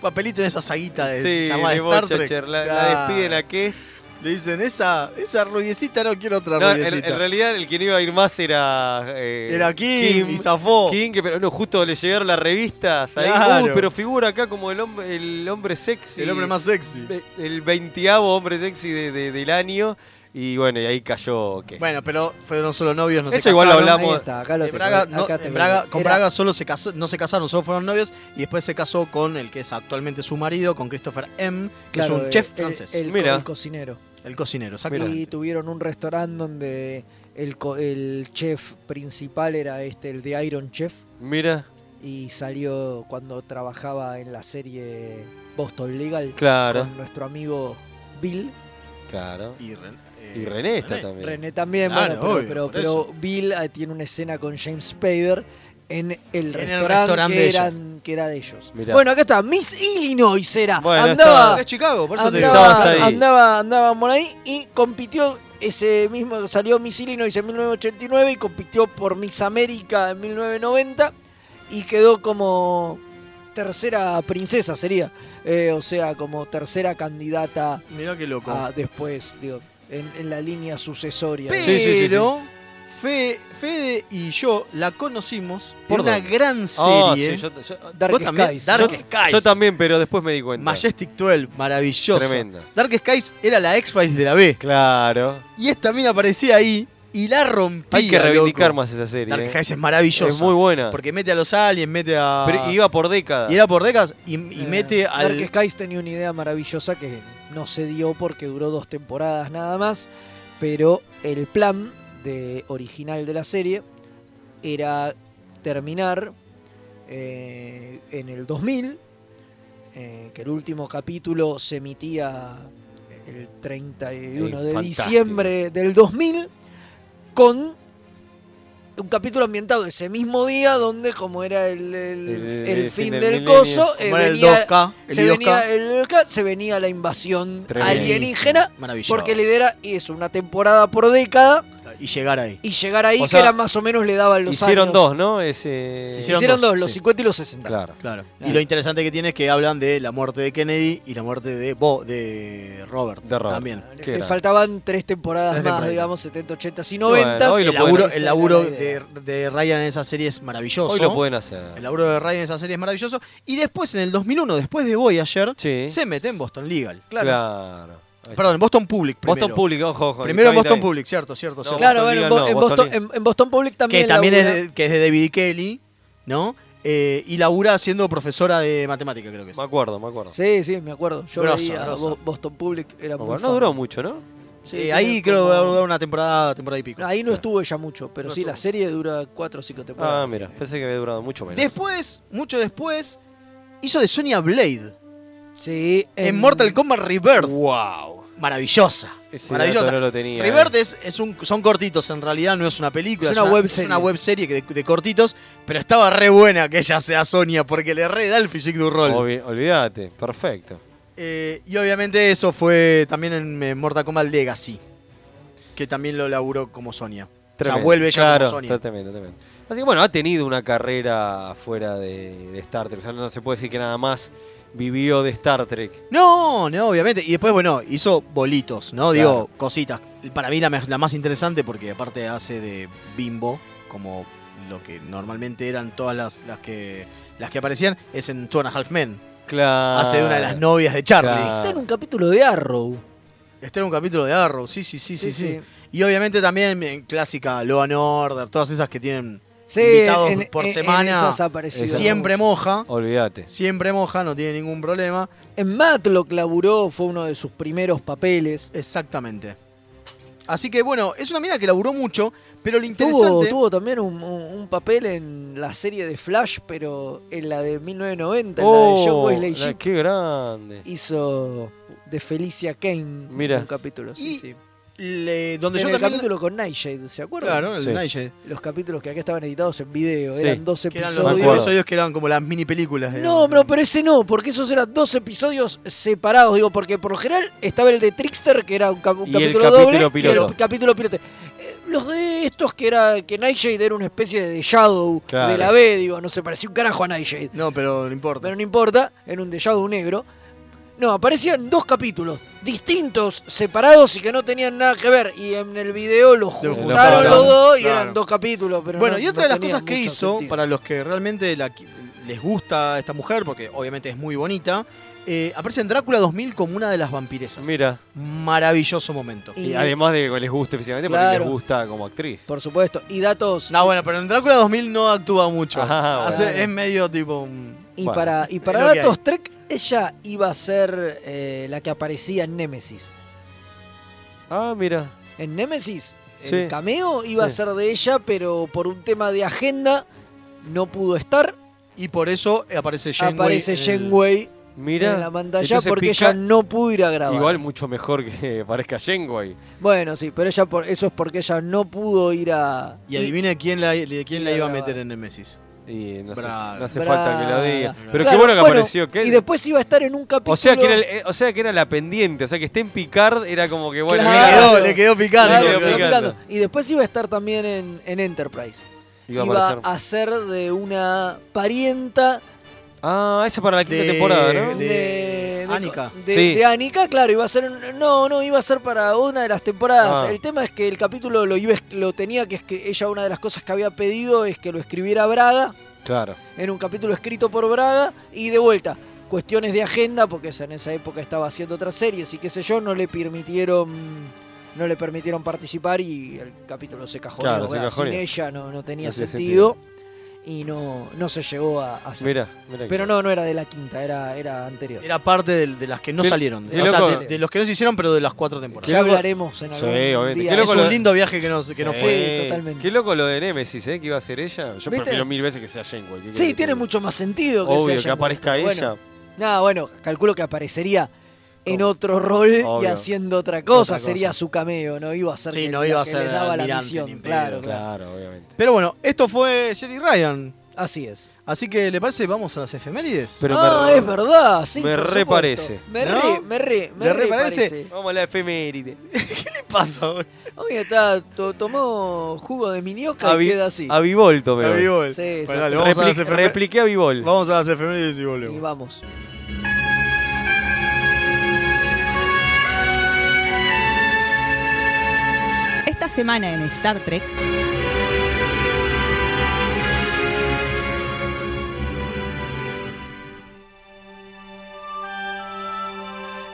[SPEAKER 3] papelito en esa saguita de
[SPEAKER 4] Sí,
[SPEAKER 3] llamada
[SPEAKER 4] de
[SPEAKER 3] Star
[SPEAKER 4] Bochacher,
[SPEAKER 3] Trek.
[SPEAKER 4] la- la despiden a qué es.
[SPEAKER 3] Le dicen, esa, esa rubiecita no quiero otra
[SPEAKER 4] No, en,
[SPEAKER 3] rubiecita.
[SPEAKER 4] en realidad el que no iba a ir más era. eh,
[SPEAKER 3] Era Kim, y zafó.
[SPEAKER 4] Kim, que pero no, justo le llegaron las revistas. Ahí,
[SPEAKER 3] Claro.
[SPEAKER 4] uy, pero figura acá como el hombre, el hombre sexy.
[SPEAKER 3] El hombre más sexy.
[SPEAKER 4] Ve- El veintiavo hombre sexy de- de- del año. Y bueno, y ahí cayó que.
[SPEAKER 3] Bueno, pero fueron solo novios, no se
[SPEAKER 4] Eso igual lo
[SPEAKER 3] casaron.
[SPEAKER 4] hablamos. Ahí
[SPEAKER 2] está, acá lo
[SPEAKER 3] En
[SPEAKER 2] tengo,
[SPEAKER 3] Eh, Braga,
[SPEAKER 2] acá
[SPEAKER 3] no,
[SPEAKER 2] te
[SPEAKER 3] en
[SPEAKER 2] lo-
[SPEAKER 3] Braga- con
[SPEAKER 2] era-
[SPEAKER 3] Braga solo se casó, no se casaron, solo fueron novios y después se casó con el que es actualmente su marido, con Christopher M, que
[SPEAKER 2] Claro,
[SPEAKER 3] es un
[SPEAKER 2] el-
[SPEAKER 3] chef
[SPEAKER 2] el-
[SPEAKER 3] francés.
[SPEAKER 2] el- el cocinero.
[SPEAKER 3] El cocinero,
[SPEAKER 2] Y
[SPEAKER 3] exactamente.
[SPEAKER 2] tuvieron un restaurante donde el, co- el chef principal era este, el de Iron Chef.
[SPEAKER 4] Mira.
[SPEAKER 2] Y salió cuando trabajaba en la serie Boston Legal.
[SPEAKER 4] Claro.
[SPEAKER 2] Con nuestro amigo Bill.
[SPEAKER 4] Claro.
[SPEAKER 3] Y,
[SPEAKER 4] René está también.
[SPEAKER 2] René también,
[SPEAKER 4] Claro,
[SPEAKER 2] bueno,
[SPEAKER 4] obvio,
[SPEAKER 2] pero,
[SPEAKER 4] por
[SPEAKER 2] pero,
[SPEAKER 4] eso.
[SPEAKER 2] pero Bill eh, tiene una escena con James Spader en el restaurante,
[SPEAKER 3] restaurante
[SPEAKER 2] que,
[SPEAKER 3] de
[SPEAKER 2] eran, que era de ellos.
[SPEAKER 4] Mirá.
[SPEAKER 2] Bueno, acá está, Miss Illinois era.
[SPEAKER 4] Bueno,
[SPEAKER 2] andaba,
[SPEAKER 4] estaba- Es Chicago, por eso te digo.
[SPEAKER 2] andaba,
[SPEAKER 4] Estabas ahí.
[SPEAKER 2] andaba, andaba por ahí y compitió ese mismo, salió Miss Illinois en 1989 y compitió por Miss América en 1990 y quedó como tercera princesa sería, Eh, o sea, como tercera candidata
[SPEAKER 3] Mirá qué loco.
[SPEAKER 2] a- Ah, después, digo, en, en la línea sucesoria.
[SPEAKER 3] Pero
[SPEAKER 2] Sí, sí, sí, sí.
[SPEAKER 3] Fe- Fede y yo la conocimos por
[SPEAKER 4] ¿Por
[SPEAKER 3] una
[SPEAKER 4] dónde?
[SPEAKER 3] gran
[SPEAKER 4] Oh,
[SPEAKER 3] serie.
[SPEAKER 4] sí, yo- yo-
[SPEAKER 2] Dark
[SPEAKER 3] ¿Vos también?
[SPEAKER 2] Skies.
[SPEAKER 3] Dark
[SPEAKER 4] yo,
[SPEAKER 3] Skies.
[SPEAKER 4] yo también, pero después me di cuenta.
[SPEAKER 3] Majestic 12, maravilloso.
[SPEAKER 4] Tremenda.
[SPEAKER 3] Dark Skies era la X-Files de la B.
[SPEAKER 4] Claro.
[SPEAKER 3] Y esta mina aparecía ahí y la rompía.
[SPEAKER 4] Hay que reivindicar
[SPEAKER 3] loco.
[SPEAKER 4] más esa serie.
[SPEAKER 3] Dark
[SPEAKER 4] eh.
[SPEAKER 3] Skies es maravillosa.
[SPEAKER 4] Es muy buena.
[SPEAKER 3] Porque mete a los aliens, mete a.
[SPEAKER 4] Pero iba por décadas.
[SPEAKER 3] Y era por décadas y, y
[SPEAKER 2] Eh,
[SPEAKER 3] mete al.
[SPEAKER 2] Dark Skies tenía una idea maravillosa que no se dio porque duró dos temporadas nada más, pero el plan de original de la serie era terminar eh, en el 2000, eh, que el último capítulo se emitía el 31
[SPEAKER 4] Eh,
[SPEAKER 2] de
[SPEAKER 4] fantástico.
[SPEAKER 2] diciembre del 2000 con un capítulo ambientado ese mismo día donde como era el, el-
[SPEAKER 3] El-
[SPEAKER 2] el
[SPEAKER 3] el
[SPEAKER 2] fin
[SPEAKER 3] fin
[SPEAKER 2] del,
[SPEAKER 3] del milenio.
[SPEAKER 2] coso eh,
[SPEAKER 3] Como era el
[SPEAKER 2] venía-
[SPEAKER 3] 2K, el
[SPEAKER 2] se
[SPEAKER 3] 2K.
[SPEAKER 2] venía el 2K, se venía la invasión
[SPEAKER 3] Tremendo.
[SPEAKER 2] alienígena
[SPEAKER 3] Maravilloso.
[SPEAKER 2] porque le era y es una temporada por década
[SPEAKER 3] Y llegar ahí.
[SPEAKER 2] y llegar ahí
[SPEAKER 4] O
[SPEAKER 2] que
[SPEAKER 4] sea,
[SPEAKER 2] era más o menos le daban los
[SPEAKER 4] Hicieron
[SPEAKER 2] años.
[SPEAKER 4] dos, ¿no? Ese...
[SPEAKER 2] hicieron, dos, los
[SPEAKER 3] sí.
[SPEAKER 2] 50 y los 60
[SPEAKER 4] Claro.
[SPEAKER 3] Claro. Y lo interesante que tiene es que hablan de la muerte de Kennedy y la muerte de Bo, de Robert.
[SPEAKER 4] De Robert.
[SPEAKER 3] También.
[SPEAKER 4] Le-
[SPEAKER 2] le faltaban tres temporadas
[SPEAKER 3] Tres
[SPEAKER 2] más
[SPEAKER 3] temporadas.
[SPEAKER 2] digamos 70 80 y 90
[SPEAKER 4] hoy
[SPEAKER 3] el
[SPEAKER 4] lo pueden
[SPEAKER 3] laburo,
[SPEAKER 4] hacer.
[SPEAKER 3] el laburo
[SPEAKER 4] Esa
[SPEAKER 3] de, de Ryan en esa serie es maravilloso.
[SPEAKER 4] Hoy lo pueden hacer.
[SPEAKER 3] El laburo de Ryan en esa serie es maravilloso. Y después, en el 2001, después de Voyager,
[SPEAKER 4] Sí.
[SPEAKER 3] se mete en Boston Legal.
[SPEAKER 4] Claro. Ahí está.
[SPEAKER 3] Perdón, en Boston Public. Primero.
[SPEAKER 4] Boston Public, ojo, ojo.
[SPEAKER 3] Primero en
[SPEAKER 4] Está
[SPEAKER 3] Boston
[SPEAKER 4] bien, está bien.
[SPEAKER 3] Public, cierto, cierto.
[SPEAKER 4] No,
[SPEAKER 3] cierto.
[SPEAKER 2] claro
[SPEAKER 4] Boston
[SPEAKER 2] bueno,
[SPEAKER 4] Legal
[SPEAKER 2] en Bo-
[SPEAKER 4] no,
[SPEAKER 2] en,
[SPEAKER 4] Boston
[SPEAKER 2] Boston,
[SPEAKER 4] Legal.
[SPEAKER 2] en- en Boston Public también
[SPEAKER 3] que también es
[SPEAKER 2] labura.
[SPEAKER 3] de, que es de David Kelly, ¿no? Eh, y labura siendo profesora de matemática, creo que es.
[SPEAKER 4] Me acuerdo, me acuerdo.
[SPEAKER 2] Sí, sí, me acuerdo. Yo
[SPEAKER 3] Grosso,
[SPEAKER 2] veía
[SPEAKER 3] grosso.
[SPEAKER 2] Bo- Boston Public, era
[SPEAKER 4] Me
[SPEAKER 2] muy
[SPEAKER 4] acuerdo. No
[SPEAKER 2] fan.
[SPEAKER 4] duró mucho, ¿no?
[SPEAKER 2] Sí,
[SPEAKER 3] Eh,
[SPEAKER 2] tiene
[SPEAKER 3] ahí creo que
[SPEAKER 2] como-
[SPEAKER 3] va a durar una temporada, temporada y pico.
[SPEAKER 2] Ahí no estuvo ella mucho, pero
[SPEAKER 3] No
[SPEAKER 2] sí, la serie dura 4 o 5 temporadas.
[SPEAKER 4] Ah, mira, pensé que había durado mucho menos.
[SPEAKER 3] Después, mucho después, hizo de Sonya Blade
[SPEAKER 2] Sí,
[SPEAKER 3] en, Mortal Kombat Rebirth.
[SPEAKER 4] ¡Wow!
[SPEAKER 3] Maravillosa.
[SPEAKER 4] Ese
[SPEAKER 3] maravillosa.
[SPEAKER 4] dato no lo tenía, eh.
[SPEAKER 3] Rebirth es, es un, son cortitos, en realidad no es una película.
[SPEAKER 2] Es una web serie.
[SPEAKER 3] Es una web serie que de, de cortitos, pero estaba re buena que ella sea Sonia porque le re da el physique du rol.
[SPEAKER 4] Obvi- Olvídate, perfecto.
[SPEAKER 3] Eh, y obviamente eso fue también en eh, Mortal Kombat Legacy, que también lo laburó como Sonia. O sea,
[SPEAKER 4] Tremendo.
[SPEAKER 3] vuelve ella
[SPEAKER 4] claro,
[SPEAKER 3] como Sonia.
[SPEAKER 4] está tremendo, tremendo. Así que bueno, ha tenido una carrera fuera de, de Star Trek. O sea, no se puede decir que nada más vivió de Star Trek.
[SPEAKER 3] No, no, obviamente. Y después, bueno, hizo bolitos, ¿no? Digo,
[SPEAKER 4] Claro.
[SPEAKER 3] cositas. Para mí la, me- la más interesante porque aparte hace de bimbo, como lo que normalmente eran todas las, las que las que aparecían, es en Two and a Half Men.
[SPEAKER 4] Claro.
[SPEAKER 3] Hace de una de las novias de Charlie.
[SPEAKER 4] Ah, Claro.
[SPEAKER 2] Está en un capítulo de Arrow.
[SPEAKER 3] Este era un capítulo de Arrow, sí, sí, sí,
[SPEAKER 2] Sí,
[SPEAKER 3] sí, sí.
[SPEAKER 2] sí.
[SPEAKER 3] Y obviamente también en clásica Law and Order, todas esas que tienen
[SPEAKER 2] Sí,
[SPEAKER 3] invitados
[SPEAKER 2] en-
[SPEAKER 3] por
[SPEAKER 2] en- en
[SPEAKER 3] semana.
[SPEAKER 2] esas ha aparecido
[SPEAKER 3] Exacto. siempre
[SPEAKER 2] mucho.
[SPEAKER 3] moja,
[SPEAKER 4] Olvídate.
[SPEAKER 3] siempre moja, no tiene ningún problema.
[SPEAKER 2] En Matlock laburó, fue uno de sus primeros papeles.
[SPEAKER 3] Exactamente. Así que bueno, es una mina que laburó mucho, pero lo interesante.
[SPEAKER 2] Tuvo, tuvo también un, un- un papel en la serie de Flash, pero en la de 1990, en la
[SPEAKER 3] Oh,
[SPEAKER 2] de John Wesley
[SPEAKER 4] Oh, la-
[SPEAKER 2] Shipp,
[SPEAKER 4] ¡Qué grande!
[SPEAKER 2] hizo de Felicia Kane
[SPEAKER 4] Mira.
[SPEAKER 2] un capítulo. Sí,
[SPEAKER 3] Y-
[SPEAKER 2] sí.
[SPEAKER 3] le- donde
[SPEAKER 2] en
[SPEAKER 3] yo
[SPEAKER 2] el
[SPEAKER 3] también-
[SPEAKER 2] capítulo con Nightshade, ¿se acuerdan?
[SPEAKER 3] Claro, el de Sí. Nightshade.
[SPEAKER 2] Los capítulos que acá estaban editados en video,
[SPEAKER 3] Sí.
[SPEAKER 2] eran dos
[SPEAKER 3] Que eran
[SPEAKER 2] episodios.
[SPEAKER 3] los episodios que eran como las mini películas. eh.
[SPEAKER 2] No, no, pero ese no, porque esos eran dos episodios separados, digo, porque por lo general estaba el de Trickster, que era un, cap- un
[SPEAKER 4] Y el
[SPEAKER 2] capítulo
[SPEAKER 4] capítulo
[SPEAKER 2] doble, y
[SPEAKER 4] piloto.
[SPEAKER 2] el capítulo piloto. Eh, Los de estos que era que Nightshade era una especie de Shadow
[SPEAKER 3] Claro.
[SPEAKER 2] de la B, digo, no se parecía un carajo a Nightshade.
[SPEAKER 3] No, pero no importa.
[SPEAKER 2] Pero no importa, era un de Shadow negro. No, aparecían dos capítulos distintos, separados y que no tenían nada que ver. Y en el video los juntaron
[SPEAKER 3] juntaron,
[SPEAKER 2] los dos y
[SPEAKER 3] claro.
[SPEAKER 2] eran dos capítulos. Pero
[SPEAKER 3] bueno,
[SPEAKER 2] no-
[SPEAKER 3] y
[SPEAKER 2] no
[SPEAKER 3] otra de las
[SPEAKER 2] tenía
[SPEAKER 3] cosas que
[SPEAKER 2] mucho
[SPEAKER 3] hizo,
[SPEAKER 2] sentido.
[SPEAKER 3] para los que realmente la qui- les gusta esta mujer, porque obviamente es muy bonita, eh, aparece en Drácula 2000 como una de las vampiresas.
[SPEAKER 4] Mira.
[SPEAKER 3] Maravilloso momento.
[SPEAKER 4] Y además de que les guste físicamente, porque
[SPEAKER 3] Claro.
[SPEAKER 4] les gusta como actriz.
[SPEAKER 2] Por supuesto. Y datos.
[SPEAKER 3] No, bueno, pero en Drácula 2000 no actúa mucho.
[SPEAKER 4] Ah,
[SPEAKER 3] Hace-
[SPEAKER 2] bueno.
[SPEAKER 3] Es medio tipo... mm, un-
[SPEAKER 2] Y
[SPEAKER 3] bueno,
[SPEAKER 2] para, y
[SPEAKER 3] es
[SPEAKER 2] para
[SPEAKER 3] lo que
[SPEAKER 2] datos
[SPEAKER 3] hay.
[SPEAKER 2] Trek, ella iba a ser eh, la que aparecía en Nemesis.
[SPEAKER 4] Ah, mira.
[SPEAKER 2] En Nemesis,
[SPEAKER 4] Sí.
[SPEAKER 2] el cameo iba a
[SPEAKER 4] Sí.
[SPEAKER 2] ser de ella, pero por un tema de agenda no pudo estar.
[SPEAKER 3] Y por eso aparece Janeway.
[SPEAKER 2] Aparece
[SPEAKER 3] en el-
[SPEAKER 2] Janeway
[SPEAKER 4] Mira.
[SPEAKER 2] en la pantalla
[SPEAKER 4] eh, Entonces
[SPEAKER 2] porque
[SPEAKER 4] pica-
[SPEAKER 2] ella no pudo ir a grabar.
[SPEAKER 4] Igual mucho mejor que parezca Jenway.
[SPEAKER 2] Bueno, sí, pero ella por, eso es porque ella no pudo ir a.
[SPEAKER 3] Y adivina quién la, le- quién la
[SPEAKER 2] la
[SPEAKER 3] iba a
[SPEAKER 2] grababa.
[SPEAKER 3] meter en Nemesis.
[SPEAKER 4] Y no, sé,
[SPEAKER 3] Braga.
[SPEAKER 4] no hace
[SPEAKER 2] Braga.
[SPEAKER 4] falta que lo diga. Pero qué
[SPEAKER 2] Claro,
[SPEAKER 4] bueno que apareció. qué-
[SPEAKER 2] Y después iba a estar en un capítulo.
[SPEAKER 4] o, sea que era el- eh, o sea que era la pendiente. O sea que esté en Picard era como que bueno.
[SPEAKER 2] Claro.
[SPEAKER 4] mira,
[SPEAKER 3] Le quedó picando.
[SPEAKER 2] Claro,
[SPEAKER 4] Le quedó
[SPEAKER 2] quedó
[SPEAKER 4] picando.
[SPEAKER 2] picando. Y después iba a estar también en, en Enterprise.
[SPEAKER 4] Iba
[SPEAKER 2] Iba,
[SPEAKER 4] a aparecer.
[SPEAKER 2] a ser de una parienta
[SPEAKER 4] Ah, esa para la quinta
[SPEAKER 3] De-
[SPEAKER 4] temporada, ¿no?
[SPEAKER 3] de-
[SPEAKER 2] de, de-
[SPEAKER 3] Annika.
[SPEAKER 2] de,
[SPEAKER 4] Sí.
[SPEAKER 2] de Annika, claro, iba a ser un- no, no, iba a ser para una de las temporadas.
[SPEAKER 4] Ah.
[SPEAKER 2] El tema es que el capítulo lo iba a es- lo tenía que escri- ella una de las cosas que había pedido es que lo escribiera Braga
[SPEAKER 4] Claro.
[SPEAKER 2] en un capítulo escrito por Braga y de vuelta cuestiones de agenda porque esa- en esa época estaba haciendo otras series y qué sé yo, no le permitieron no le permitieron participar y el capítulo se cajoneó,
[SPEAKER 4] Claro, se
[SPEAKER 2] ¿verdad? sin
[SPEAKER 4] cajoneó.
[SPEAKER 2] ella no, no tenía
[SPEAKER 4] No tiene
[SPEAKER 2] sentido, y no, no se llegó a, a hacer.
[SPEAKER 4] Mira, mira.
[SPEAKER 2] Pero no, no era de la quinta, era, era anterior.
[SPEAKER 3] Era parte del- de, las que no
[SPEAKER 4] Qué-
[SPEAKER 3] salieron.
[SPEAKER 4] qué
[SPEAKER 3] o sea,
[SPEAKER 4] loco.
[SPEAKER 3] de, de los que no se hicieron, pero de las cuatro temporadas.
[SPEAKER 2] Ya Qué loco- hablaremos en
[SPEAKER 4] Sí, algún obviamente. día. Qué
[SPEAKER 3] Es
[SPEAKER 4] loco lo-
[SPEAKER 3] un lindo viaje que no, que no
[SPEAKER 4] Sí,
[SPEAKER 3] fue.
[SPEAKER 2] totalmente.
[SPEAKER 4] Qué loco lo de Nemesis, ¿eh? Que iba a ser ella. Yo
[SPEAKER 2] ¿Viste?
[SPEAKER 4] prefiero mil veces que sea Jenway. ¿qué
[SPEAKER 2] Sí,
[SPEAKER 4] querés
[SPEAKER 2] tiene
[SPEAKER 4] que-
[SPEAKER 2] mucho más sentido que
[SPEAKER 4] Obvio,
[SPEAKER 2] sea
[SPEAKER 4] que
[SPEAKER 2] Jean-Paul,
[SPEAKER 4] aparezca
[SPEAKER 2] pero
[SPEAKER 4] ella.
[SPEAKER 2] Bueno, nada, bueno, calculo que aparecería en otro rol y
[SPEAKER 4] Obvio.
[SPEAKER 2] haciendo otra cosa,
[SPEAKER 3] Otra cosa.
[SPEAKER 2] sería su cameo, no iba a ser
[SPEAKER 3] Sí,
[SPEAKER 2] que-
[SPEAKER 3] no
[SPEAKER 2] la
[SPEAKER 3] iba a
[SPEAKER 2] que
[SPEAKER 3] ser
[SPEAKER 2] le daba la
[SPEAKER 3] almirante ni
[SPEAKER 2] misión,
[SPEAKER 3] en
[SPEAKER 2] claro,
[SPEAKER 3] pedo,
[SPEAKER 2] claro.
[SPEAKER 4] Claro, obviamente.
[SPEAKER 3] Pero bueno, esto fue Jerry Ryan.
[SPEAKER 2] Así es.
[SPEAKER 3] Así que, ¿le parece? Vamos a las efemérides.
[SPEAKER 4] Pero
[SPEAKER 2] ah,
[SPEAKER 4] me re-
[SPEAKER 2] es verdad, sí.
[SPEAKER 4] me
[SPEAKER 2] por supuesto.
[SPEAKER 4] reparece.
[SPEAKER 2] Me
[SPEAKER 3] ¿No?
[SPEAKER 2] re, me re, me
[SPEAKER 3] ¿Le
[SPEAKER 2] re
[SPEAKER 3] reparece?
[SPEAKER 2] parece.
[SPEAKER 4] Vamos a la efeméride.
[SPEAKER 3] ¿Qué pasa hoy?
[SPEAKER 2] Hoy está, to- tomó jugo de minioca y
[SPEAKER 4] Avi-
[SPEAKER 2] queda así.
[SPEAKER 4] Avivol tomé
[SPEAKER 3] A
[SPEAKER 4] hoy.
[SPEAKER 3] Bibol.
[SPEAKER 2] Sí,
[SPEAKER 3] Bueno,
[SPEAKER 2] sí.
[SPEAKER 3] dale, vamos, a las
[SPEAKER 4] Repli-
[SPEAKER 3] efemérides.
[SPEAKER 4] repliqué a Bibol.
[SPEAKER 3] vamos a las efemérides y
[SPEAKER 2] Y
[SPEAKER 3] volvemos.
[SPEAKER 2] vamos.
[SPEAKER 6] Esta semana en Star Trek,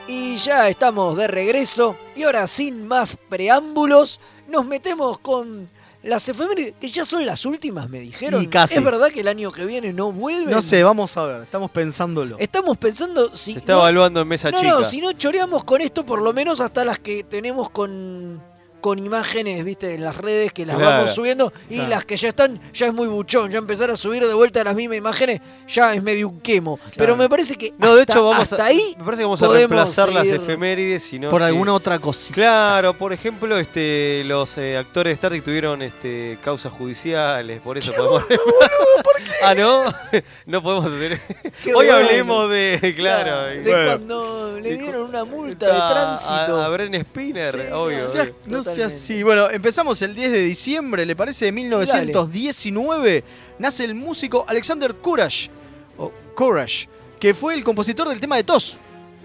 [SPEAKER 2] Y ya estamos de regreso. Y ahora, sin más preámbulos, nos metemos con las efemérides, que ya son las últimas, me dijeron.
[SPEAKER 3] Y casi.
[SPEAKER 2] Es verdad que el año que viene no vuelven.
[SPEAKER 3] No sé, vamos a ver. Estamos pensándolo.
[SPEAKER 2] Estamos pensando si.
[SPEAKER 4] Se está
[SPEAKER 2] no-
[SPEAKER 4] evaluando en mesa
[SPEAKER 2] no,
[SPEAKER 4] chica.
[SPEAKER 2] no, si no choreamos con esto, por lo menos hasta las que tenemos con, con imágenes, viste, en las redes que las
[SPEAKER 4] Claro.
[SPEAKER 2] vamos subiendo. Y
[SPEAKER 4] Claro.
[SPEAKER 2] las que ya están, ya es muy buchón. Ya empezar a subir de vuelta las mismas imágenes, ya es medio un quemo. Pero me parece que.
[SPEAKER 4] No, de
[SPEAKER 2] hasta-
[SPEAKER 4] hecho, vamos
[SPEAKER 2] hasta
[SPEAKER 4] a,
[SPEAKER 2] ahí.
[SPEAKER 4] me parece que vamos a
[SPEAKER 2] podemos
[SPEAKER 4] reemplazar las
[SPEAKER 2] seguir.
[SPEAKER 4] efemérides. Sino
[SPEAKER 3] Por
[SPEAKER 4] que-
[SPEAKER 3] alguna otra cosita.
[SPEAKER 4] Claro, por ejemplo, este, los eh, actores de Star Trek tuvieron este, causas judiciales, por eso podemos. Ah, no, no podemos hacer.
[SPEAKER 2] Qué
[SPEAKER 4] Hoy
[SPEAKER 2] bueno.
[SPEAKER 4] hablemos de. Claro.
[SPEAKER 2] de
[SPEAKER 4] y bueno,
[SPEAKER 2] cuando le dieron una multa
[SPEAKER 4] a-
[SPEAKER 2] de tránsito.
[SPEAKER 4] A, a Bren Spinner,
[SPEAKER 2] Sí,
[SPEAKER 4] obvio.
[SPEAKER 2] no
[SPEAKER 4] obvio.
[SPEAKER 3] seas- no seas así. Bueno, empezamos el 10 de diciembre, ¿le parece? De 1919 nace el músico Alexander Courage, o Courage, que fue el compositor del tema de Tos.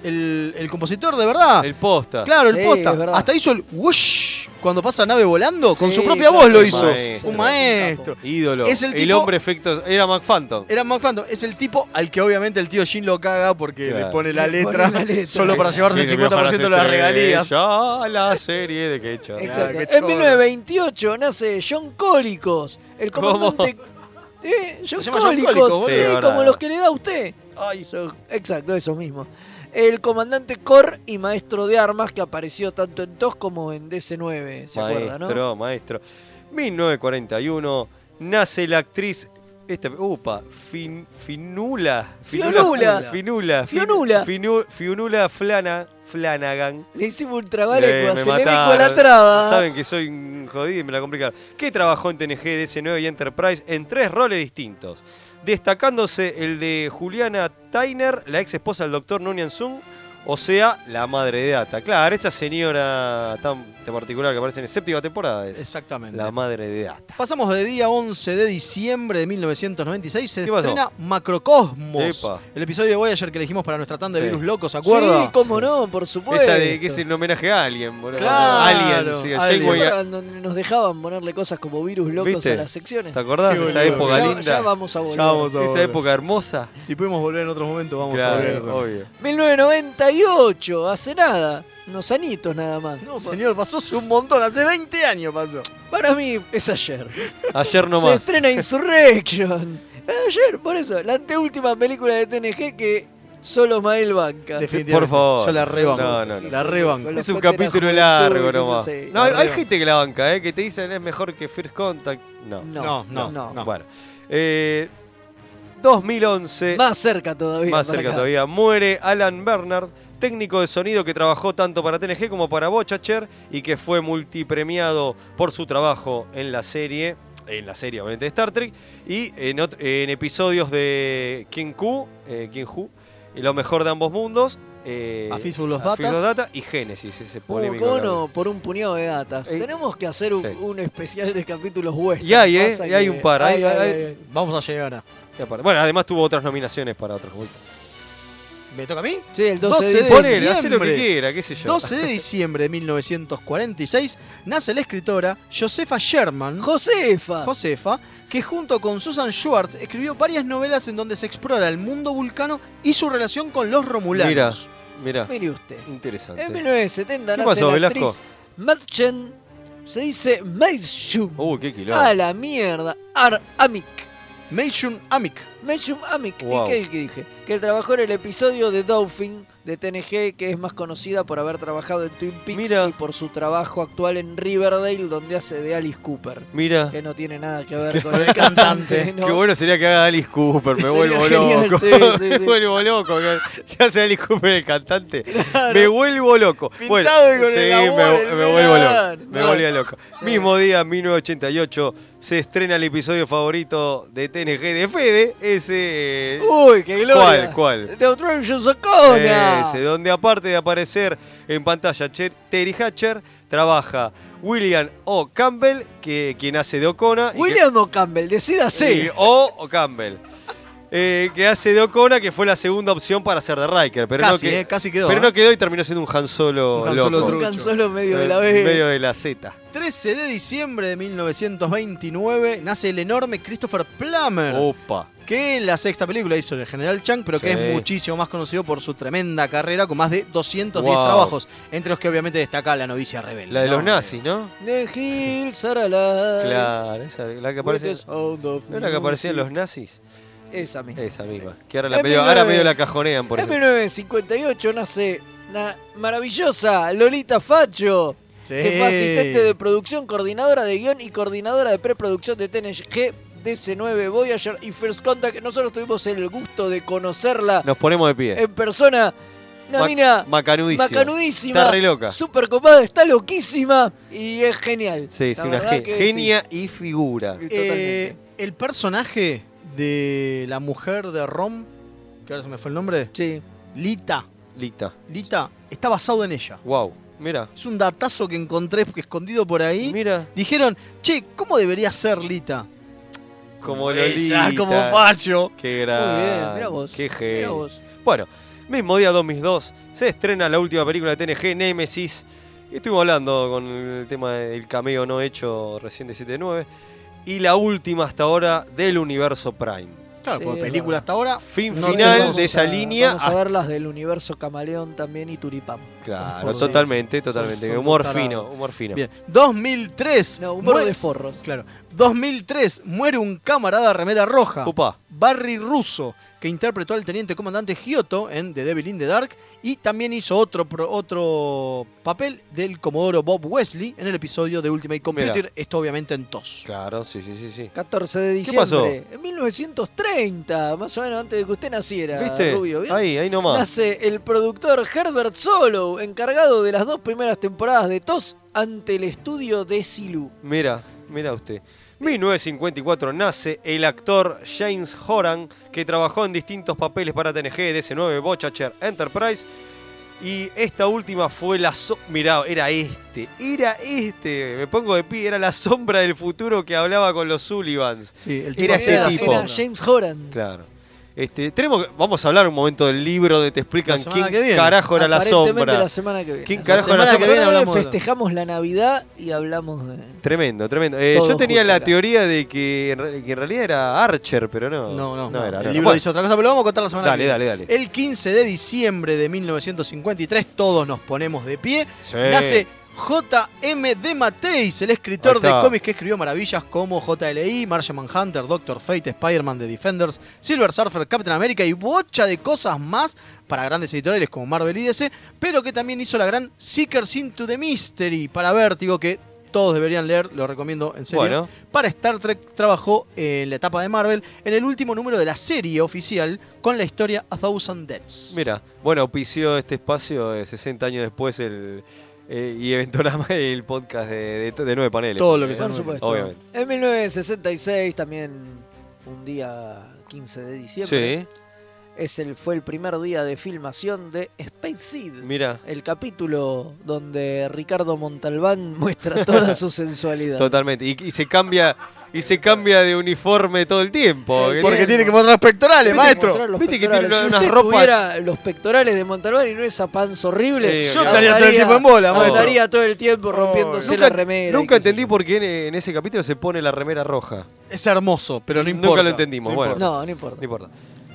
[SPEAKER 3] El, el compositor de verdad.
[SPEAKER 4] El posta.
[SPEAKER 3] Claro, el
[SPEAKER 2] Sí,
[SPEAKER 3] posta.
[SPEAKER 2] es verdad.
[SPEAKER 3] Hasta hizo el whoosh cuando pasa nave volando. con
[SPEAKER 2] Sí,
[SPEAKER 3] su propia
[SPEAKER 2] claro,
[SPEAKER 3] voz lo
[SPEAKER 4] un
[SPEAKER 3] hizo.
[SPEAKER 4] maestro.
[SPEAKER 3] Un maestro.
[SPEAKER 4] Ídolo.
[SPEAKER 3] Es el
[SPEAKER 4] el
[SPEAKER 3] tipo-
[SPEAKER 4] hombre efecto. Era Mac Phantom.
[SPEAKER 3] Era Mark Phantom. Es el tipo al que obviamente el tío Jin lo caga porque
[SPEAKER 4] Claro.
[SPEAKER 3] le pone la
[SPEAKER 2] Le pone
[SPEAKER 3] letra,
[SPEAKER 2] la letra.
[SPEAKER 3] solo para llevarse el
[SPEAKER 4] Tiene que
[SPEAKER 3] 50% de las
[SPEAKER 4] bajarse
[SPEAKER 3] regalías.
[SPEAKER 4] estrella, la serie de que hecho.
[SPEAKER 2] Exacto.
[SPEAKER 3] qué
[SPEAKER 2] en
[SPEAKER 3] chorro.
[SPEAKER 2] 1928 nace John Cólicos, el
[SPEAKER 4] ¿Cómo?
[SPEAKER 2] comandante. Eh, John
[SPEAKER 3] llama John
[SPEAKER 2] Cólicos,
[SPEAKER 3] Cólicos, boludo.
[SPEAKER 2] sí,
[SPEAKER 4] Sí, ahora.
[SPEAKER 2] como los que le da a usted. So- Exacto, eso mismo. El comandante Cor y maestro de armas que apareció tanto en TOS como en DC9, ¿se
[SPEAKER 4] maestro,
[SPEAKER 2] acuerda, no?
[SPEAKER 4] maestro. 1941 nace la actriz Este, upa, fin- finula,
[SPEAKER 2] Fionula.
[SPEAKER 4] finula, finula, fin-
[SPEAKER 2] Fionula.
[SPEAKER 4] finu- Fiunula Flana, Flanagan.
[SPEAKER 2] Le hicimos un
[SPEAKER 4] Eh,
[SPEAKER 2] trabalengua,
[SPEAKER 4] me
[SPEAKER 2] se le dijo
[SPEAKER 4] mataron.
[SPEAKER 2] la traba.
[SPEAKER 4] Saben que soy un jodido y me la complicaron. ¿Qué trabajó en TNG, DC9 y Enterprise en tres roles distintos? Destacándose el de Juliana Tyner, la ex esposa del doctor Nunyan Sung, o sea, la madre de Data. Claro, esa señora tan tan particular que aparece en la séptima temporada es
[SPEAKER 3] Exactamente.
[SPEAKER 4] la madre de Data.
[SPEAKER 3] Pasamos de día 11 de diciembre de 1996. Se
[SPEAKER 4] ¿Qué pasó?
[SPEAKER 3] estrena Macrocosmos.
[SPEAKER 4] Epa.
[SPEAKER 3] El episodio de Voyager que elegimos para nuestra tanda de
[SPEAKER 4] Sí.
[SPEAKER 3] virus locos, ¿se acuerda?
[SPEAKER 2] Sí, cómo no, por supuesto.
[SPEAKER 4] Esa de que es en homenaje a alguien, boludo.
[SPEAKER 2] Claro,
[SPEAKER 4] Alien, sí, a
[SPEAKER 2] ¿Se
[SPEAKER 4] Janeway.
[SPEAKER 2] acuerdan donde nos dejaban ponerle cosas como virus locos
[SPEAKER 4] ¿Viste?
[SPEAKER 2] a las secciones?
[SPEAKER 4] ¿Te acordás de esa
[SPEAKER 2] boludo.
[SPEAKER 4] época
[SPEAKER 2] Ya-
[SPEAKER 4] linda?
[SPEAKER 2] ya vamos a volver.
[SPEAKER 4] Ya
[SPEAKER 2] vamos a
[SPEAKER 4] Esa
[SPEAKER 2] volver.
[SPEAKER 4] época hermosa.
[SPEAKER 3] Si pudimos volver en otro momento, vamos a
[SPEAKER 4] Claro,
[SPEAKER 3] volver.
[SPEAKER 4] obvio.
[SPEAKER 2] 1998, hace nada. Unos anitos nada más.
[SPEAKER 3] No, señor, pasó hace un montón, hace 20 años pasó.
[SPEAKER 2] Para mí es ayer.
[SPEAKER 4] Ayer
[SPEAKER 2] Se
[SPEAKER 4] nomás.
[SPEAKER 2] estrena Insurrection. Ayer, por eso, la anteúltima película de TNG que solo Mael banca.
[SPEAKER 4] Por favor.
[SPEAKER 3] Yo la rebanco.
[SPEAKER 4] No, no, no.
[SPEAKER 3] La rebanco.
[SPEAKER 4] Es un
[SPEAKER 2] Con los
[SPEAKER 4] capítulo
[SPEAKER 2] cuentos de la juventud,
[SPEAKER 4] largo
[SPEAKER 2] que yo
[SPEAKER 4] nomás.
[SPEAKER 2] sé.
[SPEAKER 4] No, hay,
[SPEAKER 2] La
[SPEAKER 4] hay
[SPEAKER 2] rebanco.
[SPEAKER 4] gente que la banca, eh, que te dicen es mejor que First Contact. No.
[SPEAKER 2] No, no, no.
[SPEAKER 4] Bueno. Eh, 2011.
[SPEAKER 2] Más cerca todavía.
[SPEAKER 4] Más
[SPEAKER 2] para
[SPEAKER 4] cerca
[SPEAKER 2] acá.
[SPEAKER 4] todavía. Muere Alan Bernard, técnico de sonido que trabajó tanto para TNG como para Bochacher y que fue multipremiado por su trabajo en la serie, en la serie obviamente de Star Trek, y en, ot- en episodios de King Q, eh, King Who, y lo mejor de ambos mundos. eh,
[SPEAKER 3] A Fistful of
[SPEAKER 4] A Fistful of
[SPEAKER 3] Datas.
[SPEAKER 4] Data y Génesis, ese
[SPEAKER 2] Uh,
[SPEAKER 4] polémico.
[SPEAKER 2] cómo
[SPEAKER 4] nombre.
[SPEAKER 2] no, por un puñado de datas.
[SPEAKER 4] Eh,
[SPEAKER 2] Tenemos que hacer un,
[SPEAKER 4] sí.
[SPEAKER 2] un especial de capítulos western.
[SPEAKER 4] Y hay, eh,
[SPEAKER 2] Pasa
[SPEAKER 4] y hay
[SPEAKER 2] que-
[SPEAKER 4] un par. hay-
[SPEAKER 2] ay,
[SPEAKER 4] hay-
[SPEAKER 2] ay,
[SPEAKER 4] hay-
[SPEAKER 2] ay.
[SPEAKER 3] Vamos a llegar a.
[SPEAKER 4] y aparte- Bueno, además tuvo otras nominaciones para otros.
[SPEAKER 3] ¿Me toca a mí?
[SPEAKER 2] Sí, el 12 de
[SPEAKER 4] Ponele, hace lo que quiera, qué sé yo.
[SPEAKER 3] 12 de diciembre de 1946 nace la escritora Josefa Sherman.
[SPEAKER 4] Ah.
[SPEAKER 2] Josefa.
[SPEAKER 3] Josefa, que junto con Susan Schwartz escribió varias novelas en donde se explora el mundo vulcano y su relación con los
[SPEAKER 4] Mira,
[SPEAKER 3] romulanos.
[SPEAKER 4] mira.
[SPEAKER 2] Mire usted.
[SPEAKER 4] Interesante.
[SPEAKER 2] En 1970
[SPEAKER 4] ¿Qué
[SPEAKER 2] nace
[SPEAKER 4] pasó,
[SPEAKER 2] la
[SPEAKER 4] Velasco?
[SPEAKER 2] actriz Madchen. Se dice Madshum.
[SPEAKER 4] Uy, qué quilombo.
[SPEAKER 2] A la mierda. Ar Amic.
[SPEAKER 3] Meishun Amic.
[SPEAKER 2] Meishum Amic.
[SPEAKER 4] Wow.
[SPEAKER 2] ¿Y qué, qué dije? Que trabajó en el episodio de Dolphin de TNG, que es más conocida por haber trabajado en Twin Peaks y por su trabajo actual en Riverdale, donde hace de Alice Cooper.
[SPEAKER 4] Mira.
[SPEAKER 2] Que no tiene nada que ver con el cantante. ¿no?
[SPEAKER 4] Qué bueno sería que haga Alice Cooper, me
[SPEAKER 2] Sería
[SPEAKER 4] vuelvo
[SPEAKER 2] genial,
[SPEAKER 4] loco.
[SPEAKER 2] sí, sí,
[SPEAKER 4] me
[SPEAKER 2] sí.
[SPEAKER 4] vuelvo loco. que Se hace Alice Cooper el cantante. Me vuelvo loco.
[SPEAKER 2] Pintado
[SPEAKER 4] Bueno,
[SPEAKER 2] con el
[SPEAKER 4] sí,
[SPEAKER 2] amor,
[SPEAKER 4] me,
[SPEAKER 2] el
[SPEAKER 4] me vuelvo
[SPEAKER 2] verano.
[SPEAKER 4] loco. Me
[SPEAKER 2] No.
[SPEAKER 4] volvía loco. Mismo día, 1988, se estrena el episodio favorito de TNG de Fede. Ese. eh,
[SPEAKER 2] Uy, qué gloria.
[SPEAKER 4] ¿Cuál, cuál?
[SPEAKER 2] The Outrageous O'Connor.
[SPEAKER 4] Ese, donde aparte de aparecer en pantalla Cher- Terry Hatcher, trabaja William O. Campbell, que, quien hace de O'Connor. y que-
[SPEAKER 2] William O'Campbell, decídase.
[SPEAKER 4] Sí, o, o Campbell. Eh, que hace de Ocona, que fue la segunda opción para hacer de Riker. Pero
[SPEAKER 3] Casi,
[SPEAKER 4] no que-
[SPEAKER 3] eh, casi quedó,
[SPEAKER 4] Pero
[SPEAKER 3] eh.
[SPEAKER 4] no quedó y terminó siendo un Han Solo.
[SPEAKER 3] Un Han Solo
[SPEAKER 4] loco.
[SPEAKER 3] trucho.
[SPEAKER 2] Un Han Solo medio de la
[SPEAKER 4] Eh,
[SPEAKER 2] B.
[SPEAKER 4] Medio de la Z.
[SPEAKER 3] 13 de diciembre de 1929 nace el enorme Christopher Plummer.
[SPEAKER 4] Opa.
[SPEAKER 3] que en la sexta película hizo el General Chang, pero que
[SPEAKER 4] Sí.
[SPEAKER 3] es muchísimo más conocido por su tremenda carrera con más de 210
[SPEAKER 4] Wow.
[SPEAKER 3] trabajos, entre los que obviamente destaca La novicia rebelde.
[SPEAKER 4] La de
[SPEAKER 3] ¿no?
[SPEAKER 4] los nazis, ¿no?
[SPEAKER 2] The Hills are alive.
[SPEAKER 4] Claro, esa, la
[SPEAKER 2] With
[SPEAKER 4] que aparece.
[SPEAKER 2] the sound of
[SPEAKER 4] ¿No era la que aparecían los
[SPEAKER 2] music.
[SPEAKER 4] nazis?
[SPEAKER 2] Esa misma.
[SPEAKER 4] Esa misma. Que ahora, la
[SPEAKER 2] En
[SPEAKER 4] medio, ahora
[SPEAKER 2] 19
[SPEAKER 4] medio la cajonean, por
[SPEAKER 2] En
[SPEAKER 4] eso.
[SPEAKER 2] 1958 nace la maravillosa Lolita Facho. Que fue asistente de producción, coordinadora de guión y coordinadora de preproducción de TNG, DC9, Voyager y First Contact. Nosotros tuvimos el gusto de conocerla
[SPEAKER 4] Nos ponemos de pie.
[SPEAKER 2] en persona. Una
[SPEAKER 4] Ma-
[SPEAKER 2] mina
[SPEAKER 4] macanudísima.
[SPEAKER 2] macanudísima,
[SPEAKER 4] Está re loca.
[SPEAKER 2] Súper copada, está loquísima y es genial.
[SPEAKER 4] Sí, sí,
[SPEAKER 2] La
[SPEAKER 4] una
[SPEAKER 2] verdad
[SPEAKER 4] ge-
[SPEAKER 2] que
[SPEAKER 4] genia
[SPEAKER 2] sí.
[SPEAKER 4] y figura.
[SPEAKER 3] Eh, el personaje de la mujer de Rom, que ahora se me fue el nombre.
[SPEAKER 2] Sí.
[SPEAKER 3] Lita.
[SPEAKER 4] Lita.
[SPEAKER 3] Lita está basado en ella.
[SPEAKER 4] Wow. Mira.
[SPEAKER 3] Es un datazo que encontré escondido por ahí.
[SPEAKER 4] Mira.
[SPEAKER 3] Dijeron, che, ¿cómo debería ser Lita?
[SPEAKER 4] Como
[SPEAKER 3] esa,
[SPEAKER 4] Lolita.
[SPEAKER 3] como Facho.
[SPEAKER 4] Qué
[SPEAKER 3] Muy
[SPEAKER 4] grande.
[SPEAKER 3] bien, mirá vos,
[SPEAKER 4] Qué
[SPEAKER 3] mirá
[SPEAKER 4] genio.
[SPEAKER 3] vos.
[SPEAKER 4] Bueno, mismo día 2002 se estrena la última película de TNG, Nemesis. Y Estuvimos hablando con el tema del cameo no hecho recién de 79. Y la última hasta ahora del universo Prime.
[SPEAKER 3] Claro,
[SPEAKER 2] Sí,
[SPEAKER 3] porque
[SPEAKER 2] es
[SPEAKER 3] película
[SPEAKER 2] verdad.
[SPEAKER 3] hasta ahora.
[SPEAKER 4] Fin
[SPEAKER 3] no
[SPEAKER 4] final
[SPEAKER 3] tenemos-
[SPEAKER 4] de esa
[SPEAKER 2] a-
[SPEAKER 4] línea
[SPEAKER 2] Vamos a ver las del universo Camaleón también y Tulipán.
[SPEAKER 4] Claro, totalmente, totalmente. humor fino, humor fino.
[SPEAKER 3] Bien. 2003. No,
[SPEAKER 2] humor de forros.
[SPEAKER 3] Claro. 2003, muere un camarada remera roja.
[SPEAKER 4] Upa.
[SPEAKER 3] Barry Russo, que interpretó al teniente comandante Giotto en The Devil in the Dark. Y también hizo otro, pro- otro papel del comodoro Bob Wesley en el episodio de Ultimate Computer.
[SPEAKER 4] Mira.
[SPEAKER 3] Esto obviamente en TOS.
[SPEAKER 4] Claro, sí, sí, sí, sí.
[SPEAKER 2] 14 de
[SPEAKER 4] ¿Qué
[SPEAKER 2] diciembre.
[SPEAKER 4] pasó?
[SPEAKER 2] En 1930, más o menos antes de que usted naciera,
[SPEAKER 4] ¿Viste?
[SPEAKER 2] Rubio. ¿bien?
[SPEAKER 4] Ahí, ahí nomás.
[SPEAKER 2] Nace el productor Herbert Solo, encargado de las dos primeras temporadas de TOS ante el estudio de Silu.
[SPEAKER 4] Mira, mira usted. 1954 nace el actor James Horan, que trabajó en distintos papeles para TNG, DC9, Bochacher, Enterprise. Y esta última fue la sombra. Mirá, era este, era este. Me pongo de pie, era la sombra del futuro que hablaba con los Sullivans.
[SPEAKER 3] Sí, el
[SPEAKER 4] era este
[SPEAKER 2] Era-
[SPEAKER 4] tipo.
[SPEAKER 2] era James Horan.
[SPEAKER 4] Claro. Este, tenemos que- vamos a hablar un momento del libro de Te explican
[SPEAKER 3] La semana que
[SPEAKER 4] quién
[SPEAKER 3] viene.
[SPEAKER 4] carajo era la
[SPEAKER 2] Aparentemente
[SPEAKER 4] sombra.
[SPEAKER 2] la semana que viene.
[SPEAKER 4] ¿Quién
[SPEAKER 2] La
[SPEAKER 4] carajo era la
[SPEAKER 2] semana que
[SPEAKER 4] sombra?
[SPEAKER 2] viene
[SPEAKER 3] hablamos de-
[SPEAKER 2] festejamos la Navidad y hablamos de...
[SPEAKER 4] Tremendo, tremendo. Eh,
[SPEAKER 2] Todo
[SPEAKER 4] yo tenía
[SPEAKER 2] justo
[SPEAKER 4] la
[SPEAKER 2] acá.
[SPEAKER 4] teoría de que en, re- que en realidad era Archer, pero no.
[SPEAKER 3] No, no,
[SPEAKER 4] era,
[SPEAKER 3] el
[SPEAKER 4] no.
[SPEAKER 3] libro
[SPEAKER 4] Bueno,
[SPEAKER 3] dice otra cosa, pero lo vamos a contar la semana
[SPEAKER 4] Dale,
[SPEAKER 3] que
[SPEAKER 4] dale,
[SPEAKER 3] viene.
[SPEAKER 4] dale.
[SPEAKER 3] El 15 de diciembre de 1953, todos nos ponemos de pie.
[SPEAKER 4] Sí.
[SPEAKER 3] Nace J.M. de Mateis, el escritor
[SPEAKER 4] Ahí
[SPEAKER 3] de
[SPEAKER 4] está.
[SPEAKER 3] cómics que escribió maravillas como JLI, Martian Manhunter, Doctor Fate, Spider-Man, The Defenders, Silver Surfer, Captain America y bocha de cosas más para grandes editoriales como Marvel y DC, pero que también hizo la gran Seekers into the Mystery para Vértigo, que todos deberían leer, lo recomiendo en serio.
[SPEAKER 4] Bueno.
[SPEAKER 3] Para Star Trek trabajó en la etapa de Marvel en el último número de la serie oficial con la historia A Thousand Deaths.
[SPEAKER 4] Mira, bueno, auspició este espacio eh, 60 años después el, eh, y Eventorama el podcast de, de, to- de nueve paneles.
[SPEAKER 3] Todo lo que
[SPEAKER 4] Eh,
[SPEAKER 3] sea
[SPEAKER 2] Por supuesto.
[SPEAKER 4] Obviamente.
[SPEAKER 2] En 1966, también un día 15 de diciembre,
[SPEAKER 4] Sí,
[SPEAKER 2] es el, fue el primer día de filmación de Space Seed.
[SPEAKER 4] mira,
[SPEAKER 2] El capítulo donde Ricardo Montalbán muestra toda su sensualidad.
[SPEAKER 4] totalmente. Y, y se cambia y se cambia de uniforme todo el
[SPEAKER 2] El
[SPEAKER 4] tiempo. Que
[SPEAKER 2] tiempo.
[SPEAKER 3] Porque tiene que mostrar los
[SPEAKER 2] Viste
[SPEAKER 3] pectorales,
[SPEAKER 2] que
[SPEAKER 3] maestro.
[SPEAKER 2] mostrar los
[SPEAKER 4] Viste que tiene
[SPEAKER 2] pectorales.
[SPEAKER 4] una-
[SPEAKER 2] si
[SPEAKER 4] unas
[SPEAKER 2] usted
[SPEAKER 4] ropas-
[SPEAKER 2] tuviera los pectorales de Montalbán y no esa panza horrible,
[SPEAKER 4] Sí, Yo estaría
[SPEAKER 3] todo el tiempo en bola,
[SPEAKER 4] maestro.
[SPEAKER 2] Estaría todo el tiempo rompiéndose
[SPEAKER 4] Oh,
[SPEAKER 2] la
[SPEAKER 4] Nunca,
[SPEAKER 2] remera. y
[SPEAKER 4] nunca
[SPEAKER 2] qué sé
[SPEAKER 4] entendí por qué en, en ese capítulo se pone la remera roja.
[SPEAKER 3] Es hermoso, pero no importa.
[SPEAKER 4] Nunca lo entendimos.
[SPEAKER 3] No
[SPEAKER 4] bueno,
[SPEAKER 2] yo. No, no importa.
[SPEAKER 4] no importa.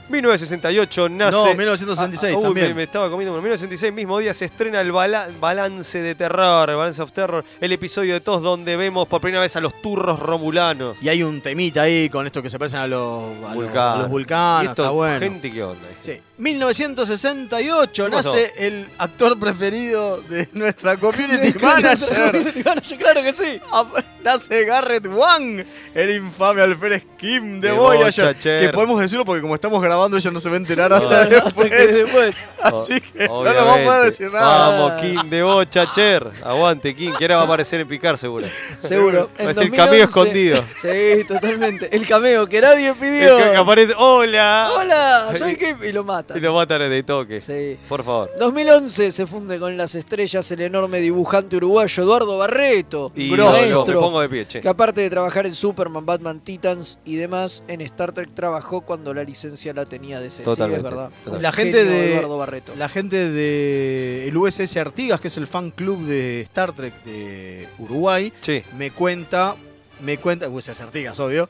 [SPEAKER 4] 1968 nace.
[SPEAKER 3] No, 1966
[SPEAKER 4] Ah, uy,
[SPEAKER 3] también.
[SPEAKER 4] Me, me estaba comiendo. Bueno, 1966, mismo día se estrena el bala- balance de terror, Balance of Terror, el episodio de TOS donde vemos por primera vez a los turros romulanos.
[SPEAKER 3] Y hay un temita ahí con estos que se parecen a los, a los,
[SPEAKER 4] Vulcano.
[SPEAKER 3] a los vulcanos.
[SPEAKER 4] Y esto,
[SPEAKER 3] está bueno.
[SPEAKER 4] gente, ¿qué onda?
[SPEAKER 3] Sí. 1968
[SPEAKER 4] ¿Qué pasó?
[SPEAKER 3] nace el actor preferido de nuestra community manager.
[SPEAKER 2] claro que sí.
[SPEAKER 3] Ap- Nace Garrett Wang, el infame Alfred Kim de,
[SPEAKER 4] De
[SPEAKER 3] Voyager.
[SPEAKER 4] Voyager.
[SPEAKER 3] Que podemos decirlo porque como estamos grabando ella no se va a enterar
[SPEAKER 4] No,
[SPEAKER 3] hasta
[SPEAKER 2] Hasta que
[SPEAKER 3] después.
[SPEAKER 2] después.
[SPEAKER 3] Así que
[SPEAKER 4] O-
[SPEAKER 3] Ah, no nos vamos a poder
[SPEAKER 4] oh, obviamente.
[SPEAKER 3] decir nada.
[SPEAKER 4] Vamos, King de Bocha, Cher. Aguante, King, que ahora va a aparecer en picar seguro.
[SPEAKER 2] Seguro.
[SPEAKER 4] Va a
[SPEAKER 2] En
[SPEAKER 4] ser cameo
[SPEAKER 2] 2011.
[SPEAKER 4] escondido.
[SPEAKER 2] Sí, totalmente. El cameo que nadie pidió.
[SPEAKER 4] Que aparece, hola.
[SPEAKER 2] Hola, soy Kim. Y lo mata.
[SPEAKER 4] Y lo matan de toque.
[SPEAKER 2] Sí.
[SPEAKER 4] Por favor.
[SPEAKER 2] 2011 se funde con las estrellas el enorme dibujante uruguayo Eduardo Barreto.
[SPEAKER 4] Y
[SPEAKER 2] grosso,
[SPEAKER 4] yo me pongo de pie, che.
[SPEAKER 2] Que aparte de trabajar en Superman, Batman, Titans y demás, en Star Trek trabajó cuando la licencia la tenía de
[SPEAKER 4] Totalmente,
[SPEAKER 2] es verdad.
[SPEAKER 4] totalmente.
[SPEAKER 3] La
[SPEAKER 2] Un
[SPEAKER 3] gente
[SPEAKER 2] genio
[SPEAKER 3] de-
[SPEAKER 2] Eduardo Barreto.
[SPEAKER 3] La gente de el USS Artigas, que es el fan club de Star Trek de Uruguay,
[SPEAKER 4] Sí.
[SPEAKER 3] me cuenta, me cuenta, USS Artigas, obvio,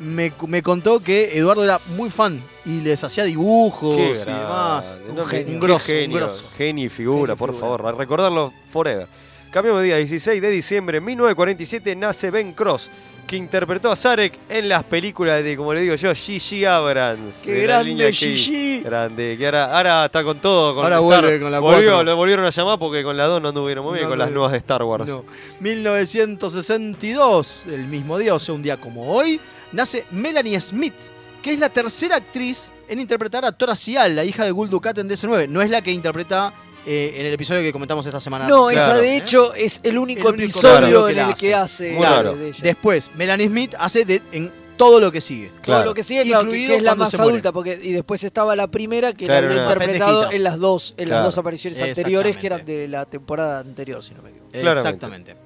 [SPEAKER 3] me, cu- me contó que Eduardo era muy fan y les hacía dibujos
[SPEAKER 4] Qué
[SPEAKER 3] y
[SPEAKER 4] grande.
[SPEAKER 3] demás.
[SPEAKER 4] No,
[SPEAKER 3] Un,
[SPEAKER 4] qué-
[SPEAKER 3] genio, un
[SPEAKER 4] qué
[SPEAKER 3] grosso,
[SPEAKER 4] genio,
[SPEAKER 3] un grosso.
[SPEAKER 4] genio y figura,
[SPEAKER 2] Genio y
[SPEAKER 4] por
[SPEAKER 2] figura.
[SPEAKER 4] favor. a Recordarlo forever. Cambiamos de día, 16 de diciembre de 1947 nace Ben Cross, que interpretó a Zarek en las películas de, como le digo yo, Gigi Abrams.
[SPEAKER 2] Qué
[SPEAKER 4] de la
[SPEAKER 2] grande,
[SPEAKER 4] línea que-
[SPEAKER 2] Gigi.
[SPEAKER 4] Grande, que ahora, ahora está con todo. Con
[SPEAKER 3] Ahora
[SPEAKER 4] Star-
[SPEAKER 3] vuelve con la
[SPEAKER 4] volvió,
[SPEAKER 3] cuatro.
[SPEAKER 4] Lo volvieron a llamar porque con la 2 no anduvieron muy bien,
[SPEAKER 3] No
[SPEAKER 4] con las
[SPEAKER 3] anduvieron.
[SPEAKER 4] nuevas de Star Wars.
[SPEAKER 3] No. 1962, el mismo día, o sea, un día como hoy, nace Melanie Smith, que es la tercera actriz en interpretar a Tora Sial, la hija de Gul Dukat en DC9. No es la que interpreta eh, en el episodio que comentamos esta semana.
[SPEAKER 2] No,
[SPEAKER 4] Claro.
[SPEAKER 2] esa de
[SPEAKER 3] ¿Eh?
[SPEAKER 2] hecho es el único
[SPEAKER 3] El único
[SPEAKER 2] episodio
[SPEAKER 3] claro que
[SPEAKER 2] en el
[SPEAKER 3] la
[SPEAKER 2] que
[SPEAKER 3] hace.
[SPEAKER 2] hace.
[SPEAKER 4] Muy raro.
[SPEAKER 2] de ella.
[SPEAKER 3] Eh, Después, Melanie Smith hace de, en todo lo que sigue.
[SPEAKER 4] Claro.
[SPEAKER 2] Todo lo que sigue, claro, que,
[SPEAKER 3] Incluido
[SPEAKER 2] que es la
[SPEAKER 3] cuando
[SPEAKER 2] más
[SPEAKER 3] se muere.
[SPEAKER 2] adulta, porque y después estaba la primera que
[SPEAKER 4] Claro,
[SPEAKER 2] la había
[SPEAKER 4] una
[SPEAKER 2] interpretado
[SPEAKER 3] pendejita.
[SPEAKER 2] en las dos, en
[SPEAKER 4] Claro.
[SPEAKER 2] las dos apariciones anteriores, que eran
[SPEAKER 3] Exactamente.
[SPEAKER 2] de la temporada anterior, si no me equivoco.
[SPEAKER 4] Claramente.
[SPEAKER 3] Exactamente.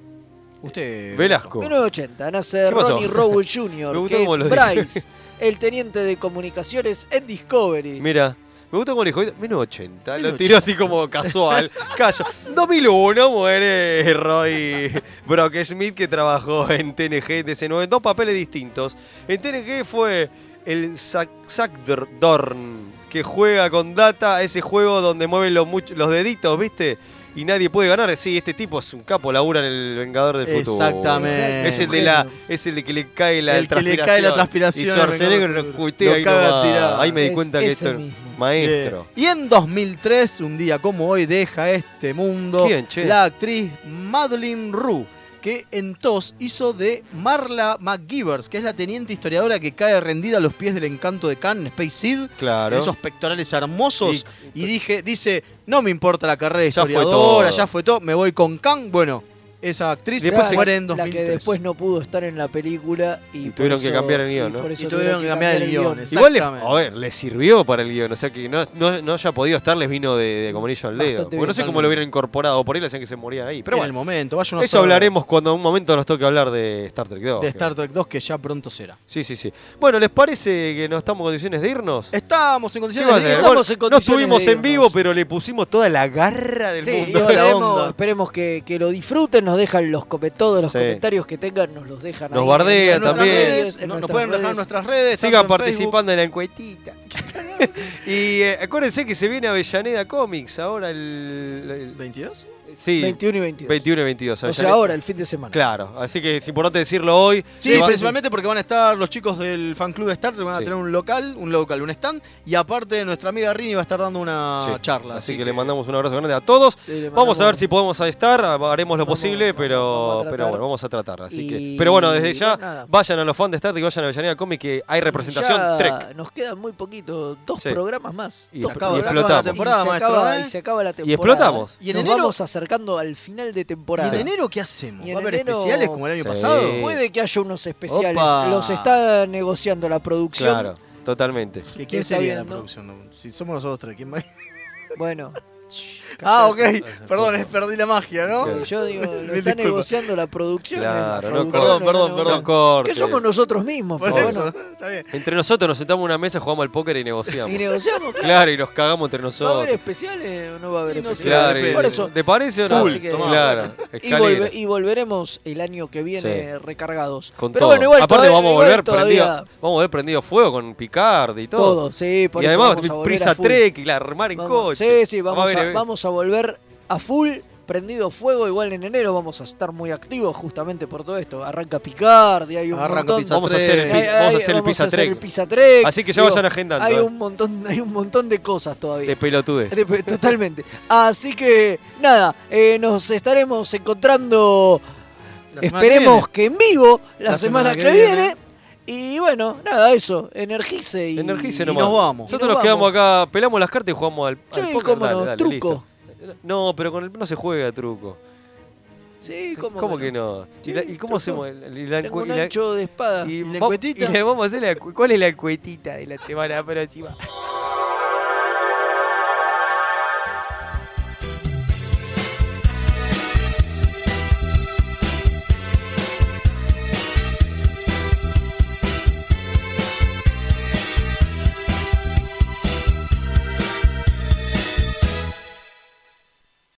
[SPEAKER 3] Usted.
[SPEAKER 4] Velasco.
[SPEAKER 2] 1980, nace
[SPEAKER 4] ¿Qué pasó?
[SPEAKER 2] Ronnie Rowell
[SPEAKER 4] Me
[SPEAKER 2] Jr.,
[SPEAKER 4] gustó
[SPEAKER 2] que
[SPEAKER 4] cómo lo
[SPEAKER 2] es
[SPEAKER 4] dije.
[SPEAKER 2] Bryce, el teniente de comunicaciones en Discovery.
[SPEAKER 4] Mira, me gusta cómo le dijo, 1980, lo tiró así como casual. Callo. 2001 muere Roy Brock Smith que trabajó en TNG DC9, dos papeles distintos. En TNG fue el Zack Zack Dor- Dorn que juega con Data ese juego donde mueven los, much- los deditos, ¿viste? y nadie puede ganar. Sí, este tipo es un capo, labura en el Vengador del Futuro.
[SPEAKER 3] Exactamente.
[SPEAKER 4] Es el, de la, es el de que le cae la
[SPEAKER 3] El que le cae la transpiración
[SPEAKER 4] Y
[SPEAKER 3] al Vengador
[SPEAKER 4] Schwarzenegger
[SPEAKER 3] del
[SPEAKER 4] lo
[SPEAKER 3] Futuro.
[SPEAKER 4] cuitea
[SPEAKER 3] Lo
[SPEAKER 4] ahí
[SPEAKER 3] caga
[SPEAKER 4] nomás.
[SPEAKER 3] tirado.
[SPEAKER 4] Ahí me di
[SPEAKER 3] Es
[SPEAKER 4] cuenta que
[SPEAKER 3] ese
[SPEAKER 4] esto
[SPEAKER 3] mismo.
[SPEAKER 4] maestro.
[SPEAKER 3] Y en 2003, un día como hoy, deja este mundo
[SPEAKER 4] ¿Quién, che?
[SPEAKER 3] la actriz Madeline Rue, que en TOS hizo de Marla McGivers, que es la teniente historiadora que cae rendida a los pies del encanto de Khan, Space Seed.
[SPEAKER 4] Claro.
[SPEAKER 3] Esos pectorales hermosos. Y, dije, dice, no me importa la carrera de
[SPEAKER 4] Ya fue
[SPEAKER 3] historiadora,
[SPEAKER 4] todo.
[SPEAKER 3] ya fue todo, me voy con Khan. Bueno, esa actriz muere en
[SPEAKER 2] la
[SPEAKER 3] 2003.
[SPEAKER 2] que después no pudo estar en la película y, por
[SPEAKER 4] Tuvieron que
[SPEAKER 2] eso-
[SPEAKER 4] cambiar el
[SPEAKER 2] y
[SPEAKER 4] guión, ¿no?
[SPEAKER 2] por eso
[SPEAKER 3] Y tuvieron que cambiar el guión.
[SPEAKER 4] Igual, le,
[SPEAKER 3] exactamente.
[SPEAKER 4] a ver, le sirvió para el guión. O sea que no, no, no haya podido estar, les vino de, de comunillo al dedo.
[SPEAKER 3] Bastante
[SPEAKER 4] Porque no sé
[SPEAKER 3] bien.
[SPEAKER 4] cómo lo hubieran incorporado. Por ahí le hacían que se morían ahí. Pero
[SPEAKER 3] en
[SPEAKER 4] bueno,
[SPEAKER 3] el momento, vaya uno
[SPEAKER 4] eso
[SPEAKER 3] sabe.
[SPEAKER 4] hablaremos cuando en un momento nos toque hablar de Star Trek 2.
[SPEAKER 3] De Star Trek 2, que ya pronto será.
[SPEAKER 4] Sí, sí, sí. Bueno, ¿les parece que no estamos en condiciones de irnos?
[SPEAKER 3] Eh, Estamos en
[SPEAKER 4] ¿Qué
[SPEAKER 3] condiciones
[SPEAKER 4] va a
[SPEAKER 3] de
[SPEAKER 4] hacer?
[SPEAKER 3] ir.
[SPEAKER 4] Bueno, no estuvimos en vivo, pero le pusimos toda la garra del
[SPEAKER 2] Sí, y
[SPEAKER 4] mundo.
[SPEAKER 2] esperemos, esperemos que, que lo disfruten, nos dejan los cope- todos los
[SPEAKER 4] Sí.
[SPEAKER 2] comentarios que tengan, nos los dejan.
[SPEAKER 4] Nos
[SPEAKER 2] ahí
[SPEAKER 4] bardea
[SPEAKER 2] en nuestras
[SPEAKER 4] también.
[SPEAKER 2] redes, en
[SPEAKER 3] No- nos
[SPEAKER 2] nuestras
[SPEAKER 3] pueden dejar en
[SPEAKER 2] redes.
[SPEAKER 3] nuestras redes.
[SPEAKER 4] Sigan
[SPEAKER 3] tanto en
[SPEAKER 4] participando en la encuestita. y eh, acuérdense que se viene Avellaneda Comics ahora el. el-
[SPEAKER 3] ¿22?
[SPEAKER 4] Sí.
[SPEAKER 2] 21 y 22.
[SPEAKER 4] 21 y 22.
[SPEAKER 2] O sea,
[SPEAKER 4] Avellaneda.
[SPEAKER 2] ahora, el fin de semana.
[SPEAKER 4] Claro, así que es importante decirlo hoy.
[SPEAKER 3] Sí,
[SPEAKER 4] Va-
[SPEAKER 3] principalmente porque van a estar los chicos del fan club de Star Trek, van a
[SPEAKER 4] Sí.
[SPEAKER 3] tener un local, un local, un stand, y aparte nuestra amiga Rini va a estar dando una
[SPEAKER 4] Sí,
[SPEAKER 3] charla.
[SPEAKER 4] Así que, le mandamos un abrazo grande a todos. Vamos a ver si podemos ahí estar, haremos lo posible, pero,
[SPEAKER 2] a
[SPEAKER 4] pero
[SPEAKER 2] tratar.
[SPEAKER 4] bueno, vamos a tratar. Así
[SPEAKER 2] Y-
[SPEAKER 4] que, pero bueno, desde ya,
[SPEAKER 2] nada.
[SPEAKER 4] vayan a los fans de Star Trek, vayan a Avellaneda Comics, que hay representación
[SPEAKER 2] Ya
[SPEAKER 4] Trek.
[SPEAKER 2] Nos quedan muy poquito, dos
[SPEAKER 4] Sí.
[SPEAKER 2] programas más.
[SPEAKER 4] Y
[SPEAKER 2] dos
[SPEAKER 4] acaba-
[SPEAKER 2] programas
[SPEAKER 4] y explotamos.
[SPEAKER 2] más.
[SPEAKER 4] la temporada,
[SPEAKER 2] y, se
[SPEAKER 4] maestro,
[SPEAKER 2] acaba,
[SPEAKER 4] ¿eh?
[SPEAKER 2] y se acaba la
[SPEAKER 4] Y
[SPEAKER 2] temporada.
[SPEAKER 4] explotamos.
[SPEAKER 2] Y
[SPEAKER 3] Y en
[SPEAKER 2] nos
[SPEAKER 3] enero-
[SPEAKER 2] vamos acercando al final de temporada.
[SPEAKER 3] ¿Y en enero qué hacemos?
[SPEAKER 2] Y
[SPEAKER 3] ¿Va
[SPEAKER 2] en
[SPEAKER 3] a haber
[SPEAKER 2] enero-
[SPEAKER 3] especiales como el año
[SPEAKER 4] Sí.
[SPEAKER 3] pasado?
[SPEAKER 2] Puede que haya unos especiales.
[SPEAKER 3] Opa.
[SPEAKER 2] Los está negociando la producción.
[SPEAKER 4] Claro, totalmente.
[SPEAKER 3] ¿Que
[SPEAKER 2] ¿Quién
[SPEAKER 3] ¿Quién
[SPEAKER 2] está
[SPEAKER 3] sería la
[SPEAKER 2] viendo?
[SPEAKER 3] producción? No, Si somos nosotros tres, ¿quién va?
[SPEAKER 2] Bueno.
[SPEAKER 3] ah, ok. Perdón, es- perdí la magia, ¿no?
[SPEAKER 2] Sí, Yo digo, lo está
[SPEAKER 3] Disculpa.
[SPEAKER 2] negociando la producción. la
[SPEAKER 4] Claro, no
[SPEAKER 2] producción
[SPEAKER 4] cortes.
[SPEAKER 2] lo
[SPEAKER 3] Perdón,
[SPEAKER 2] está
[SPEAKER 3] perdón,
[SPEAKER 4] No
[SPEAKER 2] negociando.
[SPEAKER 4] cortes.
[SPEAKER 2] Que somos nosotros mismos,
[SPEAKER 3] Por
[SPEAKER 2] pero
[SPEAKER 3] eso,
[SPEAKER 2] bueno.
[SPEAKER 3] está bien.
[SPEAKER 4] Entre nosotros nos sentamos a una mesa, jugamos al póker y negociamos.
[SPEAKER 2] Y negociamos.
[SPEAKER 4] Claro, y nos cagamos entre
[SPEAKER 2] ¿Va a haber
[SPEAKER 4] nosotros.
[SPEAKER 2] especiales o no va a haber
[SPEAKER 3] Y no sé,
[SPEAKER 2] especiales?
[SPEAKER 4] Claro, y-
[SPEAKER 2] Por eso,
[SPEAKER 4] ¿te parece o no?
[SPEAKER 2] Así que-
[SPEAKER 4] Full, claro,
[SPEAKER 2] Y, volve-
[SPEAKER 4] escalera.
[SPEAKER 2] y volveremos el año que viene recargados.
[SPEAKER 4] Con
[SPEAKER 2] Pero
[SPEAKER 4] todo.
[SPEAKER 2] bueno, igual
[SPEAKER 4] Aparte
[SPEAKER 2] todavía-
[SPEAKER 4] vamos a
[SPEAKER 2] igual
[SPEAKER 4] volver
[SPEAKER 2] todavía
[SPEAKER 4] prendido, vamos a volver prendido fuego con Picard y todo.
[SPEAKER 2] Todo, sí, por
[SPEAKER 4] y
[SPEAKER 2] eso
[SPEAKER 4] además
[SPEAKER 2] vamos a volver a
[SPEAKER 4] prisa
[SPEAKER 2] full.
[SPEAKER 4] Trek y la armar en
[SPEAKER 2] vamos-
[SPEAKER 4] coche.
[SPEAKER 2] Sí, sí, vamos,
[SPEAKER 4] ver,
[SPEAKER 2] a,
[SPEAKER 4] eh,
[SPEAKER 2] vamos a volver a full, prendido fuego. Igual en enero vamos a estar muy activos justamente por todo esto. Arranca Picard y hay un
[SPEAKER 3] Arranca
[SPEAKER 2] montón
[SPEAKER 3] Pizza
[SPEAKER 4] Vamos a hacer el
[SPEAKER 3] Trek.
[SPEAKER 2] Hay-
[SPEAKER 4] pi- vamos a
[SPEAKER 2] hay-
[SPEAKER 4] hacer el
[SPEAKER 2] vamos a
[SPEAKER 4] Pizza
[SPEAKER 2] hacer el
[SPEAKER 4] Trek.
[SPEAKER 2] Pizza Trek.
[SPEAKER 4] Así que ya vayan agendando,
[SPEAKER 2] Hay
[SPEAKER 4] eh.
[SPEAKER 2] un montón, hay un montón de cosas todavía.
[SPEAKER 4] de pelotudes.
[SPEAKER 2] De- Totalmente. Así que, nada, eh, nos estaremos encontrando,
[SPEAKER 3] La semana
[SPEAKER 2] esperemos que, en vivo, la,
[SPEAKER 3] La
[SPEAKER 2] semana,
[SPEAKER 3] semana
[SPEAKER 2] que,
[SPEAKER 3] que
[SPEAKER 2] viene.
[SPEAKER 3] viene.
[SPEAKER 2] Y bueno, nada, eso, energice y...
[SPEAKER 4] Energice
[SPEAKER 3] y
[SPEAKER 4] nomás.
[SPEAKER 3] nos vamos.
[SPEAKER 4] Nosotros
[SPEAKER 2] Y nos
[SPEAKER 4] nos,
[SPEAKER 2] vamos.
[SPEAKER 4] quedamos acá, pelamos las cartas y jugamos al, al
[SPEAKER 2] Sí,
[SPEAKER 4] póker.
[SPEAKER 2] cómo
[SPEAKER 4] dale,
[SPEAKER 2] no,
[SPEAKER 4] dale,
[SPEAKER 2] truco.
[SPEAKER 4] listo. No, pero con el no se juega truco.
[SPEAKER 2] Sí, cómo,
[SPEAKER 4] ¿Cómo, que no? ¿Y, la- y cómo hacemos? el- y la
[SPEAKER 2] Tengo
[SPEAKER 4] encue-
[SPEAKER 2] un
[SPEAKER 4] y la-
[SPEAKER 2] ancho de espada.
[SPEAKER 4] y
[SPEAKER 3] ¿Y la
[SPEAKER 4] va-
[SPEAKER 3] encuetita?
[SPEAKER 4] y le vamos a hacer la encu- ¿Cuál es la encuetita de la semana próxima?